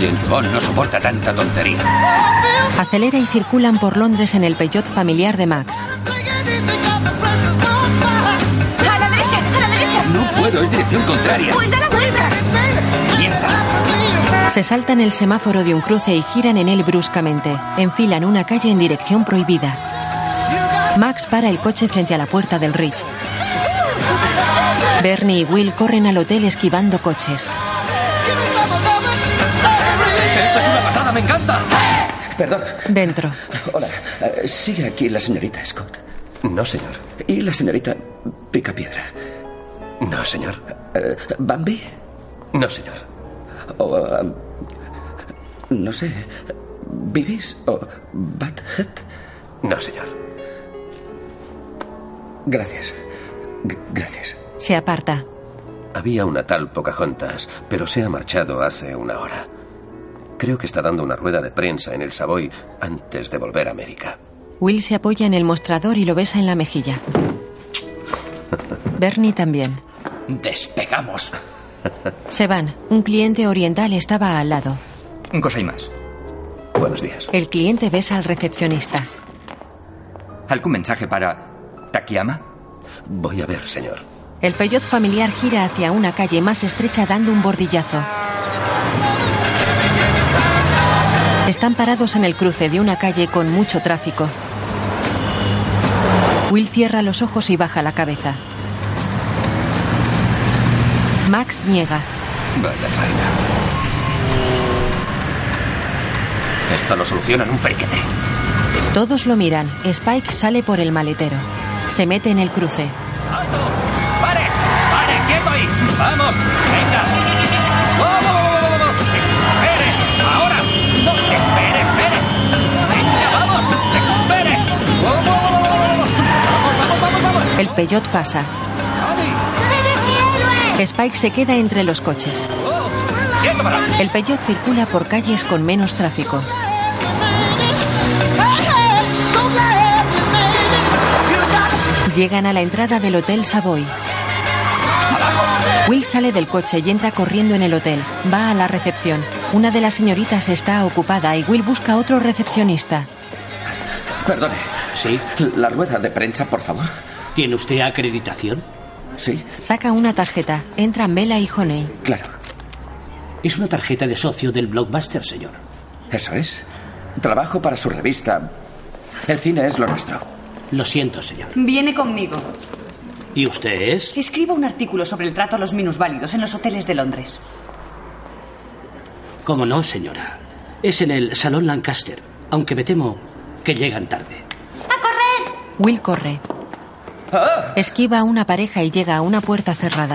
S1: James Bond no soporta tanta tontería.
S3: Acelera y circulan por Londres en el Peugeot familiar de Max.
S24: ¡A la derecha! ¡A la derecha!
S1: No puedo, es dirección contraria.
S24: ¡Pues da la vuelta!
S3: Se saltan el semáforo de un cruce y giran en él bruscamente. Enfilan una calle en dirección prohibida. Max para el coche frente a la puerta del Rich. Bernie y Will corren al hotel esquivando coches.
S2: ¡Esto es una pasada, me encanta! Perdón.
S3: Dentro.
S2: Hola, eh, sigue aquí la señorita Scott.
S50: No, señor.
S2: Y la señorita Picapiedra.
S50: No, señor.
S2: Eh, ¿Bambi?
S50: No, señor.
S2: O. eh, no sé. ¿Bibis? ¿O Bathead?
S50: No, señor.
S2: Gracias. G- gracias.
S3: Se aparta.
S50: Había una tal Pocahontas, pero se ha marchado hace una hora. Creo que está dando una rueda de prensa en el Savoy antes de volver a América.
S3: Will se apoya en el mostrador y lo besa en la mejilla. Bernie también.
S51: Despegamos.
S3: Se van. Un cliente oriental estaba al lado.
S51: Un cosa y más.
S50: Buenos días.
S3: El cliente besa al recepcionista.
S51: ¿Algún mensaje para Takiyama?
S50: Voy a ver, señor.
S3: El Peugeot familiar gira hacia una calle más estrecha dando un bordillazo. Están parados en el cruce de una calle con mucho tráfico. Will cierra los ojos y baja la cabeza. Max niega.
S50: Vaya faena.
S4: Esto lo soluciona en un periquete.
S3: Todos lo miran. Spike sale por el maletero. Se mete en el cruce.
S4: ¡Pare! ¡Pare! ¡Quieto ahí! ¡Vamos! ¡Venga! ¡Vamos! vamos, vamos, vamos! ¡Espere! ¡Ahora! ¡No! ¡Espere! ¡Espere! ¡Venga! ¡Vamos! ¡Espere! ¡Vamos! ¡Vamos! ¡Vamos! ¡Vamos! ¡Vamos! ¡Vamos!
S3: El Peugeot pasa. Spike se queda entre los coches.
S4: ¡Quieto para!
S3: El Peugeot circula por calles con menos tráfico. Llegan a la entrada del Hotel Savoy. Will sale del coche y entra corriendo en el hotel. Va a la recepción. Una de las señoritas está ocupada y Will busca otro recepcionista.
S2: Perdone. Sí. La rueda de prensa, por favor.
S6: ¿Tiene usted acreditación?
S2: Sí,
S3: Saca una tarjeta. Entran Bella y Honey.
S2: claro.
S6: Es una tarjeta de socio del blockbuster, señor.
S2: Eso es. Trabajo para su revista. El cine es lo nuestro.
S6: Lo siento, señor.
S24: Viene conmigo.
S6: ¿Y usted es?
S24: Escribo un artículo sobre el trato a los minusválidos en los hoteles de Londres.
S6: ¿Cómo no, señora? Es en el Salón Lancaster, aunque me temo que llegan tarde.
S3: Will corre. Esquiva a una pareja y llega a una puerta cerrada.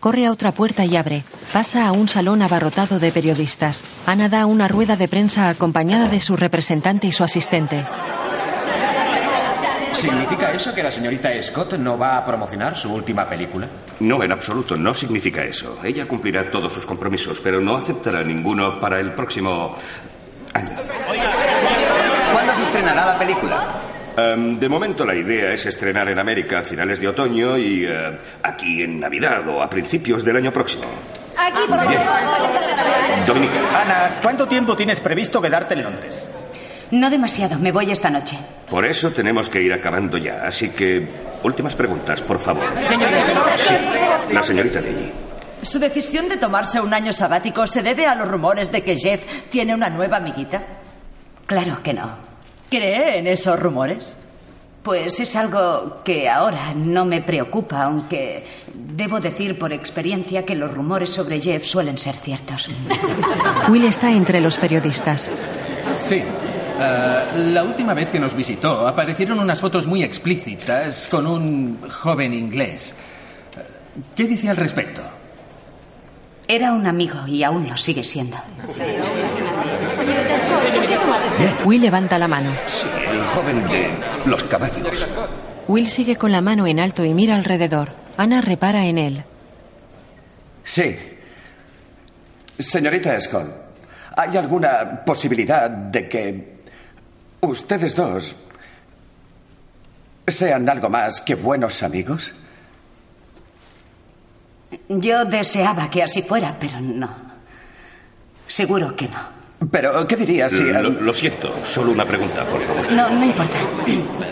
S3: Corre a otra puerta y abre. Pasa a un salón abarrotado de periodistas. Ana da una rueda de prensa acompañada de su representante y su asistente.
S52: ¿Significa eso que la señorita Scott no va a promocionar su última película?
S16: No, en absoluto, no significa eso. Ella cumplirá todos sus compromisos, pero no aceptará ninguno para el próximo año.
S53: ¿Cuándo se estrenará la película?
S16: Em, de momento la idea es estrenar en América a finales de otoño y eh, aquí en Navidad o a principios del año próximo.
S4: Aquí, por
S16: Dominica.
S54: Ana, ¿cuánto tiempo tienes previsto quedarte en Londres?
S15: No demasiado, me voy esta noche.
S16: Por eso tenemos que ir acabando ya, así que últimas preguntas, por favor. La señorita Lily.
S55: ¿Su decisión de tomarse un año sabático se debe a los rumores de que Jeff tiene una nueva amiguita?
S15: Claro que no.
S55: ¿Cree en esos rumores?
S15: Pues es algo que ahora no me preocupa, aunque debo decir por experiencia que los rumores sobre Jeff suelen ser ciertos.
S3: Will está entre los periodistas.
S53: Sí. Eh, la última vez que nos visitó aparecieron unas fotos muy explícitas con un joven inglés. Eh, ¿Qué dice al respecto?
S15: Era un amigo y aún lo sigue siendo.
S3: Will levanta la mano.
S16: El joven de los caballos.
S3: Will sigue con la mano en alto y mira alrededor. Ana repara en él.
S2: Sí. Señorita Scott, ¿hay alguna posibilidad de que ustedes dos sean algo más que buenos amigos?
S15: Yo deseaba que así fuera, pero no. Seguro que no.
S2: Pero, ¿qué diría si...
S16: Lo, lo siento, solo una pregunta, por favor.
S15: No, no importa.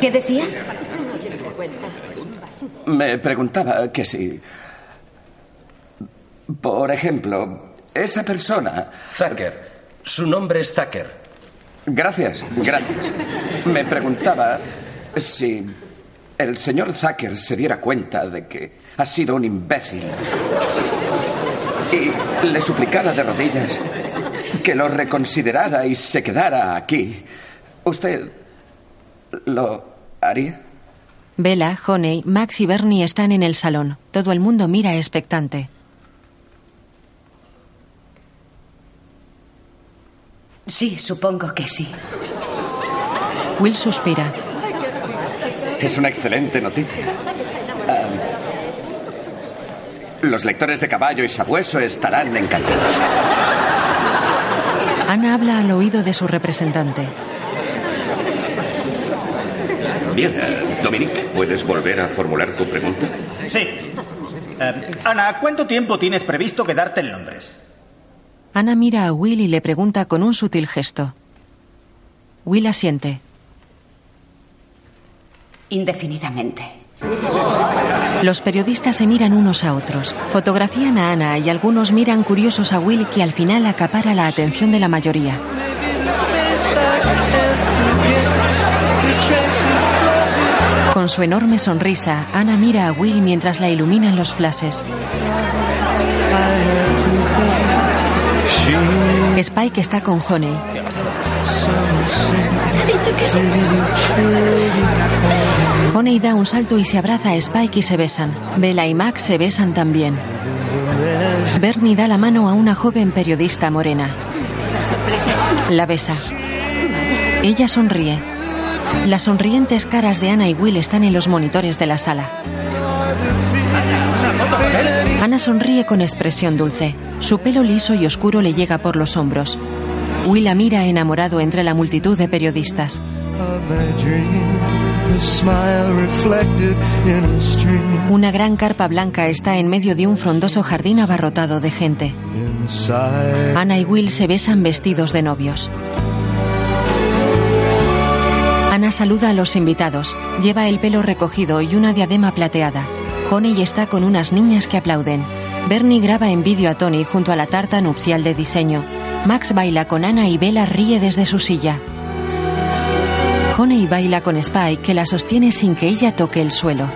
S15: ¿Qué decía?
S2: Me preguntaba que si... Por ejemplo, esa persona...
S52: Zucker. Su nombre es Zucker.
S2: Gracias, gracias. Me preguntaba si el señor Zucker se diera cuenta de que ha sido un imbécil y le suplicara de rodillas que lo reconsiderara y se quedara aquí. ¿Usted lo haría?
S3: Bella, Honey, Max y Bernie están en el salón. Todo el mundo mira expectante.
S15: Sí, supongo que sí.
S3: Will suspira.
S2: Es una excelente noticia. Ah, los lectores de Caballo y Sabueso estarán encantados.
S3: Ana habla al oído de su representante.
S16: Bien, eh, Dominique, ¿puedes volver a formular tu pregunta?
S54: Sí. Eh, Ana, ¿cuánto tiempo tienes previsto quedarte en Londres?
S3: Ana mira a Will y le pregunta con un sutil gesto. Will asiente.
S15: Indefinidamente.
S3: Los periodistas se miran unos a otros. Fotografían a Ana y algunos miran curiosos a Will que al final acapara la atención de la mayoría. Con su enorme sonrisa, Ana mira a Will mientras la iluminan los flashes. Spike está con Honey.
S4: Ha dicho que sí.
S3: Honey da un salto y se abraza a Spike y se besan. Bella y Max se besan también. Bernie da la mano a una joven periodista morena. La besa. Ella sonríe. Las sonrientes caras de Ana y Will están en los monitores de la sala. Ana sonríe con expresión dulce. Su pelo liso y oscuro le llega por los hombros. Will la mira enamorado entre la multitud de periodistas. Una gran carpa blanca está en medio de un frondoso jardín abarrotado de gente. Ana y Will se besan vestidos de novios. Ana saluda a los invitados. Lleva el pelo recogido y una diadema plateada. Honey está con unas niñas que aplauden. Bernie graba en vídeo a Tony junto a la tarta nupcial de diseño. Max baila con Ana y Bella ríe desde su silla. Honey baila con Spike, que la sostiene sin que ella toque el suelo.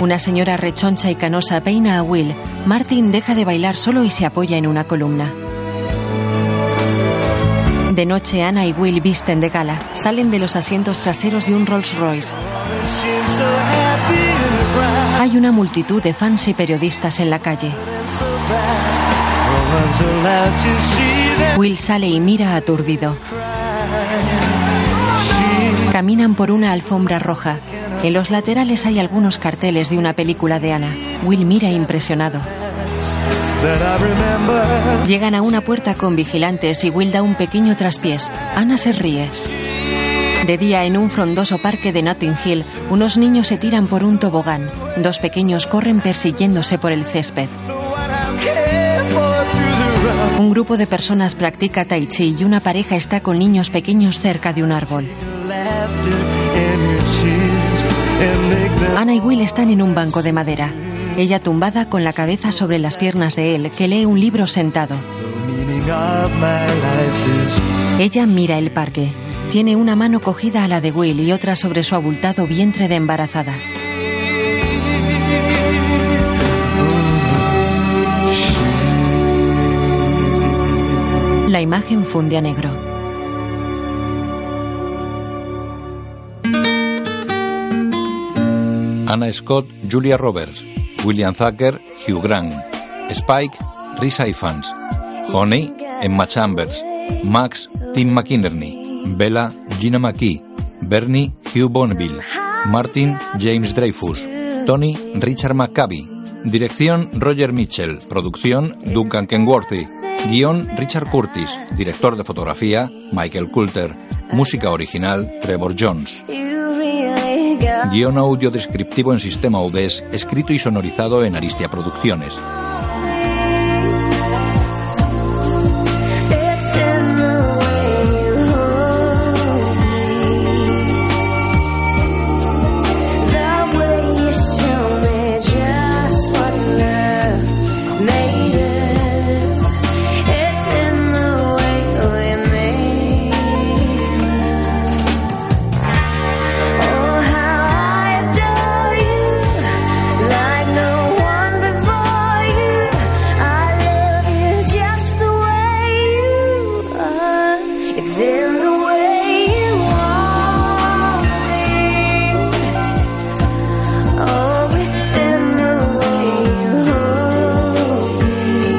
S3: Una señora rechoncha y canosa peina a Will. Martin deja de bailar solo y se apoya en una columna. De noche, Ana y Will visten de gala. Salen de los asientos traseros de un Rolls Royce. Hay una multitud de fans y periodistas en la calle. Will sale y mira aturdido. Caminan por una alfombra roja. En los laterales hay algunos carteles de una película de Ana. Will mira impresionado. Llegan a una puerta con vigilantes y Will da un pequeño traspiés. Ana se ríe. De día, en un frondoso parque de Notting Hill, unos niños se tiran por un tobogán. Dos pequeños corren persiguiéndose por el césped. Un grupo de personas practica tai chi y una pareja está con niños pequeños cerca de un árbol. Ana y Will están en un banco de madera. Ella tumbada con la cabeza sobre las piernas de él, que lee un libro sentado. Ella mira el parque. Tiene una mano cogida a la de Will y otra sobre su abultado vientre de embarazada. La imagen funde a negro.
S1: Anna Scott, Julia Roberts, William Thacker, Hugh Grant, Spike, Risa Ifans, Honey, Emma Chambers, Max, Tim McInerney, Bella, Gina McKee, Bernie, Hugh Bonneville, Martin, James Dreyfus, Tony, Richard McCabe, dirección Roger Mitchell, producción Duncan Kenworthy, guión Richard Curtis, director de fotografía Michael Coulter, música original Trevor Jones. Guión audio descriptivo en sistema UDES, escrito y sonorizado en Aristia Producciones.
S4: Oh, It's in the way you want me. Oh, it's in the way you hold me.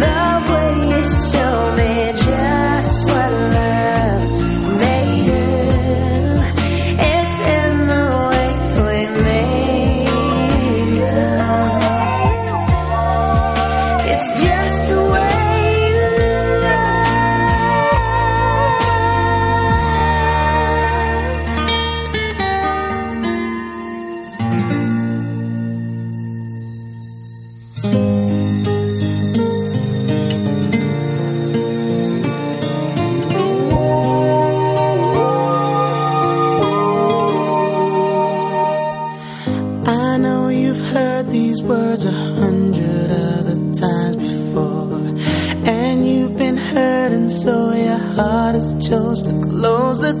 S4: The way you show me just what love made of. It's in the way we made love. It's just the way you are.
S8: I know you've heard these words a hundred other times before. And you've been hurting, so your heart has chose to close the